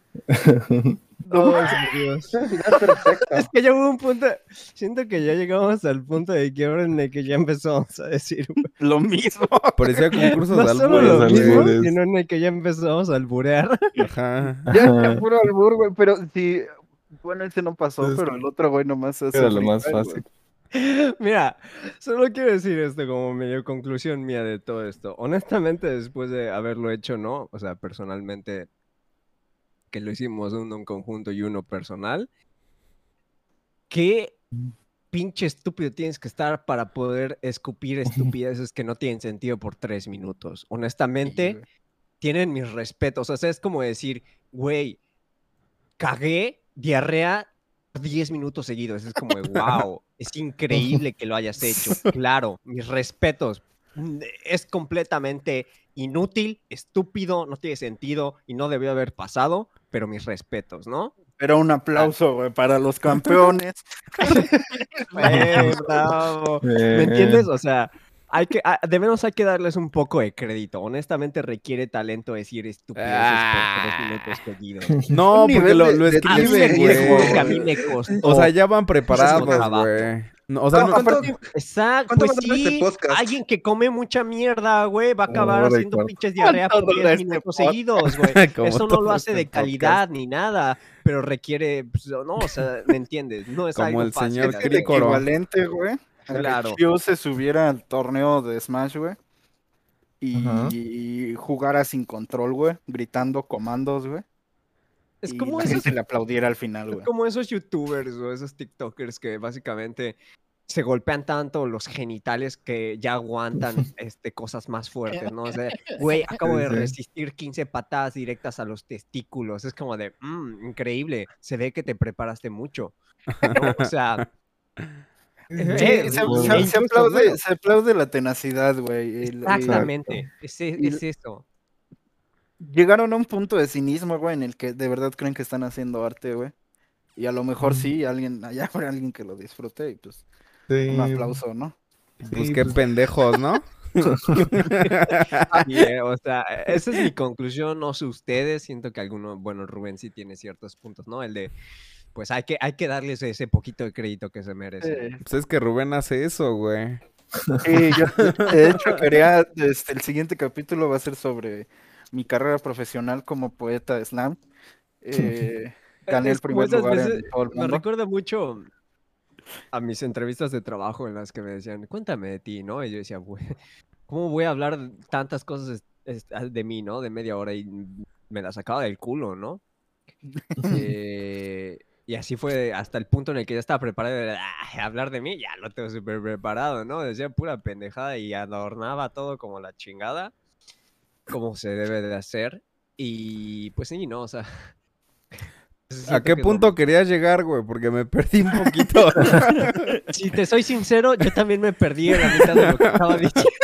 [SPEAKER 3] ay, por Dios. Es que ya hubo un punto. Siento que ya llegamos al punto de quiebra en el que ya empezamos a decir.
[SPEAKER 4] Lo mismo.
[SPEAKER 2] Parecía concurso
[SPEAKER 3] No
[SPEAKER 2] de
[SPEAKER 3] solo
[SPEAKER 2] albures.
[SPEAKER 3] lo
[SPEAKER 6] albures,
[SPEAKER 3] mismo,
[SPEAKER 6] albures.
[SPEAKER 3] sino en el que ya empezamos a alburear.
[SPEAKER 2] Ajá.
[SPEAKER 4] Ya está puro albur, güey, pero sí. Bueno, ese no pasó,
[SPEAKER 6] Es-
[SPEAKER 4] pero el otro güey nomás hace.
[SPEAKER 6] Era lo más
[SPEAKER 4] freestyle,
[SPEAKER 6] fácil.
[SPEAKER 3] Mira, solo quiero decir esto como medio conclusión mía de todo esto. Honestamente, después de haberlo hecho, no, o sea, personalmente, que lo hicimos uno en conjunto y uno personal, ¿qué pinche estúpido tienes que estar para poder escupir estupideces que no tienen sentido por tres minutos?
[SPEAKER 4] güey.
[SPEAKER 3] Honestamente, tienen mis respetos. O sea, es como decir, güey, cagué, diarrea 10 minutos seguidos. Es como, wow, es increíble que lo hayas hecho. Claro, mis respetos. Mm, Es completamente inútil, estúpido, no tiene sentido y no debió haber pasado, pero mis respetos, ¿no?
[SPEAKER 4] Pero un aplauso, güey, para los campeones.
[SPEAKER 3] ¡Eh, bravo!
[SPEAKER 6] Eh,
[SPEAKER 3] ¿Me entiendes? O sea, hay que, a- de menos hay que darles un poco de crédito. Honestamente requiere talento decir estupideces por tres minutos seguidos.
[SPEAKER 2] No,
[SPEAKER 4] Un
[SPEAKER 2] porque
[SPEAKER 4] nivel
[SPEAKER 2] lo,
[SPEAKER 4] de-
[SPEAKER 2] lo
[SPEAKER 4] de
[SPEAKER 3] A mí
[SPEAKER 4] Sí,
[SPEAKER 3] me
[SPEAKER 2] escriben,
[SPEAKER 3] costó,
[SPEAKER 2] güey.
[SPEAKER 3] Ah, pues que a mí me costó.
[SPEAKER 2] O sea, ya van preparados,
[SPEAKER 3] trabajo.
[SPEAKER 2] güey. No, o sea, no-
[SPEAKER 5] ¿Cuánto-
[SPEAKER 3] Exacto,
[SPEAKER 5] ¿cuánto
[SPEAKER 3] pues
[SPEAKER 5] va a durar este
[SPEAKER 3] sí,
[SPEAKER 5] podcast?
[SPEAKER 3] alguien que come mucha mierda, güey, va a acabar
[SPEAKER 6] Hora y
[SPEAKER 3] haciendo
[SPEAKER 6] cuarto.
[SPEAKER 3] pinches diarrea
[SPEAKER 4] ¿Cuánto
[SPEAKER 3] por
[SPEAKER 4] dura
[SPEAKER 3] 10
[SPEAKER 4] este
[SPEAKER 3] minutos
[SPEAKER 4] podcast?
[SPEAKER 3] seguidos, güey.
[SPEAKER 2] Como
[SPEAKER 3] Eso no
[SPEAKER 2] todo
[SPEAKER 3] lo hace
[SPEAKER 2] este
[SPEAKER 3] de calidad ni nada, pero requiere, pues, no, o sea, ¿me entiendes? No es
[SPEAKER 2] Como
[SPEAKER 3] algo
[SPEAKER 2] el
[SPEAKER 3] fácil.
[SPEAKER 2] señor
[SPEAKER 3] así.
[SPEAKER 4] El
[SPEAKER 2] Crícolo.
[SPEAKER 4] equivalente, güey. Claro. Yo se subiera al torneo de Smash, güey. Y,
[SPEAKER 6] Ajá.
[SPEAKER 4] y jugara sin control, güey. Gritando comandos, güey.
[SPEAKER 3] Es
[SPEAKER 4] y
[SPEAKER 3] como
[SPEAKER 4] la
[SPEAKER 3] esos-
[SPEAKER 4] gente le aplaudiera al final, güey.
[SPEAKER 3] Como esos youtubers o esos tiktokers que básicamente se golpean tanto los genitales que ya aguantan este, cosas más fuertes, ¿no? O sea, güey, acabo de
[SPEAKER 6] Sí, sí.
[SPEAKER 3] resistir 15 patadas directas a los testículos. Es como de, "Mm, increíble, se ve que te preparaste mucho. ¿no? O sea...
[SPEAKER 4] Sí,
[SPEAKER 3] eh,
[SPEAKER 4] se,
[SPEAKER 3] e
[SPEAKER 4] se- se
[SPEAKER 3] incluso,
[SPEAKER 4] aplaude,
[SPEAKER 3] bueno,
[SPEAKER 4] se aplaude la tenacidad, güey. el- el-
[SPEAKER 3] Exactamente, es, e-
[SPEAKER 4] Y-
[SPEAKER 3] es eso.
[SPEAKER 4] Llegaron a un punto de cinismo, güey, en el que de verdad creen que están haciendo arte, güey. Y a lo mejor sí, alguien, allá habrá alguien que lo disfrute y pues
[SPEAKER 6] Sí.
[SPEAKER 4] un aplauso, ¿no?
[SPEAKER 6] este, Sí,
[SPEAKER 14] Pues qué
[SPEAKER 6] pues-
[SPEAKER 14] pendejos, ¿no?
[SPEAKER 3] Y, eh, o sea, esa es mi conclusión, no sé ustedes, siento que alguno, bueno, Rubén sí tiene ciertos puntos, ¿no? El de, pues hay que, hay que darles ese poquito de crédito que se merece.
[SPEAKER 14] Pues es que Rubén hace eso, güey.
[SPEAKER 4] Sí, yo de hecho quería, este, el siguiente capítulo va a ser sobre mi carrera profesional como poeta de slam. Eh, gané el
[SPEAKER 3] Es como
[SPEAKER 4] primer
[SPEAKER 3] esas
[SPEAKER 4] lugar en
[SPEAKER 3] veces-
[SPEAKER 4] todo el
[SPEAKER 3] Me
[SPEAKER 4] mundo.
[SPEAKER 3] recuerda mucho a mis entrevistas de trabajo en las que me decían, cuéntame de ti, ¿no? Y yo decía, "Güey, ¿cómo voy a hablar tantas cosas es- es- de mí, ¿no? De media hora y me la sacaba del culo, ¿no? Eh, y así fue hasta el punto en el que ya estaba preparado. de, "Ah, hablar de mí, ya lo tengo súper preparado, ¿no? Decía pura pendejada y adornaba todo como la chingada, como se debe de hacer. Y pues sí, ¿no? O sea.
[SPEAKER 14] ¿A
[SPEAKER 3] siento
[SPEAKER 14] qué
[SPEAKER 3] que
[SPEAKER 14] punto querías llegar, güey? Porque me perdí un poquito.
[SPEAKER 3] Si te soy sincero, yo también me perdí en la mitad de lo que estaba diciendo.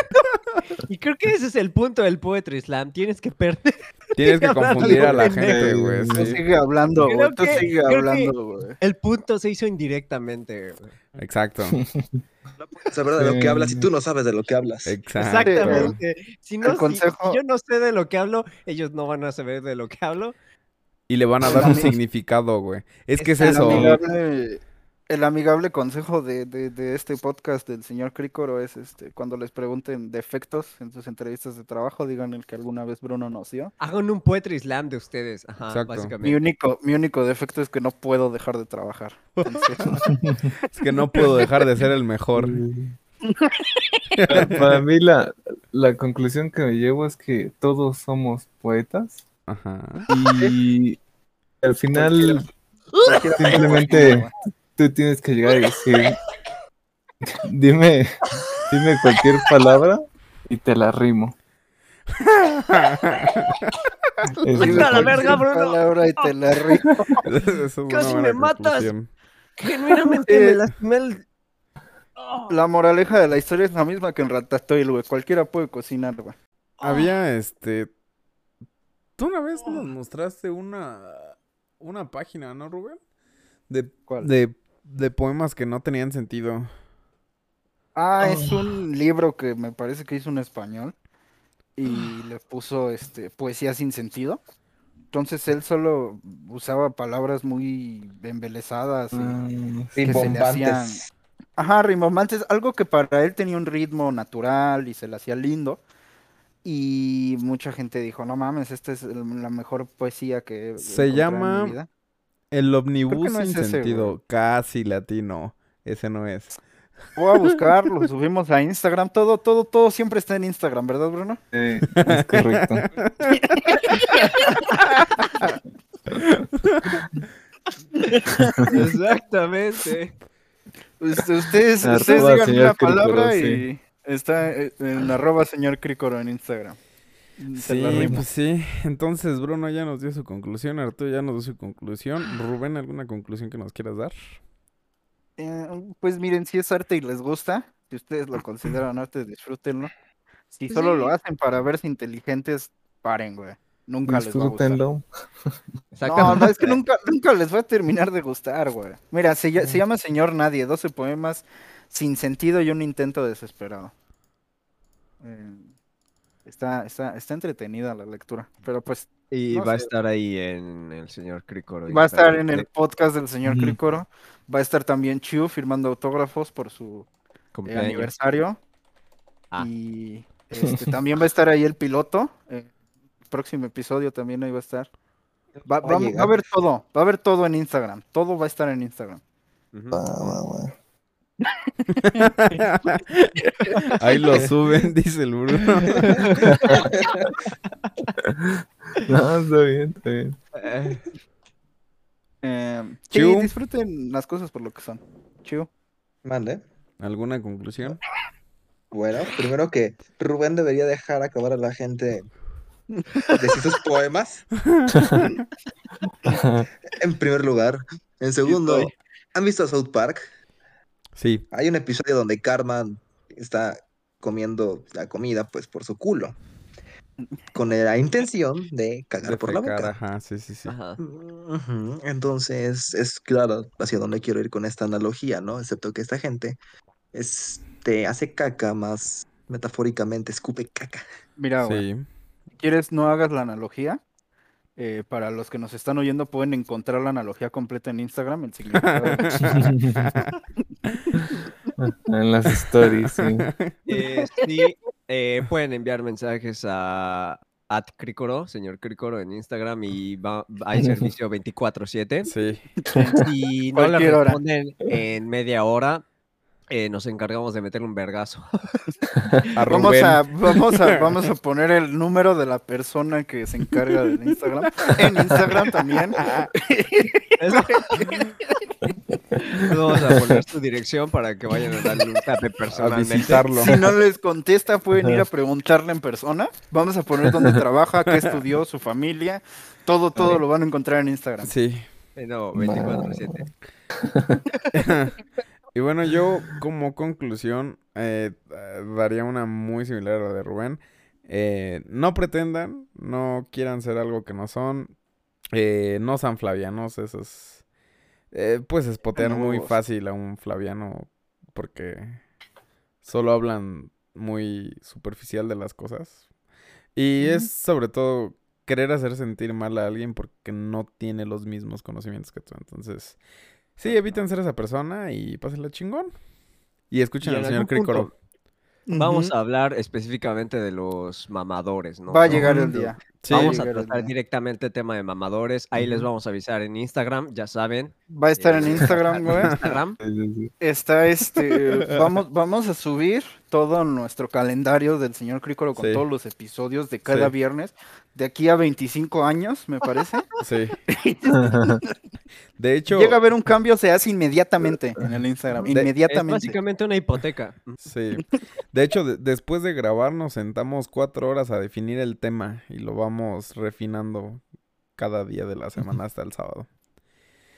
[SPEAKER 3] Y creo que ese es el punto del Poetry Slam. Tienes que perder.
[SPEAKER 14] Tienes que
[SPEAKER 3] hablar de
[SPEAKER 14] confundir
[SPEAKER 3] algo
[SPEAKER 14] a la
[SPEAKER 3] pendejo.
[SPEAKER 14] gente, güey.
[SPEAKER 4] Tú
[SPEAKER 14] sí.
[SPEAKER 4] sigue hablando,
[SPEAKER 3] Creo
[SPEAKER 4] güey. Tú
[SPEAKER 3] que-
[SPEAKER 4] sigue
[SPEAKER 3] creo que-
[SPEAKER 4] hablando, güey.
[SPEAKER 3] El punto se hizo indirectamente. güey.
[SPEAKER 14] Exacto.
[SPEAKER 5] Saber de lo que hablas y tú no sabes de lo que hablas.
[SPEAKER 14] Exacto.
[SPEAKER 3] Exactamente. Si, no,
[SPEAKER 4] El
[SPEAKER 3] si- si
[SPEAKER 4] consejo-
[SPEAKER 3] yo no sé de lo que hablo, ellos no van a saber de lo que hablo.
[SPEAKER 14] Y le van a dar un significado, güey. Es que es
[SPEAKER 4] El
[SPEAKER 14] eso.
[SPEAKER 4] amigable, el amigable consejo de, de- de este podcast del señor Crícoro es este cuando les pregunten defectos en sus entrevistas de trabajo, digan el que alguna vez Bruno nos dio.
[SPEAKER 3] Hagan un Poetry Slam de ustedes. Ajá,
[SPEAKER 14] Exacto.
[SPEAKER 4] Mi
[SPEAKER 3] básicamente.
[SPEAKER 4] único, mi único defecto es que no puedo dejar de trabajar. Entonces,
[SPEAKER 14] Es que no puedo dejar de ser el mejor.
[SPEAKER 6] Para- Para mí la, la conclusión que me llevo es que todos somos poetas
[SPEAKER 14] Ajá.
[SPEAKER 6] y al final
[SPEAKER 4] Cualquiera-
[SPEAKER 6] simplemente tú tienes que llegar y decir, dime, dime cualquier palabra y te la rimo. Es
[SPEAKER 3] Vete
[SPEAKER 6] lo
[SPEAKER 3] a la
[SPEAKER 6] que-
[SPEAKER 3] verga, Bruno.
[SPEAKER 4] palabra y te la rico.
[SPEAKER 14] Esa es una
[SPEAKER 3] Casi me
[SPEAKER 14] buena
[SPEAKER 3] matas.
[SPEAKER 14] conclusión.
[SPEAKER 3] Genuinamente me lastimé el-
[SPEAKER 4] La moraleja de la historia es la misma que en Ratatouille, güey. Cualquiera puede cocinar, güey.
[SPEAKER 3] Ah.
[SPEAKER 14] Había este. Tú una vez nos mostraste una. Una página, ¿no, Rubén? De,
[SPEAKER 4] ¿Cuál?
[SPEAKER 14] de, de poemas que no tenían sentido.
[SPEAKER 4] Ah, es
[SPEAKER 3] Oh.
[SPEAKER 4] un libro que me parece que hizo un español
[SPEAKER 3] Ah.
[SPEAKER 4] y le puso este poesía sin sentido. Entonces él solo usaba palabras muy embelezadas y
[SPEAKER 3] Ah,
[SPEAKER 4] que se le hacían,
[SPEAKER 5] Rimbombantes.
[SPEAKER 4] ajá, rimbombantes, algo que para él tenía un ritmo natural y se le hacía lindo. Y mucha gente dijo, "No mames, esta es el- la mejor poesía que he
[SPEAKER 14] Se
[SPEAKER 4] encontrado en mi
[SPEAKER 14] llama-
[SPEAKER 4] vida".
[SPEAKER 14] El omnibus
[SPEAKER 4] no es
[SPEAKER 14] sin
[SPEAKER 4] ese,
[SPEAKER 14] sentido,
[SPEAKER 4] güey.
[SPEAKER 14] casi latino. Ese no es.
[SPEAKER 4] Voy a buscarlo, lo subimos a Instagram, todo todo todo siempre está en Instagram, ¿verdad, Bruno?
[SPEAKER 6] Eh, es correcto.
[SPEAKER 3] Exactamente.
[SPEAKER 4] Usted- Este, Ustedes,
[SPEAKER 6] Arroba
[SPEAKER 4] ustedes digan
[SPEAKER 6] señor
[SPEAKER 4] una palabra
[SPEAKER 6] Crícoro,
[SPEAKER 4] y está eh, en arroba señor Crícoro en Instagram. Se la
[SPEAKER 14] Sí,
[SPEAKER 4] rimo.
[SPEAKER 14] pues sí. Entonces, Bruno ya nos dio su conclusión, Arturo ya nos dio su conclusión.
[SPEAKER 4] Ah.
[SPEAKER 14] Rubén, ¿alguna conclusión que nos quieras dar?
[SPEAKER 4] Eh, pues miren, si es arte y les gusta, si ustedes lo consideran arte, disfrútenlo. Si solo lo hacen para verse inteligentes, paren, güey. Nunca les va a gustar.
[SPEAKER 6] Disfrútenlo.
[SPEAKER 4] No, no, es que nunca, nunca les va a terminar de gustar, güey. Mira, se, ll- se llama Señor Nadie, 12 poemas sin sentido y un intento desesperado. Eh, está, está, está entretenida la lectura, pero pues
[SPEAKER 3] Y
[SPEAKER 4] No
[SPEAKER 3] va a
[SPEAKER 4] sé.
[SPEAKER 3] estar ahí en el señor Cricoro.
[SPEAKER 4] Va a estar en el podcast del señor
[SPEAKER 6] Ujú.
[SPEAKER 4] Crícoro. Va a estar también Chiu firmando autógrafos por su eh, aniversario.
[SPEAKER 3] Ah.
[SPEAKER 4] Y este, también va a estar ahí el piloto. eh, próximo episodio también ahí va a estar. Va, va-
[SPEAKER 5] Va a
[SPEAKER 4] va a
[SPEAKER 5] llegar.
[SPEAKER 4] Ah. haber todo. Va a haber todo en Instagram. Todo va a estar en Instagram.
[SPEAKER 6] Ah, Va, va, va.
[SPEAKER 2] Ahí lo suben, dice el Bruno.
[SPEAKER 6] No, está bien, está bien.
[SPEAKER 4] Eh, sí,
[SPEAKER 2] Chiu.
[SPEAKER 4] disfruten las cosas por lo que son. Chiu.
[SPEAKER 5] Mande.
[SPEAKER 2] ¿Alguna conclusión?
[SPEAKER 5] Bueno, primero que Rubén debería dejar acabar a la gente decir sus poemas. en primer lugar. En segundo,
[SPEAKER 2] estoy.
[SPEAKER 5] ¿han visto South Park?
[SPEAKER 2] Sí.
[SPEAKER 5] Hay un episodio donde Cartman está comiendo la comida pues por su culo. Con la intención de cagar
[SPEAKER 2] De
[SPEAKER 5] por la
[SPEAKER 2] pecar,
[SPEAKER 4] Ah.
[SPEAKER 5] boca.
[SPEAKER 2] Ajá, sí, sí, sí.
[SPEAKER 5] Ujú, Entonces, es claro hacia dónde quiero ir con esta analogía, ¿no? Excepto que esta gente este, hace caca más metafóricamente, escupe caca.
[SPEAKER 4] Mira, güey, si quieres no hagas la analogía. eh, para los que nos están oyendo pueden encontrar la analogía completa en Instagram, el significado.
[SPEAKER 6] En las stories, sí.
[SPEAKER 3] Eh, sí, eh, pueden enviar mensajes a at Crícoro, señor Crícoro en Instagram y va- hay servicio 24/7.
[SPEAKER 2] Sí.
[SPEAKER 3] Si no le
[SPEAKER 4] Cualquier hora.
[SPEAKER 3] responden en media hora, eh, nos encargamos de meterle un vergazo.
[SPEAKER 4] Vamos a, vamos, a, vamos a poner el número de la persona que se encarga del Instagram. En Instagram también.
[SPEAKER 3] Vamos a poner su dirección para que vayan a darle un tape personalmente.
[SPEAKER 4] Si no les contesta, pueden ir a preguntarle en persona. Vamos a poner dónde trabaja, qué estudió, su familia. Todo, todo lo van a encontrar en Instagram.
[SPEAKER 2] Sí.
[SPEAKER 3] Eh, No, 24/7.
[SPEAKER 2] Y bueno, yo como conclusión eh, eh, daría una muy similar a la de Rubén. Eh, no pretendan, no quieran ser algo que no son. Eh, no sean flavianos, eso es... eh, pues espotear muy
[SPEAKER 4] Nuevos.
[SPEAKER 2] fácil a un flaviano porque solo hablan muy superficial de las cosas. Y es sobre todo querer hacer sentir mal a alguien porque no tiene los mismos conocimientos que tú. Entonces, sí, eviten ser esa persona y pásenla chingón. Y escuchen
[SPEAKER 3] Y
[SPEAKER 2] al
[SPEAKER 3] en
[SPEAKER 2] señor
[SPEAKER 3] algún punto
[SPEAKER 2] Cricoro.
[SPEAKER 3] Vamos a hablar específicamente de los mamadores, ¿no?
[SPEAKER 4] Va a llegar el día.
[SPEAKER 2] Sí.
[SPEAKER 3] vamos
[SPEAKER 4] Va a
[SPEAKER 3] a
[SPEAKER 4] llegar el
[SPEAKER 3] tratar directamente el tema de mamadores. Ahí les vamos a avisar en Instagram, ya saben.
[SPEAKER 4] Va a estar en
[SPEAKER 3] Eh,
[SPEAKER 4] Instagram,
[SPEAKER 3] en
[SPEAKER 4] güey.
[SPEAKER 3] Instagram.
[SPEAKER 4] Está este. Vamos, vamos a subir todo nuestro calendario del señor Crícolo con
[SPEAKER 2] Sí.
[SPEAKER 4] todos los episodios de cada
[SPEAKER 2] Sí.
[SPEAKER 4] viernes. De aquí a 25 años, me parece.
[SPEAKER 2] Sí. De hecho,
[SPEAKER 4] Llega a haber un cambio, se hace inmediatamente en el Instagram.
[SPEAKER 2] De-
[SPEAKER 3] Es
[SPEAKER 4] Inmediatamente.
[SPEAKER 3] básicamente una hipoteca.
[SPEAKER 2] sí. De hecho, de- después de grabar nos sentamos cuatro horas a definir el tema y lo vamos refinando cada día de la semana hasta el sábado.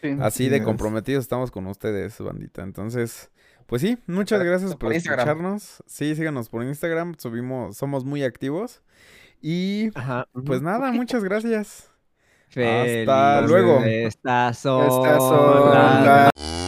[SPEAKER 4] Sí.
[SPEAKER 2] Así
[SPEAKER 6] Así
[SPEAKER 2] de
[SPEAKER 6] es.
[SPEAKER 2] comprometidos estamos con ustedes, bandita. Entonces, pues sí, muchas gracias por
[SPEAKER 5] por Instagram.
[SPEAKER 2] escucharnos. Sí, síganos por Instagram, subimos, somos muy activos. Y
[SPEAKER 3] Ajá.
[SPEAKER 2] pues nada, muchas gracias.
[SPEAKER 3] Feliz
[SPEAKER 2] Hasta luego.
[SPEAKER 3] Estas
[SPEAKER 4] Estas son las-